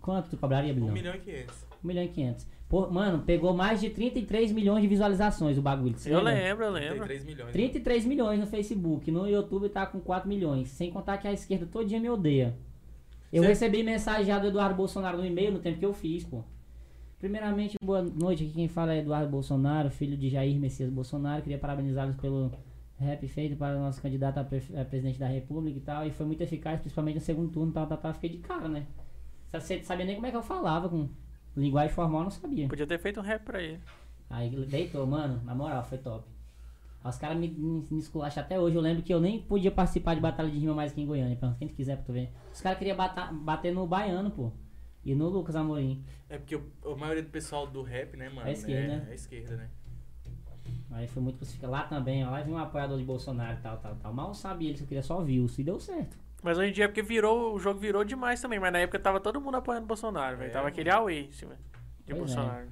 Speaker 3: Quanto tu cobraria,
Speaker 1: Um
Speaker 3: Bilhão?
Speaker 1: milhão e quinhentos.
Speaker 3: 1 milhão e 500. Pô, mano, pegou mais de 33 milhões de visualizações o bagulho. você
Speaker 2: Eu lembro,
Speaker 3: lembra?
Speaker 2: eu
Speaker 1: Tem
Speaker 2: lembro.
Speaker 1: 3 milhões. né?
Speaker 3: 33 milhões no Facebook, no YouTube tá com 4 milhões, sem contar que a esquerda todo dia me odeia. Eu
Speaker 1: Cê-
Speaker 3: recebi mensagem já do Eduardo Bolsonaro no e-mail no tempo que eu fiz, pô. Primeiramente, boa noite, aqui quem fala é Eduardo Bolsonaro, filho de Jair Messias Bolsonaro, queria parabenizá-los pelo rap feito para o nosso candidato a, pre- a presidente da república e tal, e foi muito eficaz, principalmente no segundo turno, tal, tal, tal, fiquei de cara, né? Você sabia nem como é que eu falava com linguagem formal, não sabia.
Speaker 2: Podia ter feito um rap pra ele.
Speaker 3: Aí deitou, mano, na moral, foi top. Aí Os caras me, me, me esculacham até hoje. Eu lembro que eu nem podia participar de batalha de rima mais aqui em Goiânia. Pra quem quiser pra tu ver. Os caras queriam bata- bater no baiano, pô. E no Lucas Amorim.
Speaker 1: É porque o- a maioria do pessoal do rap, né, mano?
Speaker 3: É esquerda,
Speaker 1: é-
Speaker 3: né?
Speaker 1: É esquerda, né?
Speaker 3: Aí foi muito crucificado. Lá também, ó. Lá vinha um apoiador de Bolsonaro e tal, tal, tal. Mal sabia eles que eu queria só views. E deu certo.
Speaker 2: Mas hoje em dia é porque virou, o jogo virou demais também. Mas na época tava todo mundo apoiando o Bolsonaro, velho.
Speaker 1: É,
Speaker 2: Tava
Speaker 1: mano.
Speaker 2: aquele away em cima de
Speaker 3: Pois é.
Speaker 2: Bolsonaro.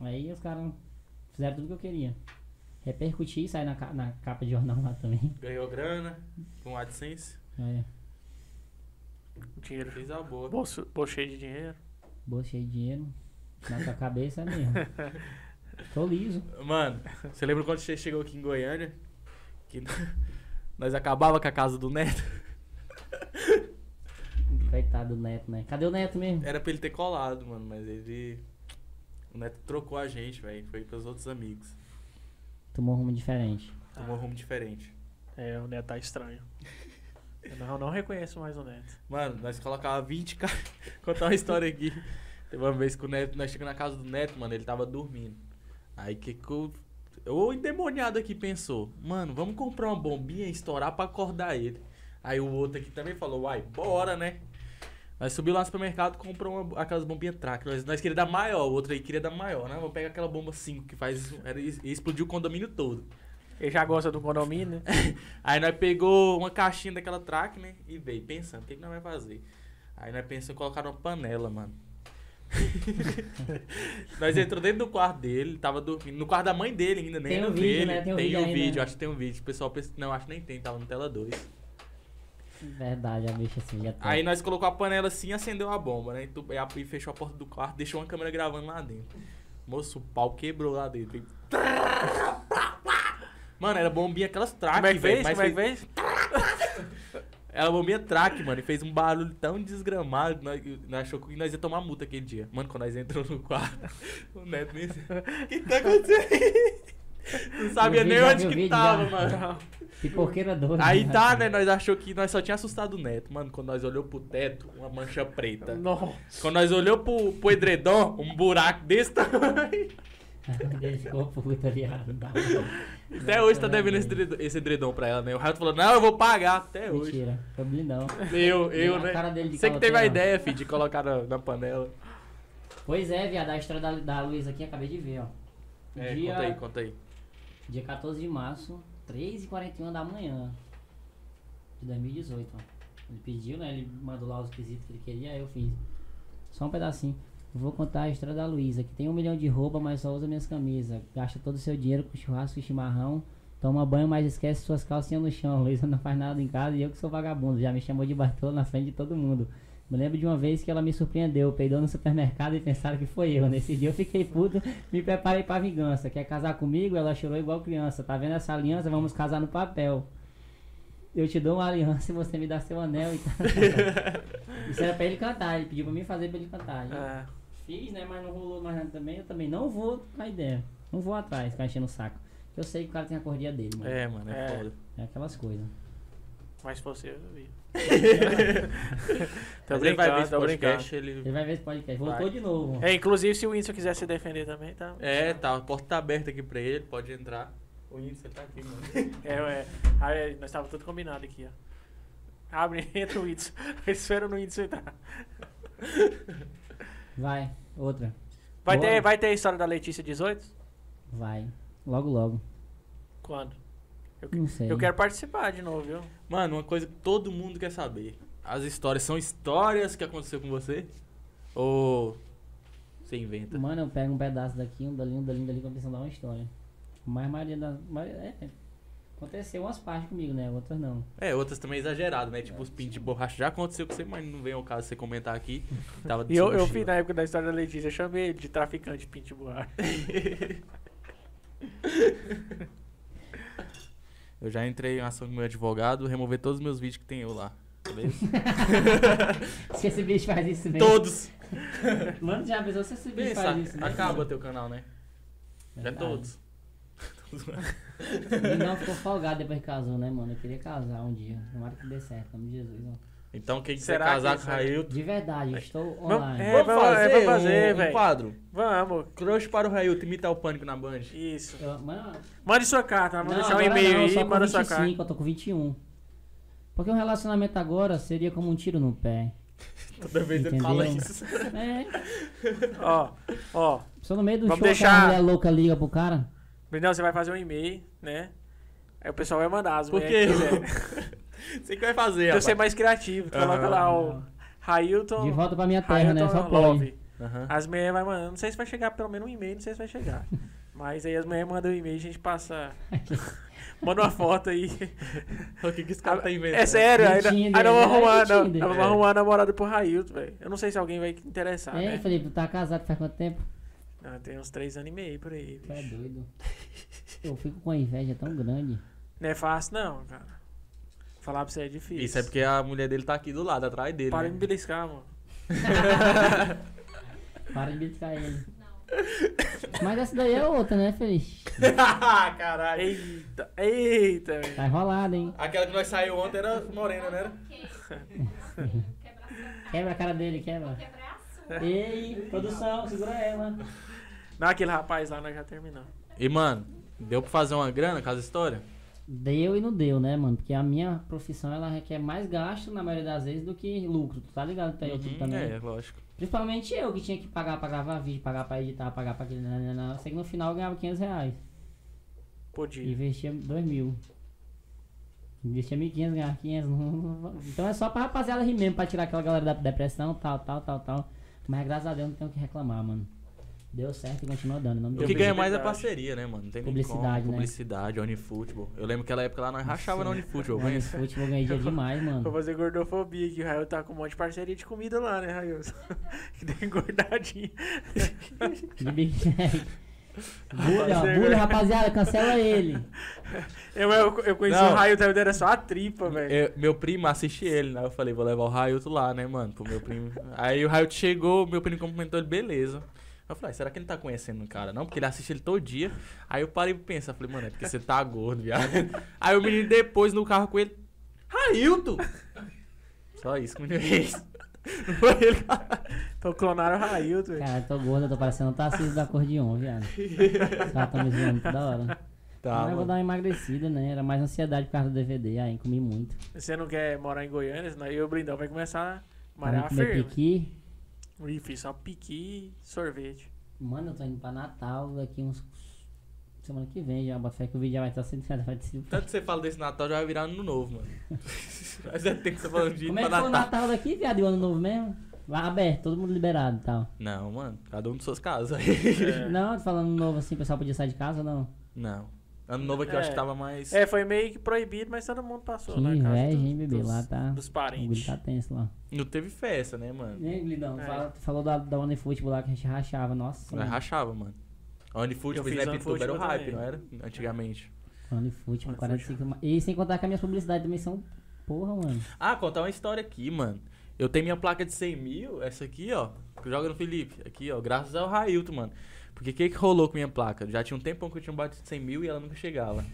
Speaker 3: Aí os caras fizeram tudo que eu queria. Repercuti e saí na, ca- na capa de jornal lá também.
Speaker 1: Ganhou grana, com AdSense,
Speaker 3: Aí,
Speaker 2: Um Dinheiro.
Speaker 1: fez a boa.
Speaker 2: Bolso, bolso cheio de dinheiro.
Speaker 3: bolsa cheia de dinheiro. Na tua cabeça mesmo. Tô liso.
Speaker 1: Mano, você lembra quando você chegou aqui em Goiânia? Que nós acabava com a casa do Neto?
Speaker 3: Coitado do Neto, né? Cadê o Neto mesmo?
Speaker 1: Era pra ele ter colado, mano, mas ele. O Neto trocou a gente, velho. Foi pros outros amigos.
Speaker 3: Tomou um rumo diferente.
Speaker 1: Tomou um rumo diferente.
Speaker 2: É, o Neto tá estranho. Eu não, não reconheço mais o Neto.
Speaker 1: Mano, nós colocava 20 caras. Contar uma história aqui. Teve uma vez que o Neto, nós chegamos na casa do Neto, mano, ele tava dormindo. Aí que que eu. O endemoniado aqui pensou, mano, vamos comprar uma bombinha e estourar pra acordar ele. Aí o outro aqui também falou, uai, bora, né? Nós subimos lá no supermercado, comprou uma, aquelas bombinhas track. Nós, nós queríamos dar maior, o outro aí queria dar maior, né? Vamos pegar aquela bomba 5 que faz. Era, e explodiu o condomínio todo.
Speaker 2: Ele já gosta do condomínio, né?
Speaker 1: Aí nós pegou uma caixinha daquela track, né? E veio pensando, o que, que nós vamos fazer? Aí nós pensamos em colocar numa panela, mano. nós entrou dentro do quarto dele, tava dormindo. No quarto da mãe dele ainda, nem
Speaker 3: Tem
Speaker 1: era
Speaker 3: um vídeo,
Speaker 1: dele.
Speaker 3: né? Tem um vídeo ainda.
Speaker 1: acho que tem um vídeo. O pessoal pensa. Não, acho que nem tem, tava no tela 2.
Speaker 3: Verdade, a bicha assim já tá.
Speaker 1: Aí nós colocou a panela assim e acendeu a bomba, né? E, tu- e a- e fechou a porta do quarto, deixou uma câmera gravando lá dentro. Moço, o pau quebrou lá dentro. E- Mano, era bombinha aquelas tracks,
Speaker 2: Como é que
Speaker 1: velho,
Speaker 2: fez?
Speaker 1: mas
Speaker 2: Como é que fez?
Speaker 1: Ela bombinha track, mano, e fez um barulho tão desgramado que nós, nós achou que nós ia tomar multa aquele dia. Mano, quando nós entramos no quarto, o Neto nem. O que tá acontecendo aí? Não sabia
Speaker 3: Eu vi
Speaker 1: nem
Speaker 3: já,
Speaker 1: onde
Speaker 3: eu
Speaker 1: que
Speaker 3: vi já.
Speaker 1: tava, mano.
Speaker 3: Pipoqueira é doida.
Speaker 1: Aí tá, né? Nós achou que nós só tinha assustado o Neto, mano. Quando nós olhou pro teto, uma mancha preta.
Speaker 2: Nossa.
Speaker 1: Quando nós olhou pro, pro edredom, um buraco desse tamanho.
Speaker 3: Ele ficou puta, ah, viado.
Speaker 1: Até hoje tá devendo esse edredom, esse edredom pra ela, né? O Rato falou, não, eu vou pagar até É hoje.
Speaker 3: Mentira, foi blindão.
Speaker 1: Eu, eu,
Speaker 3: A
Speaker 1: né?
Speaker 3: cara dele de
Speaker 1: Você que teve a
Speaker 3: caloteiro.
Speaker 1: ideia, filho, de colocar na, na panela.
Speaker 3: Pois é, viado, a história da, da Luísa aqui acabei de ver, ó.
Speaker 1: É,
Speaker 3: Um dia,
Speaker 1: conta aí, conta aí.
Speaker 3: dia 14 de março, 3h41 da manhã de 2018, ó. Ele pediu, né? Ele mandou lá os quesitos que ele queria, aí eu fiz. Só um pedacinho. Vou contar a história da Luísa, que tem um milhão de roupa, mas só usa minhas camisas. Gasta todo o seu dinheiro com churrasco e chimarrão. Toma banho, mas esquece suas calcinhas no chão. Luísa não faz nada em casa e eu que sou vagabundo. Já me chamou de Bartolo na frente de todo mundo. Me lembro de uma vez que ela me surpreendeu, peidou no supermercado e pensaram que foi eu. Nesse dia eu fiquei puto, me preparei pra vingança. Quer casar comigo? Ela chorou igual criança. Tá vendo essa aliança? Vamos casar no papel. Eu te dou uma aliança e você me dá seu anel e tal. Isso era pra ele cantar, ele pediu pra mim fazer pra ele cantar.
Speaker 2: Ah,
Speaker 3: Fiz, né? Mas não rolou mais nada também. Eu também não vou na ideia. Não vou atrás, ficar enchendo o saco. Eu sei que o cara tem a cordia dele, mano. É,
Speaker 1: É, mano, é,
Speaker 2: É.
Speaker 1: foda.
Speaker 3: aquelas coisas.
Speaker 2: mas se fosse eu, eu vi. tô
Speaker 1: Mas ele vai
Speaker 2: Tá
Speaker 1: ver
Speaker 2: brincando,
Speaker 1: esse
Speaker 2: tô brincando.
Speaker 1: podcast, ele...
Speaker 3: Ele vai ver esse podcast. Voltou
Speaker 1: Vai.
Speaker 3: de novo.
Speaker 2: É, inclusive, se o Winston quiser se defender também, tá?
Speaker 1: É, tá, a porta tá aberta aqui pra ele, pode entrar. O Índio, você tá aqui, mano.
Speaker 2: É, é. Aí, nós tava tudo combinado aqui, ó. Abre, entra o Winston. Espera no Winston entrar.
Speaker 3: Vai, outra.
Speaker 2: Vai
Speaker 3: Bora.
Speaker 2: ter, vai ter a história da Letícia 18?
Speaker 3: Vai. Logo, logo.
Speaker 2: Quando? Eu,
Speaker 3: Não sei.
Speaker 2: eu quero participar de novo, viu?
Speaker 1: Mano, uma coisa que todo mundo quer saber. As histórias são histórias que aconteceu com você? Ou você inventa?
Speaker 3: Mano, eu pego um pedaço daqui, um dali, um dali, um dali, começando a dar uma história. Mas a maioria das. maioria- É. Aconteceu umas partes comigo, né? Outras não.
Speaker 1: É, outras também é exagerado, né? Tipo, os pintos de borracha já aconteceu com você, mas não vem ao caso você comentar aqui. Tava
Speaker 2: E eu,
Speaker 1: sobre
Speaker 2: eu
Speaker 1: China.
Speaker 2: vi né? na época da história da Letícia, eu chamei ele de traficante de pinte borracha.
Speaker 1: Eu já entrei em ação com meu advogado, remover todos os meus vídeos que tem eu lá. Beleza?
Speaker 3: Se esse bicho faz isso mesmo.
Speaker 1: todos!
Speaker 3: Mano, já avisou se esse bicho
Speaker 1: Pensa,
Speaker 3: faz
Speaker 2: né?
Speaker 3: isso mesmo.
Speaker 1: acaba teu canal, né? Já
Speaker 3: Verdade.
Speaker 1: todos.
Speaker 3: E não ficou folgado depois que casou, né, mano? Eu queria casar um dia. Tomara que dê certo, em nome de Jesus. ó.
Speaker 1: Então quem quiser
Speaker 2: Será que
Speaker 1: casar
Speaker 2: isso
Speaker 1: com
Speaker 2: é-
Speaker 1: a Railton.
Speaker 3: De verdade, eu estou
Speaker 2: Vamos-
Speaker 3: online.
Speaker 2: É, vamos- é, vamos fazer,
Speaker 1: um, um
Speaker 2: velho.
Speaker 1: quadro.
Speaker 2: Vamos,
Speaker 1: Crush para o Railton, imitar o pânico na Band.
Speaker 2: isso.
Speaker 3: Eu- mano,
Speaker 2: Mande sua carta,
Speaker 3: não,
Speaker 2: manda é. deixar um
Speaker 3: agora
Speaker 2: e-mail
Speaker 3: não,
Speaker 2: aí,
Speaker 3: só com
Speaker 2: manda sua
Speaker 3: 25,
Speaker 2: carta.
Speaker 3: eu tô com 21. Porque um relacionamento agora seria como um tiro no pé.
Speaker 1: Toda vez ele fala
Speaker 3: Entendeu?
Speaker 1: isso.
Speaker 3: É,
Speaker 2: Ó, ó.
Speaker 3: só no meio do
Speaker 2: Vamos
Speaker 3: show
Speaker 2: deixar-
Speaker 3: que a mulher louca liga pro cara.
Speaker 2: Brindão, você vai fazer um e-mail, né? Aí o pessoal vai mandar as
Speaker 1: Por
Speaker 2: mulheres
Speaker 1: quê?
Speaker 2: que quiser.
Speaker 1: Você que vai fazer,
Speaker 2: Pra eu
Speaker 1: rapaz.
Speaker 2: ser mais criativo, tu coloca
Speaker 1: Aham.
Speaker 2: lá o Railton.
Speaker 3: De volta pra minha terra, né? Só pode.
Speaker 2: Love.
Speaker 1: Aham.
Speaker 2: As mulheres vai mandando. Não sei se vai chegar pelo menos um e-mail, não sei se vai chegar. Mas aí as mulheres mandam um e-mail e a gente passa. Manda uma foto aí.
Speaker 1: O que, que esse cara tá inventando?
Speaker 2: É sério,
Speaker 3: No
Speaker 2: ainda,
Speaker 3: Tinder,
Speaker 2: ainda vamos
Speaker 3: né? No
Speaker 2: arrumar, não,
Speaker 3: Tinder.
Speaker 2: vamos
Speaker 1: É.
Speaker 2: arrumar namorado pro Railton, velho. Eu não sei se alguém vai interessar,
Speaker 3: E aí,
Speaker 2: né?
Speaker 3: Felipe, tu tá casado faz quanto tempo?
Speaker 2: Não, tem uns três anos e meio por aí,
Speaker 3: Tu é
Speaker 2: bicho.
Speaker 3: doido. Eu fico com uma inveja tão grande.
Speaker 2: Não é fácil, não, cara. Falar pra você é difícil.
Speaker 1: Isso é porque a mulher dele tá aqui do lado, atrás dele.
Speaker 2: Para de me
Speaker 1: né?
Speaker 2: beliscar, mano.
Speaker 3: Para de brincar ele. Mas essa daí é outra, né, Feliz?
Speaker 1: Ah, Caralho.
Speaker 2: Eita, eita, velho.
Speaker 3: Tá enrolado, hein?
Speaker 1: Aquela que nós saiu ontem era morena, né?
Speaker 3: Quebra a cara dele, quebra. Ei, produção, segura ela.
Speaker 2: Não, aquele rapaz lá, nós já terminamos.
Speaker 1: E, mano, deu pra fazer uma grana com essa história?
Speaker 3: Deu e não deu, né, mano? Porque a minha profissão ela requer mais gasto na maioria das vezes do que lucro. Tu tá ligado? Tá YouTube também.
Speaker 1: é, lógico.
Speaker 3: Principalmente eu que tinha que pagar pra gravar vídeo, pagar pra editar, pagar pra aquele. né, nananana. Eu sei que no final eu ganhava 500 reais.
Speaker 2: Podia.
Speaker 3: E investia 2 mil. Investia 1.500, ganhava 500. não- não- Então é só pra rapaziada rir mesmo, pra tirar aquela galera da depressão, tal, tal, tal, tal. Mas graças a Deus não tenho o que reclamar, mano. Deu certo e continua dando. Não me
Speaker 1: O
Speaker 3: deu
Speaker 1: que ganha mais é
Speaker 2: visibilidade.
Speaker 1: parceria, né, mano? Não tem nem
Speaker 3: Publicidade, né?
Speaker 1: como. Publicidade, OnlyFootball. Eu lembro que aquela época lá nós rachava na OnlyFootball,
Speaker 3: ganho
Speaker 1: mas...
Speaker 3: futebol, ganhei dinheiro demais,
Speaker 2: Vou
Speaker 3: mano.
Speaker 2: fazer gordofobia aqui. O Rael tá com um monte de parceria de comida lá, né, Rael? que deu engordadinho.
Speaker 3: De Big Mac. Bulha,
Speaker 1: é
Speaker 2: Rapaziada.
Speaker 3: bulha, rapaziada, cancela ele.
Speaker 2: Eu, eu, eu conheci
Speaker 1: Não. É.
Speaker 2: o Rael, também era só a tripa, velho.
Speaker 1: Eu- meu primo assiste ele, né? Eu falei, vou levar o Railton lá, né, mano? Pro meu primo. Aí o Railton chegou, meu primo cumprimentou ele, beleza. Eu falei, será que ele não tá conhecendo o cara, não? Porque ele assiste ele todo dia. Aí eu parei pra pensar, falei, mano, é porque você tá gordo, viado. Aí o menino depois no carro com ele, Railton! Só isso que o menino fez. Não foi ele.
Speaker 2: Então clonaram o Rael, velho.
Speaker 3: Cara, eu tô gorda, tô parecendo o Tarcísio da Cordion, viado. Os caras tão me zoando toda hora.
Speaker 1: Tá,
Speaker 3: Mas eu vou
Speaker 1: mano.
Speaker 3: dar uma emagrecida, né? Era mais ansiedade por causa do DVD, aí comi muito.
Speaker 2: Você não quer morar em Goiânia, senão aí o Brindão vai começar a
Speaker 3: Parei
Speaker 1: é
Speaker 2: marar
Speaker 3: de comer
Speaker 2: firme.
Speaker 3: piqui.
Speaker 2: Ih, filho, só piqui e sorvete.
Speaker 3: Mano, eu tô indo pra Natal daqui uns. Semana que vem já, bota fé que o vídeo já vai estar sendo vai ter sido.
Speaker 1: Tanto que você fala desse Natal, já vai virar ano novo, mano. Mas é tempo que você falando de ir
Speaker 3: Como é
Speaker 1: pra
Speaker 3: que foi o
Speaker 1: Natal.
Speaker 3: Natal daqui, viado? E o ano novo mesmo? Lá aberto, todo mundo liberado e tal.
Speaker 1: Não, mano. Cada um de suas casas.
Speaker 2: É.
Speaker 3: Não, tô falando ano novo assim, o pessoal podia sair de casa ou não?
Speaker 1: Não. Ano novo aqui eu acho
Speaker 2: É.
Speaker 1: que tava mais...
Speaker 2: É, foi meio que proibido, mas todo mundo passou
Speaker 3: Que
Speaker 2: na casa
Speaker 3: inveja,
Speaker 2: dos,
Speaker 3: hein, é, bebê?
Speaker 2: dos-
Speaker 3: Lá tá.
Speaker 2: dos
Speaker 3: O bagulho
Speaker 2: parentes.
Speaker 3: tá tenso lá.
Speaker 1: Não teve festa, né, mano?
Speaker 3: E aí, Glidão,
Speaker 2: É.
Speaker 3: fala- tu falou da, da OneFootball lá que a gente rachava, nossa.
Speaker 1: Nós
Speaker 3: mano.
Speaker 1: rachava, mano. A
Speaker 2: Eu
Speaker 1: OnlyFootball,
Speaker 2: fiz
Speaker 1: SnapTube era o
Speaker 2: OnlyFootball
Speaker 1: hype,
Speaker 2: também.
Speaker 1: não era? Antigamente.
Speaker 3: OneFootball,
Speaker 2: OneFootball.
Speaker 3: 45. ma- E sem contar que as minhas publicidades também são. Porra, mano.
Speaker 1: Ah, contar uma história aqui, mano. Eu tenho minha placa de 100 mil, essa aqui, ó. Que joga no Felipe. Aqui, ó. Graças ao Railton, mano. Porque o que, que rolou com minha placa? Já tinha um tempão que eu tinha batido 100 mil e ela nunca chegava.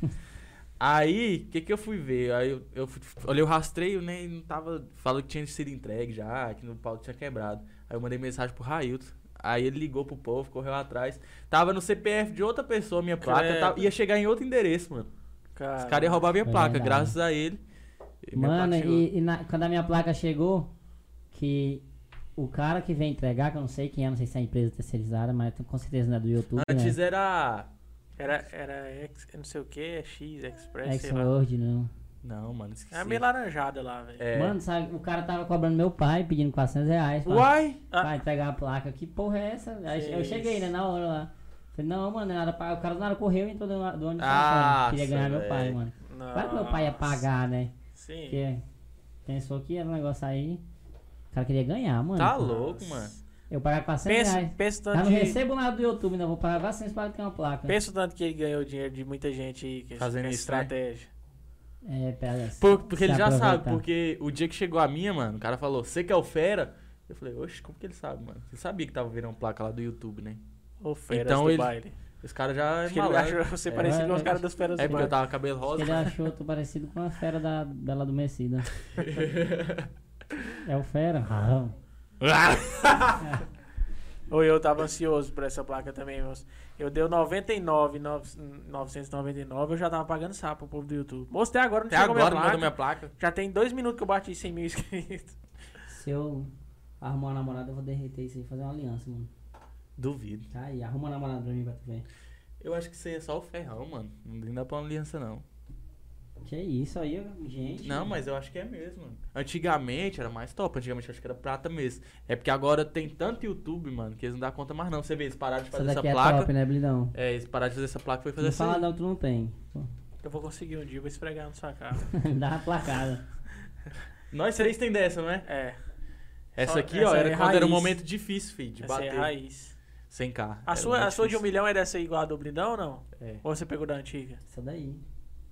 Speaker 1: Aí, o que, que eu fui ver? Aí eu, eu fui- olhei o rastreio, né? E não tava. Falou que tinha sido entregue já, que no pau tinha quebrado. Aí eu mandei mensagem pro Railton. Aí ele ligou pro povo, correu atrás. Tava no CPF de outra pessoa, minha placa.
Speaker 2: Credo.
Speaker 1: tava- ia chegar em outro endereço, mano. Os caras iam roubar minha
Speaker 3: É
Speaker 1: placa,
Speaker 3: verdade.
Speaker 1: graças a ele. minha
Speaker 3: Mano,
Speaker 1: placa chegou.
Speaker 3: e, e na- quando a minha placa chegou, que o cara que vem entregar, que eu não sei quem é, não sei se é a empresa terceirizada, mas com certeza não é do YouTube,
Speaker 1: Antes
Speaker 3: né?
Speaker 1: era.
Speaker 2: Era, era ex, não sei o que, X, Express, né, sei lá.
Speaker 3: Ex-Word, não.
Speaker 1: Não, mano, esqueci.
Speaker 2: É a meio laranjada lá, velho.
Speaker 1: É.
Speaker 3: Mano, sabe, o cara tava cobrando meu pai, pedindo 400 reais pra,
Speaker 2: Uai!
Speaker 3: pra entregar a placa. Que porra é essa? Aí eu
Speaker 2: Gente.
Speaker 3: cheguei, né, na é hora lá. Falei, não, mano, nada pra... o cara do nada correu e entrou do do ônibus.
Speaker 1: Ah,
Speaker 3: Queria ganhar
Speaker 1: sei,
Speaker 3: meu pai,
Speaker 1: véi.
Speaker 3: mano. Claro que meu pai ia pagar, né?
Speaker 2: Sim.
Speaker 3: Porque pensou que era um negócio aí. O cara queria ganhar, mano.
Speaker 1: Tá louco, mano.
Speaker 3: Eu pagar 400
Speaker 2: Pensa,
Speaker 3: reais. Tá
Speaker 2: pensa
Speaker 3: Já
Speaker 2: tanto
Speaker 3: não
Speaker 2: de,
Speaker 3: recebo nada do YouTube, não. Vou pagar 400 para ter uma placa.
Speaker 2: pensa o tanto que ele ganhou dinheiro de muita gente aí. Que
Speaker 1: Fazendo
Speaker 2: que
Speaker 1: isso, né?
Speaker 2: estratégia.
Speaker 3: É, pera.
Speaker 1: Por- porque
Speaker 3: se
Speaker 1: ele já sabe,
Speaker 3: aproveitar.
Speaker 1: porque o dia que chegou a minha, mano, o cara falou, você que é o fera? Eu falei, oxe, como que ele sabe, mano? Ele sabia que tava virando placa lá do YouTube, né?
Speaker 2: Ou feras
Speaker 1: Então
Speaker 2: do
Speaker 1: ele-
Speaker 2: baile.
Speaker 1: Os caras já.
Speaker 2: Acho que ele
Speaker 1: embalaram.
Speaker 2: achou você
Speaker 1: É.
Speaker 2: parecido com os
Speaker 3: É,
Speaker 2: caras das feras
Speaker 1: É
Speaker 2: do
Speaker 1: porque eu
Speaker 2: baile.
Speaker 1: tava com cabelo
Speaker 3: Acho que
Speaker 1: rosa.
Speaker 3: ele achou tu parecido com a fera da, dela do Messida. é o fera. Ah,
Speaker 2: Ou eu tava ansioso por essa placa também, moço. Eu deu 99, 999, eu já tava pagando sapo o povo do YouTube. Moço, até agora não
Speaker 1: Até
Speaker 2: chegou minha
Speaker 1: agora não mandou
Speaker 2: placa.
Speaker 1: minha placa.
Speaker 2: Já tem dois minutos que eu bati 100 mil inscritos.
Speaker 3: Se eu arrumar uma namorada, eu vou derreter isso aí, fazer uma aliança, mano.
Speaker 1: Duvido.
Speaker 3: Tá aí, arruma uma namorada pra mim pra tu ver.
Speaker 1: Eu acho que você é só o ferrão, mano. Não dá pra uma aliança, não.
Speaker 3: Que isso aí, eu- gente.
Speaker 1: Não, mas eu acho que é mesmo, mano. Antigamente era mais top, antigamente eu acho que era prata mesmo. É porque agora tem tanto YouTube, mano, que eles não dão conta mais, não. Você vê, eles pararam de
Speaker 3: Essa
Speaker 1: fazer essa
Speaker 3: daqui é
Speaker 1: placa.
Speaker 3: top, né, Blidão?
Speaker 1: É, eles pararam de fazer essa placa e foi fazer
Speaker 3: Não fala
Speaker 1: essa.
Speaker 3: não, tu não tem. Pô,
Speaker 2: Eu vou conseguir um dia, vou esfregar na sua cara.
Speaker 3: Dá uma placada.
Speaker 1: Nós três tem dessa, não é?
Speaker 2: É,
Speaker 1: Essa
Speaker 2: Só-
Speaker 1: aqui,
Speaker 2: essa
Speaker 1: ó,
Speaker 2: é
Speaker 1: era quando era
Speaker 2: raiz.
Speaker 1: um momento difícil, filho, de
Speaker 2: essa é a
Speaker 1: bater.
Speaker 2: raiz.
Speaker 1: Sem k
Speaker 2: A sua, a sua de um milhão é dessa aí igual a do Blindão ou não?
Speaker 1: É.
Speaker 2: Ou você pegou da antiga?
Speaker 3: Essa daí.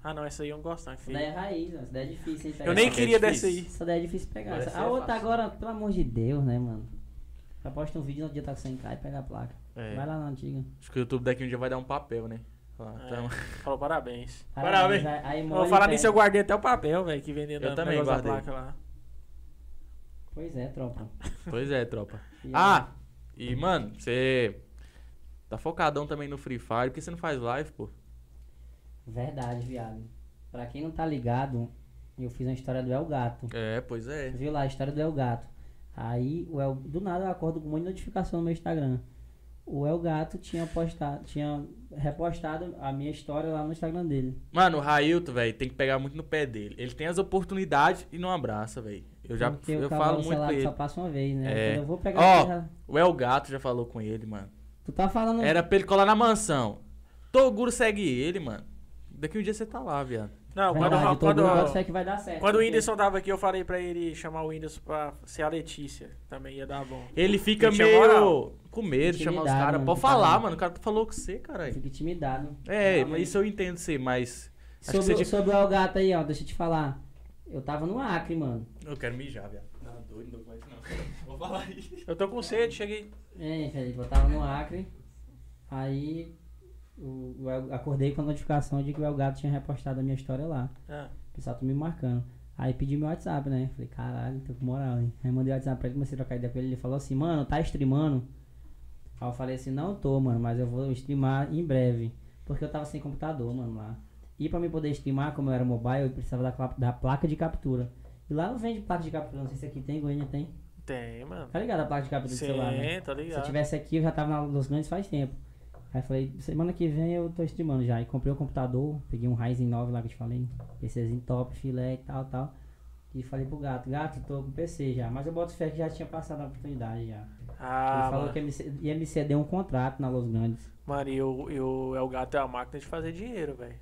Speaker 2: Ah, não, essa aí eu não gosto, não,
Speaker 3: Essa
Speaker 2: filho.
Speaker 3: daí é raiz, ó. essa daí é difícil, hein? pegar.
Speaker 2: Eu nem
Speaker 1: Essa aqui é
Speaker 2: queria dessa
Speaker 1: difícil.
Speaker 2: aí.
Speaker 3: Essa daí é difícil pegar.
Speaker 1: Parece
Speaker 3: Essa-
Speaker 1: ser
Speaker 3: A outra
Speaker 1: fácil.
Speaker 3: agora, pelo amor de Deus, né, mano? Já posta um vídeo no dia tá com 100k e pega a placa.
Speaker 1: É.
Speaker 3: Vai lá na antiga.
Speaker 1: Acho que o YouTube daqui um dia vai dar um papel, né? Lá,
Speaker 2: É.
Speaker 1: então-
Speaker 2: Falou parabéns.
Speaker 1: Parabéns.
Speaker 3: Aí, aí,
Speaker 2: Eu
Speaker 3: mole
Speaker 2: Vou falar
Speaker 3: pega.
Speaker 2: nisso, eu guardei até o papel, velho, que vendendo
Speaker 1: Eu também
Speaker 2: negócio da
Speaker 1: guardei.
Speaker 2: placa lá.
Speaker 3: Pois é, tropa.
Speaker 1: Pois é, tropa.
Speaker 3: E
Speaker 1: Ah, e mano, você tá focadão também no Free Fire, por que você não faz live, pô?
Speaker 3: Verdade, viado. Pra quem não tá ligado, eu fiz uma história do El Gato.
Speaker 1: É, pois é.
Speaker 3: Viu lá a história do El Gato? Aí, o El... do nada eu acordo com um monte de notificação no meu Instagram. O El Gato tinha postado, tinha repostado a minha história lá no Instagram dele.
Speaker 1: Mano, o Railton, velho, tem que pegar muito no pé dele. Ele tem as oportunidades e não abraça, velho. Eu já
Speaker 3: Então, Porque o
Speaker 1: eu
Speaker 3: cavalo
Speaker 1: falo muito com
Speaker 3: selado
Speaker 1: ele.
Speaker 3: só passa uma vez, né?
Speaker 1: É.
Speaker 3: Quando eu vou pegar
Speaker 1: Ó.
Speaker 3: a terra-
Speaker 1: O El Gato já falou com ele, mano.
Speaker 3: Tu tá falando.
Speaker 1: Era pra ele colar na mansão. Toguro segue ele, mano. Daqui um dia você tá lá, viado.
Speaker 2: Não, quando,
Speaker 3: Verdade,
Speaker 2: o-
Speaker 3: todo
Speaker 2: quando,
Speaker 3: mundo gosta é que vai dar certo.
Speaker 2: quando o
Speaker 3: porque-
Speaker 2: Whindersson tava aqui, eu falei pra ele chamar o Whindersson pra ser a Letícia. Também ia dar bom.
Speaker 1: Ele fica
Speaker 2: Ele tinha
Speaker 1: meio
Speaker 2: moral.
Speaker 1: com medo de chamar os
Speaker 3: Intimidado,
Speaker 1: caras.
Speaker 3: mano,
Speaker 1: Pode
Speaker 3: tá
Speaker 1: falar,
Speaker 3: bom.
Speaker 1: mano. O cara falou com você, caralho.
Speaker 3: Fica intimidado.
Speaker 1: É,
Speaker 3: Realmente.
Speaker 1: mas isso eu entendo você, mas. Acho que
Speaker 3: Sobre,
Speaker 1: você
Speaker 3: sobre o El Gato aí, ó, deixa eu te falar. Eu tava no Acre, mano.
Speaker 1: Eu quero mijar, viado. Tá doido, não faz não. Vou falar aí.
Speaker 2: Eu tô com sede, cheguei.
Speaker 3: É, Felipe, eu tava no Acre. Aí o, o El- acordei com a notificação de que o El Gato tinha repostado a minha história lá.
Speaker 2: Ah,
Speaker 3: O pessoal tá me marcando. Aí pedi meu WhatsApp, né? Falei, caralho, tô com moral, hein? Aí mandei o WhatsApp pra ele, comecei a trocar ideia com ele. Ele falou assim, mano, tá streamando? Aí eu falei assim, não tô, mano, mas eu vou streamar em breve. Porque eu tava sem computador, mano, lá. E pra me poder streamar, como eu era mobile, eu precisava da, cla- da placa de captura. E lá não vende placa de captura, não sei se aqui tem, Goiânia tem.
Speaker 2: tem, mano.
Speaker 3: Tá ligado a placa de captura do celular, né?
Speaker 2: Sim, tá
Speaker 3: Se eu
Speaker 2: ligado.
Speaker 3: tivesse aqui, eu já tava na Los Grandes faz tempo. Aí eu falei, semana que vem eu tô streamando já. Aí comprei um computador, peguei um Ryzen 9 lá que eu te falei, PCzinho top, filé e tal, tal. E falei pro gato, gato, tô com PC já. Mas eu boto fé que já tinha passado a oportunidade já.
Speaker 2: Ah,
Speaker 3: Ele falou
Speaker 2: mano.
Speaker 3: que ia me ce- ia me ceder um contrato na Los Grandes.
Speaker 2: Mano, e o, e o El Gato é a máquina de fazer dinheiro, velho.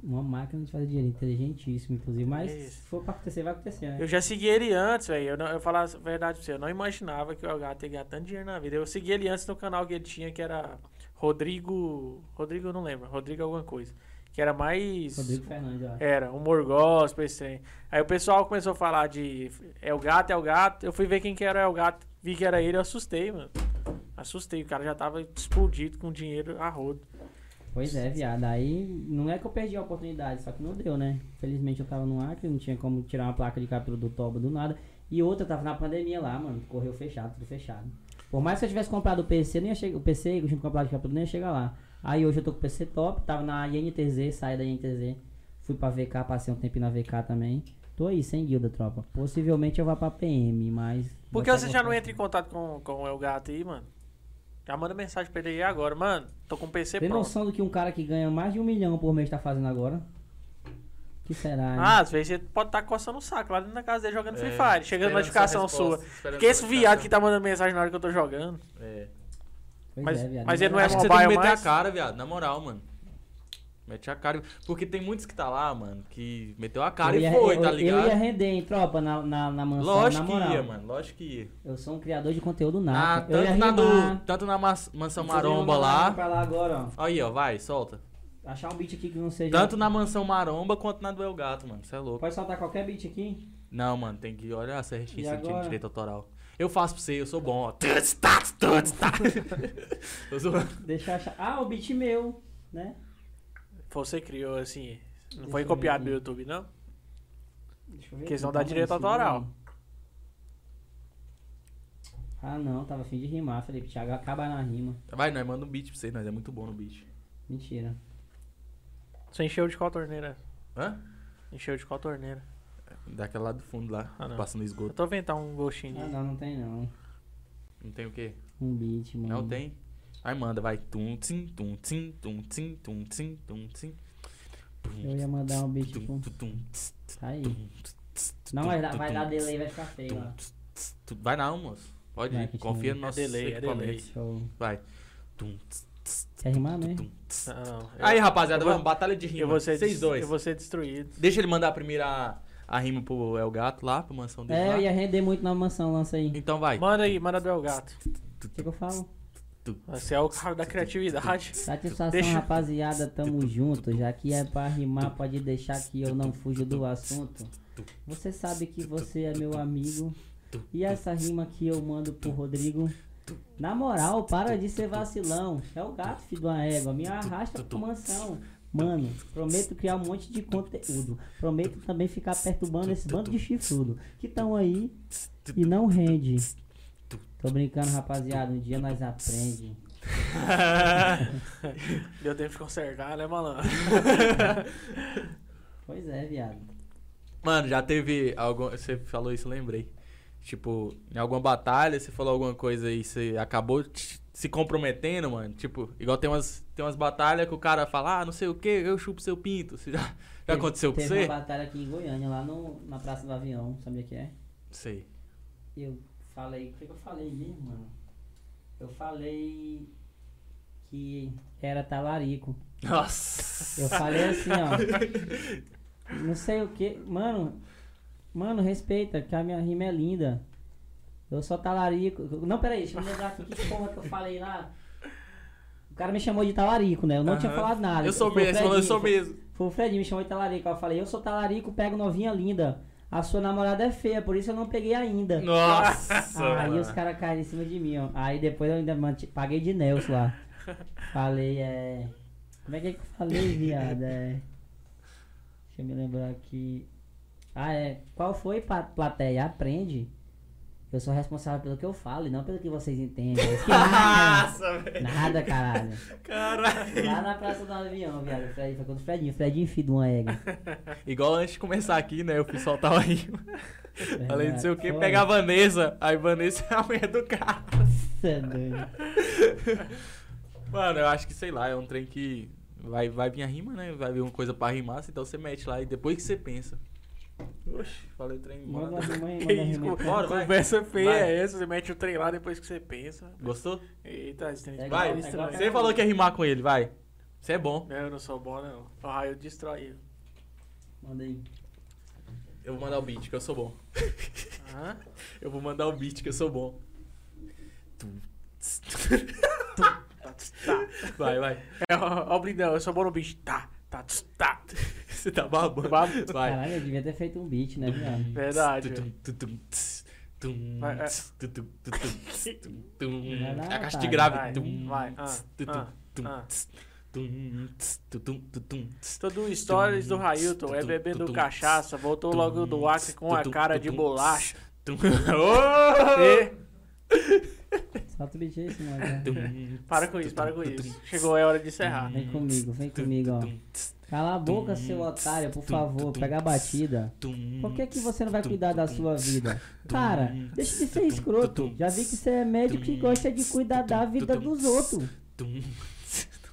Speaker 3: Uma máquina de fazer dinheiro, inteligentíssimo, inclusive. Mas
Speaker 2: Isso.
Speaker 3: se for pra acontecer, vai acontecer, né?
Speaker 2: Eu já segui ele antes, velho. Eu, não- eu falar a verdade pra você, eu não imaginava que o El Gato ia ganhar tanto dinheiro na vida. Eu segui ele antes no canal que ele tinha, que era Rodrigo. Rodrigo, eu não lembro. Rodrigo alguma coisa. Que era mais.
Speaker 3: Rodrigo Fernandes, ó.
Speaker 2: Era, humor gospel, esse trem. Aí o pessoal começou a falar de é o gato, é o gato. Eu fui ver quem que era é o gato, vi que era ele, eu assustei, mano. Assustei, o cara já tava explodido com dinheiro a rodo.
Speaker 3: Pois é, viado. Aí não é que eu perdi a oportunidade, só que não deu, né? Felizmente eu tava no Acre, não tinha como tirar uma placa de captura do Toba do nada. E outra, eu tava na pandemia lá, mano. Correu fechado, tudo fechado. Por mais que eu tivesse comprado o PC, nem ia chegar, o PC junto com a placa de captura nem ia chegar lá. Aí hoje eu tô com o PC top, tava na INTZ, saí da INTZ. Fui pra VK, passei um tempo na VK também. Tô aí, sem guilda, tropa. Possivelmente eu vá pra PM, mas.
Speaker 2: Por que você já não entra em contato com, com o El Gato aí, mano? Já manda mensagem pra ele aí agora, mano. Tô com o PC
Speaker 3: Tem
Speaker 2: pronto.
Speaker 3: noção do que um cara que ganha mais de um milhão por mês tá fazendo agora? que será? hein?
Speaker 2: Ah, às vezes você pode estar coçando o saco lá dentro da casa dele jogando Free
Speaker 1: É,
Speaker 2: Fire. Chegando notificação sua. Porque esse viado que tá mandando mensagem na hora que eu tô jogando.
Speaker 1: É.
Speaker 3: Pois
Speaker 2: Mas-
Speaker 3: é, viado.
Speaker 2: mas ele não é
Speaker 1: Acho que você tem que
Speaker 2: mobile
Speaker 1: meter a
Speaker 2: mais?
Speaker 1: cara, viado. Na moral, mano. Mete a cara. e- Porque tem muitos que tá lá, mano, que meteu a cara
Speaker 3: eu ia,
Speaker 1: e foi,
Speaker 3: eu-
Speaker 1: tá
Speaker 3: Eu ia
Speaker 1: ligado?
Speaker 3: render em tropa na, na, na mansão,
Speaker 1: Lógico
Speaker 3: na
Speaker 1: que
Speaker 3: moral.
Speaker 1: ia, mano. Lógico que ia.
Speaker 3: Eu sou um criador de conteúdo
Speaker 1: Ah,
Speaker 3: nato. eu ia
Speaker 1: tanto na,
Speaker 3: rimar.
Speaker 1: do, tanto na mas- Mansão
Speaker 3: Vocês vão
Speaker 1: Maromba
Speaker 3: mandar um
Speaker 1: lá.
Speaker 3: Pra lá agora, ó.
Speaker 1: Aí, ó, vai, solta.
Speaker 3: Achar um beat aqui que não seja...
Speaker 1: Tanto na Mansão Maromba quanto na do El Gato, mano. Isso é louco.
Speaker 3: Pode soltar qualquer beat aqui.
Speaker 1: Não, mano, tem que olhar certinho
Speaker 3: E
Speaker 1: se não tinha
Speaker 3: agora?
Speaker 1: direito autoral. Eu faço pra você, eu sou bom, ó. Tuts, tats, tuts, tats. Tô zoando.
Speaker 3: Deixa eu achar... Ah, o beat meu, né?
Speaker 2: Você criou assim. Não
Speaker 3: Deixa
Speaker 1: Uhum.
Speaker 2: foi
Speaker 3: eu
Speaker 2: copiado
Speaker 3: ver
Speaker 2: do
Speaker 3: aqui.
Speaker 2: YouTube, não?
Speaker 3: Deixa eu ver Então tá
Speaker 2: Questão da
Speaker 3: aqui, calma aí,
Speaker 2: direito
Speaker 3: segundo.
Speaker 2: autoral.
Speaker 3: Ah, não. Tava afim de rimar. Falei, Thiago, acaba na rima.
Speaker 1: Vai, nós manda um beat pra você, nós é muito bom no beat.
Speaker 3: Mentira.
Speaker 2: Você encheu de qual torneira?
Speaker 1: Hã?
Speaker 2: Encheu de qual torneira?
Speaker 1: Daquela lá do fundo lá,
Speaker 2: Ah, não.
Speaker 1: passando
Speaker 2: Eu
Speaker 1: esgoto.
Speaker 2: tô inventando um gostinho
Speaker 3: Ah,
Speaker 2: de.
Speaker 3: não, não tem não.
Speaker 1: Não tem o quê?
Speaker 3: Um beat, mano.
Speaker 1: Não tem? Aí manda, vai. Tum, tim, tum, tim, tum, tim, tum, tim, tum, tim.
Speaker 3: Eu ia mandar um beat com...
Speaker 1: Tum, tum, tum, tss, tss,
Speaker 3: Aí.
Speaker 1: tum, tss, tss,
Speaker 3: Não,
Speaker 1: tum,
Speaker 3: vai, dar-
Speaker 1: tum,
Speaker 3: vai
Speaker 1: tum,
Speaker 3: dar
Speaker 1: tss,
Speaker 3: delay, vai ficar feio
Speaker 1: tum,
Speaker 3: lá.
Speaker 1: tss, tss, tum. Vai não, moço. Pode
Speaker 3: Vai,
Speaker 1: ir,
Speaker 3: continua.
Speaker 1: confia no
Speaker 2: É
Speaker 1: nosso
Speaker 2: delay, é delay.
Speaker 1: equipamento.
Speaker 3: Show.
Speaker 1: Vai. Tum, tss, tss,
Speaker 3: Quer rimar, né?
Speaker 1: tum, tss.
Speaker 2: Ah, Não, eu-
Speaker 1: Aí, rapaziada,
Speaker 2: eu vou-
Speaker 1: vamos, batalha de
Speaker 2: Eu
Speaker 1: rima.
Speaker 2: vou, ser
Speaker 1: Vocês
Speaker 2: des-
Speaker 1: dois.
Speaker 2: eu vou ser destruído.
Speaker 1: Deixa ele mandar primeiro a, a rima pro El Gato lá, pro mansão dele
Speaker 3: É,
Speaker 1: lá.
Speaker 3: eu ia render muito na mansão, lança aí.
Speaker 1: Então vai.
Speaker 2: Manda aí, manda do El Gato.
Speaker 3: O que, que eu falo?
Speaker 2: Você é o carro da criatividade.
Speaker 3: Satisfação,
Speaker 2: Deixa-
Speaker 3: rapaziada, tamo junto. Já que é pra rimar, pode deixar que eu não fujo do assunto. Você sabe que você é meu amigo. E essa rima que eu mando pro Rodrigo. Na moral, para de ser vacilão. É o gato, filho de uma égua. Me arrasta pra mansão. Mano, prometo criar um monte de conteúdo. Prometo também ficar perturbando esse bando de chifrudo que tão aí e não rende. Tô brincando, rapaziada. Um dia nós aprende.
Speaker 2: Deu tempo de consertar, né, malandro?
Speaker 3: Pois é, viado.
Speaker 1: Mano, já teve algum. Você falou isso, eu lembrei. Tipo, em alguma batalha, você falou alguma coisa e você acabou te- se comprometendo, mano. Tipo, igual tem umas, tem umas batalhas que o cara fala, ah, não sei o que, eu chupo seu pinto. Você já já
Speaker 3: Teve-
Speaker 1: aconteceu com
Speaker 3: teve
Speaker 1: você?
Speaker 3: uma batalha aqui em Goiânia, lá no, na Praça do Avião, sabia que é?
Speaker 1: Sei.
Speaker 3: Eu falei, o que que eu falei mesmo, mano? Eu falei que era talarico.
Speaker 1: Nossa.
Speaker 3: Eu falei assim, ó. Não sei o que. Mano, mano, respeita, que a minha rima é linda. Eu sou talarico. Não, peraí, deixa eu me lembrar aqui que porra que eu falei lá. O cara me chamou de talarico, né? Eu não tinha
Speaker 1: Aham.
Speaker 3: falado nada.
Speaker 1: Eu sou
Speaker 3: Foi o
Speaker 1: mesmo, eu
Speaker 3: Fredinho,
Speaker 1: sou
Speaker 3: foi-
Speaker 1: mesmo.
Speaker 3: Foi o Fred me chamou de talarico. Aí Eu falei, eu sou talarico, pego novinha linda. A sua namorada é feia, por isso eu não peguei ainda.
Speaker 1: Nossa.
Speaker 3: Aí
Speaker 1: mano.
Speaker 3: os caras caíram em cima de mim, ó. Aí depois eu ainda mante- paguei de Nelson lá. Falei, é. Como é que é que eu falei, viado? É... Deixa eu me lembrar aqui. Ah, é. Qual foi, pa- plateia? Aprende. Eu sou responsável pelo que eu falo e não pelo que vocês entendem. Eu fiquei, "Ah,
Speaker 1: Nossa, velho.
Speaker 3: Nada, caralho.
Speaker 1: Caralho.
Speaker 3: Lá na Praça do Avião, viado. O Fred, foi quando o Fredinho, o Fredinho filho de uma égua.
Speaker 1: Igual antes de começar aqui, né? Eu fui soltar o rima. Falei, não sei o que,
Speaker 3: É, Foi.
Speaker 1: pegar a Vanessa. Aí Vanessa é a mulher do cara.
Speaker 3: Cê é doido.
Speaker 1: Mano, eu acho que, sei lá, é um trem que vai, vai vir a rima, né? Vai vir uma coisa pra rimar, então você mete lá e depois que você pensa. Oxi, falei trem,
Speaker 3: Manda
Speaker 1: mano.
Speaker 3: uma rima aí,
Speaker 2: Que
Speaker 3: manda uma
Speaker 2: isso,
Speaker 3: rima aí.
Speaker 1: Bora, vai.
Speaker 2: Conversa feia
Speaker 1: Vai.
Speaker 2: é essa, você mete o trem lá depois que você pensa.
Speaker 1: Gostou?
Speaker 2: Eita, esse trem de
Speaker 3: É
Speaker 1: Vai,
Speaker 3: igual- é igual-
Speaker 2: estranho.
Speaker 1: você falou que ia rimar com ele, vai. Você é bom.
Speaker 2: Não, eu não sou bom, não. Ah, eu destrói ele.
Speaker 3: Manda aí.
Speaker 1: Eu vou mandar o beat, que eu sou bom.
Speaker 2: Hã?
Speaker 1: Eu vou mandar o beat, que eu sou bom. Tum, tss, tum.
Speaker 2: Tá, tss, tá.
Speaker 1: Vai, vai.
Speaker 2: É, ó, ó, o blindão, eu sou bom no bicho. Tá, tá, tss, tá.
Speaker 1: Você tá babando.
Speaker 2: Babo.
Speaker 1: Vai.
Speaker 3: Caralho, eu devia ter feito um beat, né, viado?
Speaker 2: Verdade.
Speaker 1: Tum, tum, tum, tss, tum,
Speaker 2: Vai, é.
Speaker 1: tss, tum, tum, tum, tss, tum, tum.
Speaker 3: Vai lá,
Speaker 1: É a caixa de
Speaker 3: rapaz.
Speaker 1: grave.
Speaker 2: Vai,
Speaker 1: Tum,
Speaker 2: vai. Ah,
Speaker 1: tss, tum,
Speaker 2: ah,
Speaker 1: tum,
Speaker 2: ah.
Speaker 1: tss, tum, tss, tum, tum, tum, tum, tss.
Speaker 2: Todo stories do Railton é bebendo cachaça, voltou logo do Acre com a cara de bolacha.
Speaker 1: Tum. Oh!
Speaker 2: E...
Speaker 3: Solta o beat aí, esse né? moleque.
Speaker 1: Tum,
Speaker 2: Para
Speaker 1: tss,
Speaker 2: com isso,
Speaker 1: tum,
Speaker 2: para com
Speaker 1: tum, tum,
Speaker 2: isso.
Speaker 1: tss,
Speaker 2: Chegou a hora de encerrar.
Speaker 3: Vem comigo, vem comigo, ó.
Speaker 1: tum, tss,
Speaker 3: Cala a boca, seu otário, por favor, pega a batida.
Speaker 1: tum,
Speaker 3: Por que, que você não vai cuidar da sua vida? Cara, deixa de ser escroto. Já vi que você é médico e gosta de cuidar da vida dos outros,
Speaker 1: tum.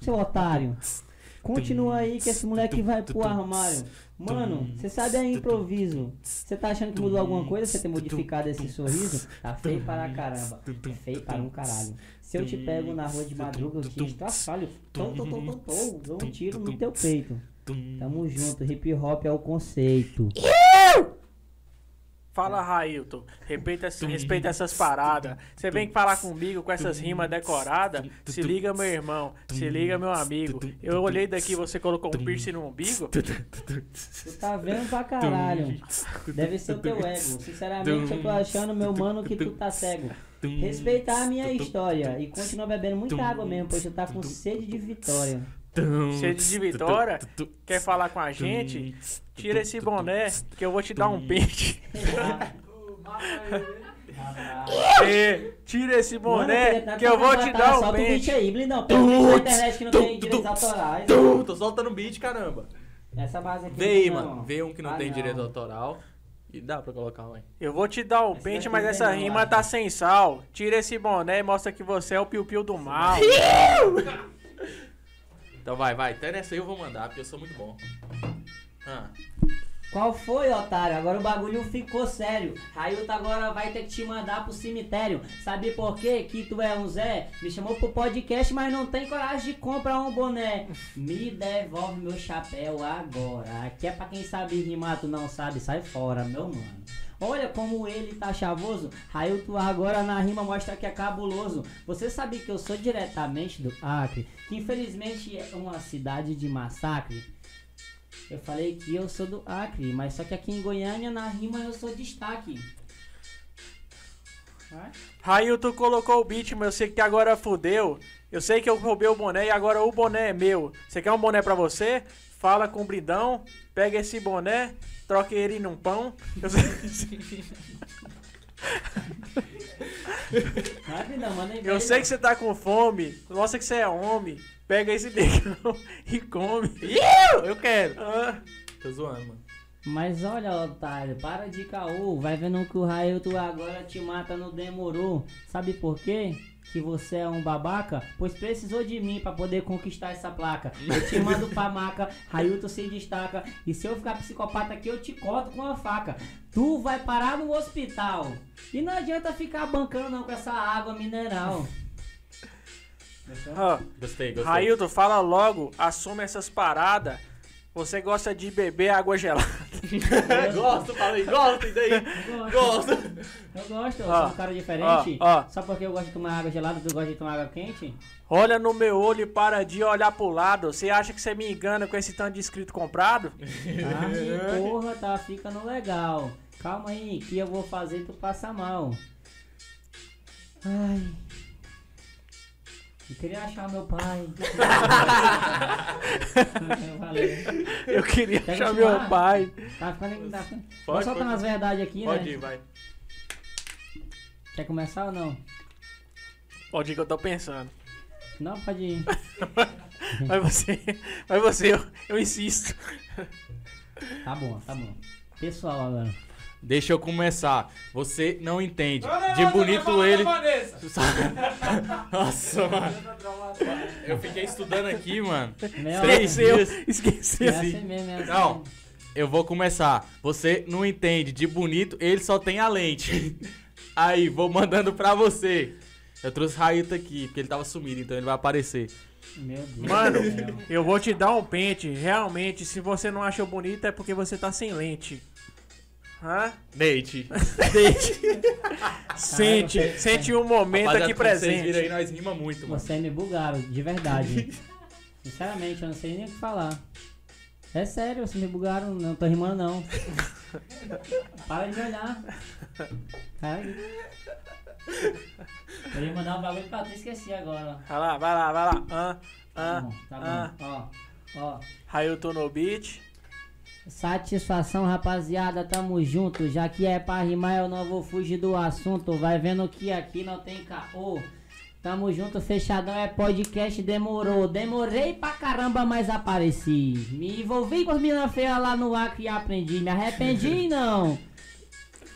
Speaker 3: seu otário. Continua aí que esse moleque vai pro armário. Mano, você sabe aí improviso. Você tá achando que mudou alguma coisa? Você ter modificado esse sorriso? Tá feio para caramba. É feio para um caralho. Se eu te pego na rua de madruga, eu te estraçalho. Tom, tom, tom, tom, tom. Dou um tiro no teu peito. Tamo junto, hip hop é o conceito.
Speaker 2: Fala, Railton. Respeita, respeita essas paradas. Você vem falar comigo com essas rimas decoradas? Se liga, meu irmão. Se liga, meu amigo. Eu olhei daqui, você colocou um piercing no umbigo?
Speaker 3: Tu tá vendo pra caralho. Deve ser o teu ego. Sinceramente, eu tô achando, meu mano, que tu tá cego. Respeitar a minha história e continua bebendo muita água mesmo, pois tu tá com sede de vitória.
Speaker 2: Sede de vitória? Quer falar com a gente? Tira esse boné que eu vou te dar um pente. Ê, É, Tira esse boné que eu vou te dar um
Speaker 3: tá Solta o beat
Speaker 2: pente.
Speaker 3: aí, Blindão. Pega na internet que não tem direitos autorais.
Speaker 1: Tum, Tô soltando beat, caramba.
Speaker 3: Essa base aqui.
Speaker 1: Vê aí, mano. Vê um que não
Speaker 3: Ah,
Speaker 1: tem
Speaker 3: não.
Speaker 1: direito autoral. E dá pra colocar lá, hein?
Speaker 2: Eu vou te dar um
Speaker 3: Essa
Speaker 2: pente,
Speaker 3: daqui
Speaker 2: mas
Speaker 3: não
Speaker 2: essa
Speaker 3: tem não,
Speaker 2: rima
Speaker 3: acho.
Speaker 2: tá sem sal. Tira esse boné e mostra que você é o piu-piu do mal.
Speaker 1: Então vai, vai. Até nessa aí eu vou mandar, porque eu sou muito bom. Ah,
Speaker 3: Qual foi, otário? Agora o bagulho ficou sério. Raiuta agora vai ter que te mandar pro cemitério. Sabe por quê? Que tu é um Zé. Me chamou pro podcast, mas não tem coragem de comprar um boné. Me devolve meu chapéu agora. Aqui é pra quem sabe rimar, tu não sabe, sai fora, meu mano. Olha como ele tá chavoso. Railton agora na rima mostra que é cabuloso. Você sabe que eu sou diretamente do Acre, que infelizmente é uma cidade de massacre. Eu falei que eu sou do Acre, mas só que aqui em Goiânia, na rima, eu sou destaque. Vai?
Speaker 2: Railton colocou o beat, mas eu sei que agora fudeu. Eu sei que eu roubei o boné e agora o boné é meu. Você quer um boné pra você? Fala com o Brindão, pega esse boné, troca ele num pão. Eu sei,
Speaker 3: Rápido, mano.
Speaker 2: eu sei que você tá com fome. Nossa, que você é homem. Pega esse negão e come.
Speaker 1: eu quero.
Speaker 2: Ah,
Speaker 1: Tô zoando, mano.
Speaker 3: Mas olha, otário, para de caô. Vai vendo que o Railton agora te mata, não demorou. Sabe por quê? Que você é um babaca? Pois precisou de mim pra poder conquistar essa placa. Eu te mando pra maca, Railton se destaca. E se eu ficar psicopata aqui, eu te corto com uma faca. Tu vai parar no hospital. E não adianta ficar bancando não com essa água mineral.
Speaker 2: ah.
Speaker 1: Gostei, gostei.
Speaker 2: Railton, fala logo, assume essas paradas. Você gosta de beber água gelada.
Speaker 1: gosto, falei, gosto, e daí?
Speaker 3: Eu gosto.
Speaker 1: Gosto.
Speaker 3: Eu gosto, eu
Speaker 2: Ó,
Speaker 3: sou um cara diferente.
Speaker 2: ó, ó.
Speaker 3: Só porque eu gosto de tomar água gelada, tu gosta de tomar água quente?
Speaker 2: Olha no meu olho e para de olhar pro lado. Você acha que você me engana com esse tanto de inscrito comprado?
Speaker 3: Ah, e porra, tá ficando legal. Calma aí, que eu vou fazer tu passar mal. Ai. Eu queria achar meu pai. Valeu.
Speaker 2: Eu queria
Speaker 1: Tá
Speaker 3: Quer
Speaker 2: achar
Speaker 3: continuar?
Speaker 2: meu pai.
Speaker 3: Tá ficando. Tá ficando. Vou
Speaker 1: Pode,
Speaker 3: soltar
Speaker 1: pode.
Speaker 3: umas verdades aqui,
Speaker 1: Pode
Speaker 3: né?
Speaker 1: ir, vai.
Speaker 3: Quer começar ou não?
Speaker 2: Pode ir que eu tô pensando.
Speaker 3: Não, pode ir.
Speaker 2: Mas você, mas você, eu, eu insisto.
Speaker 3: Tá bom, tá bom. Pessoal agora.
Speaker 1: Deixa eu começar. Você não entende. De bonito ele. Nossa, mano. Eu fiquei estudando aqui, mano.
Speaker 3: Meia hora.
Speaker 2: Esqueceu,
Speaker 1: Deus.
Speaker 3: É
Speaker 2: esqueceu.
Speaker 3: assim mesmo, é assim
Speaker 1: Não.
Speaker 3: mesmo.
Speaker 1: Eu vou começar. Você não entende. De bonito, ele só tem a lente. Aí, vou mandando pra você. Eu trouxe Raíta aqui, porque ele tava sumido, então ele vai aparecer.
Speaker 3: Meu Deus.
Speaker 2: Mano,
Speaker 3: do céu.
Speaker 2: eu vou te dar um pente. Realmente, se você não achou bonito é porque você tá sem lente. Hã?
Speaker 1: Neite.
Speaker 2: Sente, sente o momento
Speaker 1: Rapaziada,
Speaker 2: aqui
Speaker 1: como Vocês viram aí,
Speaker 2: presente.
Speaker 1: nós rima muito, mano.
Speaker 3: Vocês me bugaram, é de verdade. Sinceramente, eu não sei nem o que falar. É sério, vocês me bugaram, não tô rimando não. Para de me olhar. Para de... Eu ia mandar um bagulho pra tu esqueci agora.
Speaker 2: Vai lá, vai lá, vai lá. Hã?
Speaker 3: Tá
Speaker 2: Hã?
Speaker 3: bom, tá
Speaker 2: Ah.
Speaker 3: bom. Ó, ó.
Speaker 2: Railton no beat.
Speaker 3: Satisfação, rapaziada, tamo junto. Já que é pra rimar, eu não vou fugir do assunto. Vai vendo que aqui não tem caô. Tamo junto, fechadão é podcast, demorou. Demorei pra caramba, mas apareci. Me envolvi com as minas feias lá no Acre e aprendi. Me arrependi, não.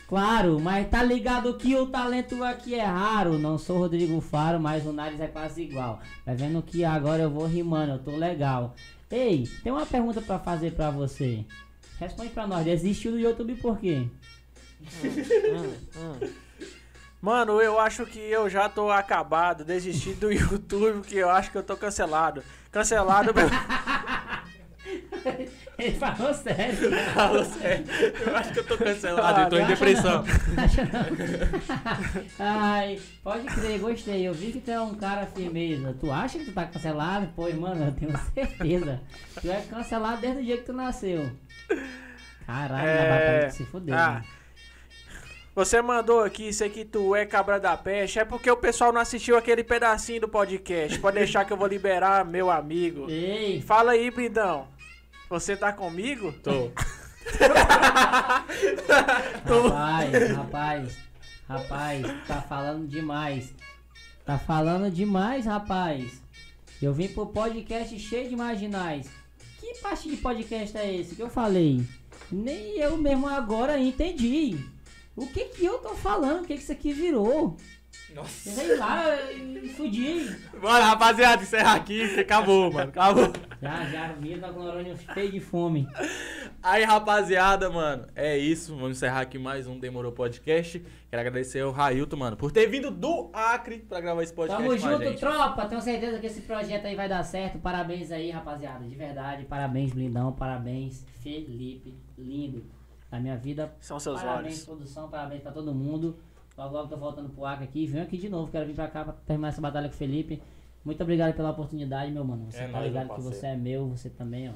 Speaker 3: Claro, mas tá ligado que o talento aqui é raro. Não sou Rodrigo Faro, mas o nariz é quase igual. Tá vendo que agora eu vou rimando, eu tô legal. Ei, tem uma pergunta pra fazer pra você. Responde pra nós, desistiu do YouTube por quê?
Speaker 2: Mano, eu acho que eu já tô acabado, desisti do YouTube, porque eu acho que eu tô cancelado. Cancelado
Speaker 3: Tá
Speaker 2: pelo.
Speaker 3: Ele falou sério.
Speaker 1: Fala sério. Eu acho que eu tô cancelado, eu tô em
Speaker 3: Acha
Speaker 1: depressão.
Speaker 3: não, acha não. Ai, pode crer, gostei. Eu vi que tu é um cara firmeza. Tu acha que tu tá cancelado? Pois, mano, eu tenho certeza. Tu é cancelado desde o dia que tu nasceu. Caralho, na batalha que se fudeu.
Speaker 2: Ah.
Speaker 3: né?
Speaker 2: Você mandou aqui, sei que tu é cabra da peste, é porque o pessoal não assistiu aquele pedacinho do podcast. Pode deixar que eu vou liberar, meu amigo.
Speaker 3: Ei,
Speaker 2: Fala aí, Brindão. Você tá comigo?
Speaker 1: Tô.
Speaker 3: rapaz, rapaz, rapaz, tá falando demais. Tá falando demais, rapaz. Eu vim pro podcast cheio de marginais. Que parte de podcast é esse que eu falei? Nem eu mesmo agora entendi. O que que eu tô falando? O que que isso aqui virou?
Speaker 1: Nossa.
Speaker 3: Sei lá, eu fudi.
Speaker 1: Bora, rapaziada, encerra aqui, que acabou, mano. Acabou.
Speaker 3: Já, já, mesmo com o Noronha cheio de fome.
Speaker 1: Aí, rapaziada, mano, é isso. Vamos encerrar aqui mais um Demorou Podcast. Quero agradecer ao Railton, mano, por ter vindo do Acre pra gravar esse podcast
Speaker 3: Tamo
Speaker 1: com a
Speaker 3: junto,
Speaker 1: gente.
Speaker 3: tropa. Tenho certeza que esse projeto aí vai dar certo. Parabéns aí, rapaziada. De verdade. Parabéns, Blindão. Parabéns, Felipe. Lindo. Da minha vida.
Speaker 2: São seus
Speaker 3: parabéns,
Speaker 2: olhos.
Speaker 3: produção. Parabéns pra todo mundo. Logo, logo tô voltando pro Acre aqui. Venho aqui de novo. Quero vir pra cá pra terminar essa batalha com o Felipe. Muito obrigado pela oportunidade, meu mano. Você
Speaker 1: É
Speaker 3: tá
Speaker 1: nóis,
Speaker 3: ligado
Speaker 1: meu
Speaker 3: que
Speaker 1: parceiro.
Speaker 3: você é meu, você também, ó.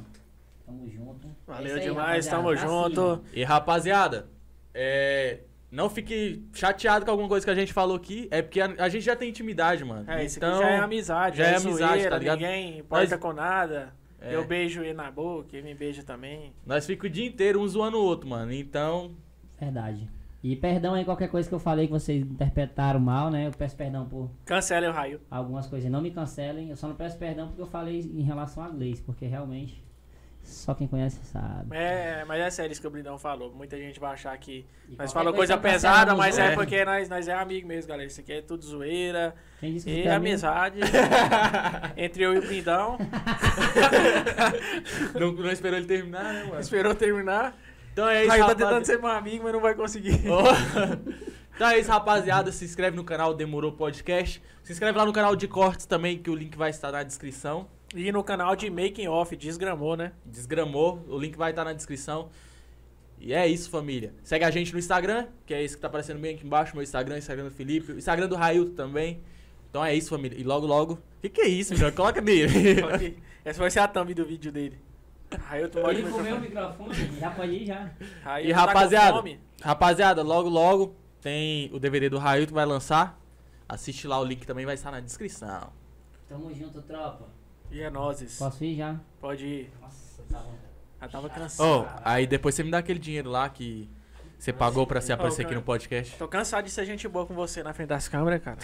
Speaker 3: Tamo junto. É
Speaker 2: Valeu
Speaker 3: isso aí,
Speaker 2: demais,
Speaker 3: rapaziada. assim,
Speaker 2: tamo
Speaker 3: Pra
Speaker 2: junto.
Speaker 3: cima.
Speaker 1: E, rapaziada, é, não fique chateado com alguma coisa que a gente falou aqui. É porque a, a gente já tem intimidade, mano.
Speaker 2: É, isso
Speaker 1: então,
Speaker 2: aqui já é amizade,
Speaker 1: já
Speaker 2: é,
Speaker 1: é amizade,
Speaker 2: zoeira,
Speaker 1: tá ligado?
Speaker 2: Ninguém importa
Speaker 1: Nós-
Speaker 2: com nada.
Speaker 1: É.
Speaker 2: Eu beijo ele na boca, ele me beija também.
Speaker 1: nós ficamos o dia inteiro um zoando o outro, mano. Então,
Speaker 3: Verdade. E perdão aí qualquer coisa que eu falei que vocês interpretaram mal, né? Eu peço perdão por
Speaker 2: Cancela o raio.
Speaker 3: algumas coisas não me cancelem. Eu só não peço perdão porque eu falei em relação a Gleice, porque realmente só quem conhece sabe.
Speaker 2: É, mas é sério isso que o Brindão falou. Muita gente vai achar que
Speaker 3: E
Speaker 2: nós
Speaker 3: qualquer
Speaker 2: falamos
Speaker 3: coisa
Speaker 2: coisa
Speaker 3: tá
Speaker 2: pesada,
Speaker 3: cancelando,
Speaker 2: mas
Speaker 1: né?
Speaker 2: é porque nós, nós é amigo mesmo, galera. Isso aqui é tudo zoeira
Speaker 3: Quem disse que
Speaker 2: e
Speaker 3: pra mim-
Speaker 2: amizade entre eu e o Brindão.
Speaker 1: não, não esperou ele terminar, né, mano?
Speaker 2: Esperou Tá terminar.
Speaker 1: Então é
Speaker 2: Aí
Speaker 1: isso,
Speaker 2: tá
Speaker 1: rapaziada.
Speaker 2: tentando ser meu amigo, mas não vai conseguir.
Speaker 1: Ô. Então é isso, rapaziada. Se inscreve no canal Demorou Podcast. Se inscreve lá no canal de cortes também, que o link vai estar na descrição.
Speaker 2: E no canal de Making Off, desgramou, né?
Speaker 1: Desgramou, o link vai estar na descrição. E é isso, família. Segue a gente no Instagram, que é esse que tá aparecendo bem aqui embaixo, meu Instagram, Instagram do Felipe, o Instagram do Railton também. Então é isso, família. E logo, logo. O que, que é isso, João? Coloca nele.
Speaker 2: Só que Essa vai ser a thumb do vídeo dele. Aí eu tô
Speaker 3: Ele comeu o microfone, já pode ir já.
Speaker 2: Aí
Speaker 1: E
Speaker 2: eu tô tá com
Speaker 1: rapaziada,
Speaker 2: fome.
Speaker 1: rapaziada, logo logo tem o DVD do Railton vai lançar. Assiste lá, o link também vai estar na descrição.
Speaker 3: Tamo junto, tropa.
Speaker 2: E é nozes.
Speaker 3: Posso ir já?
Speaker 2: Pode ir.
Speaker 3: Nossa, tá bom.
Speaker 2: Já tava
Speaker 1: Oh,
Speaker 2: cansado.
Speaker 1: aí depois você me dá aquele dinheiro lá que você pagou pra se aparecer aqui no podcast.
Speaker 2: Tô cansado de ser gente boa com você na frente das câmeras, cara.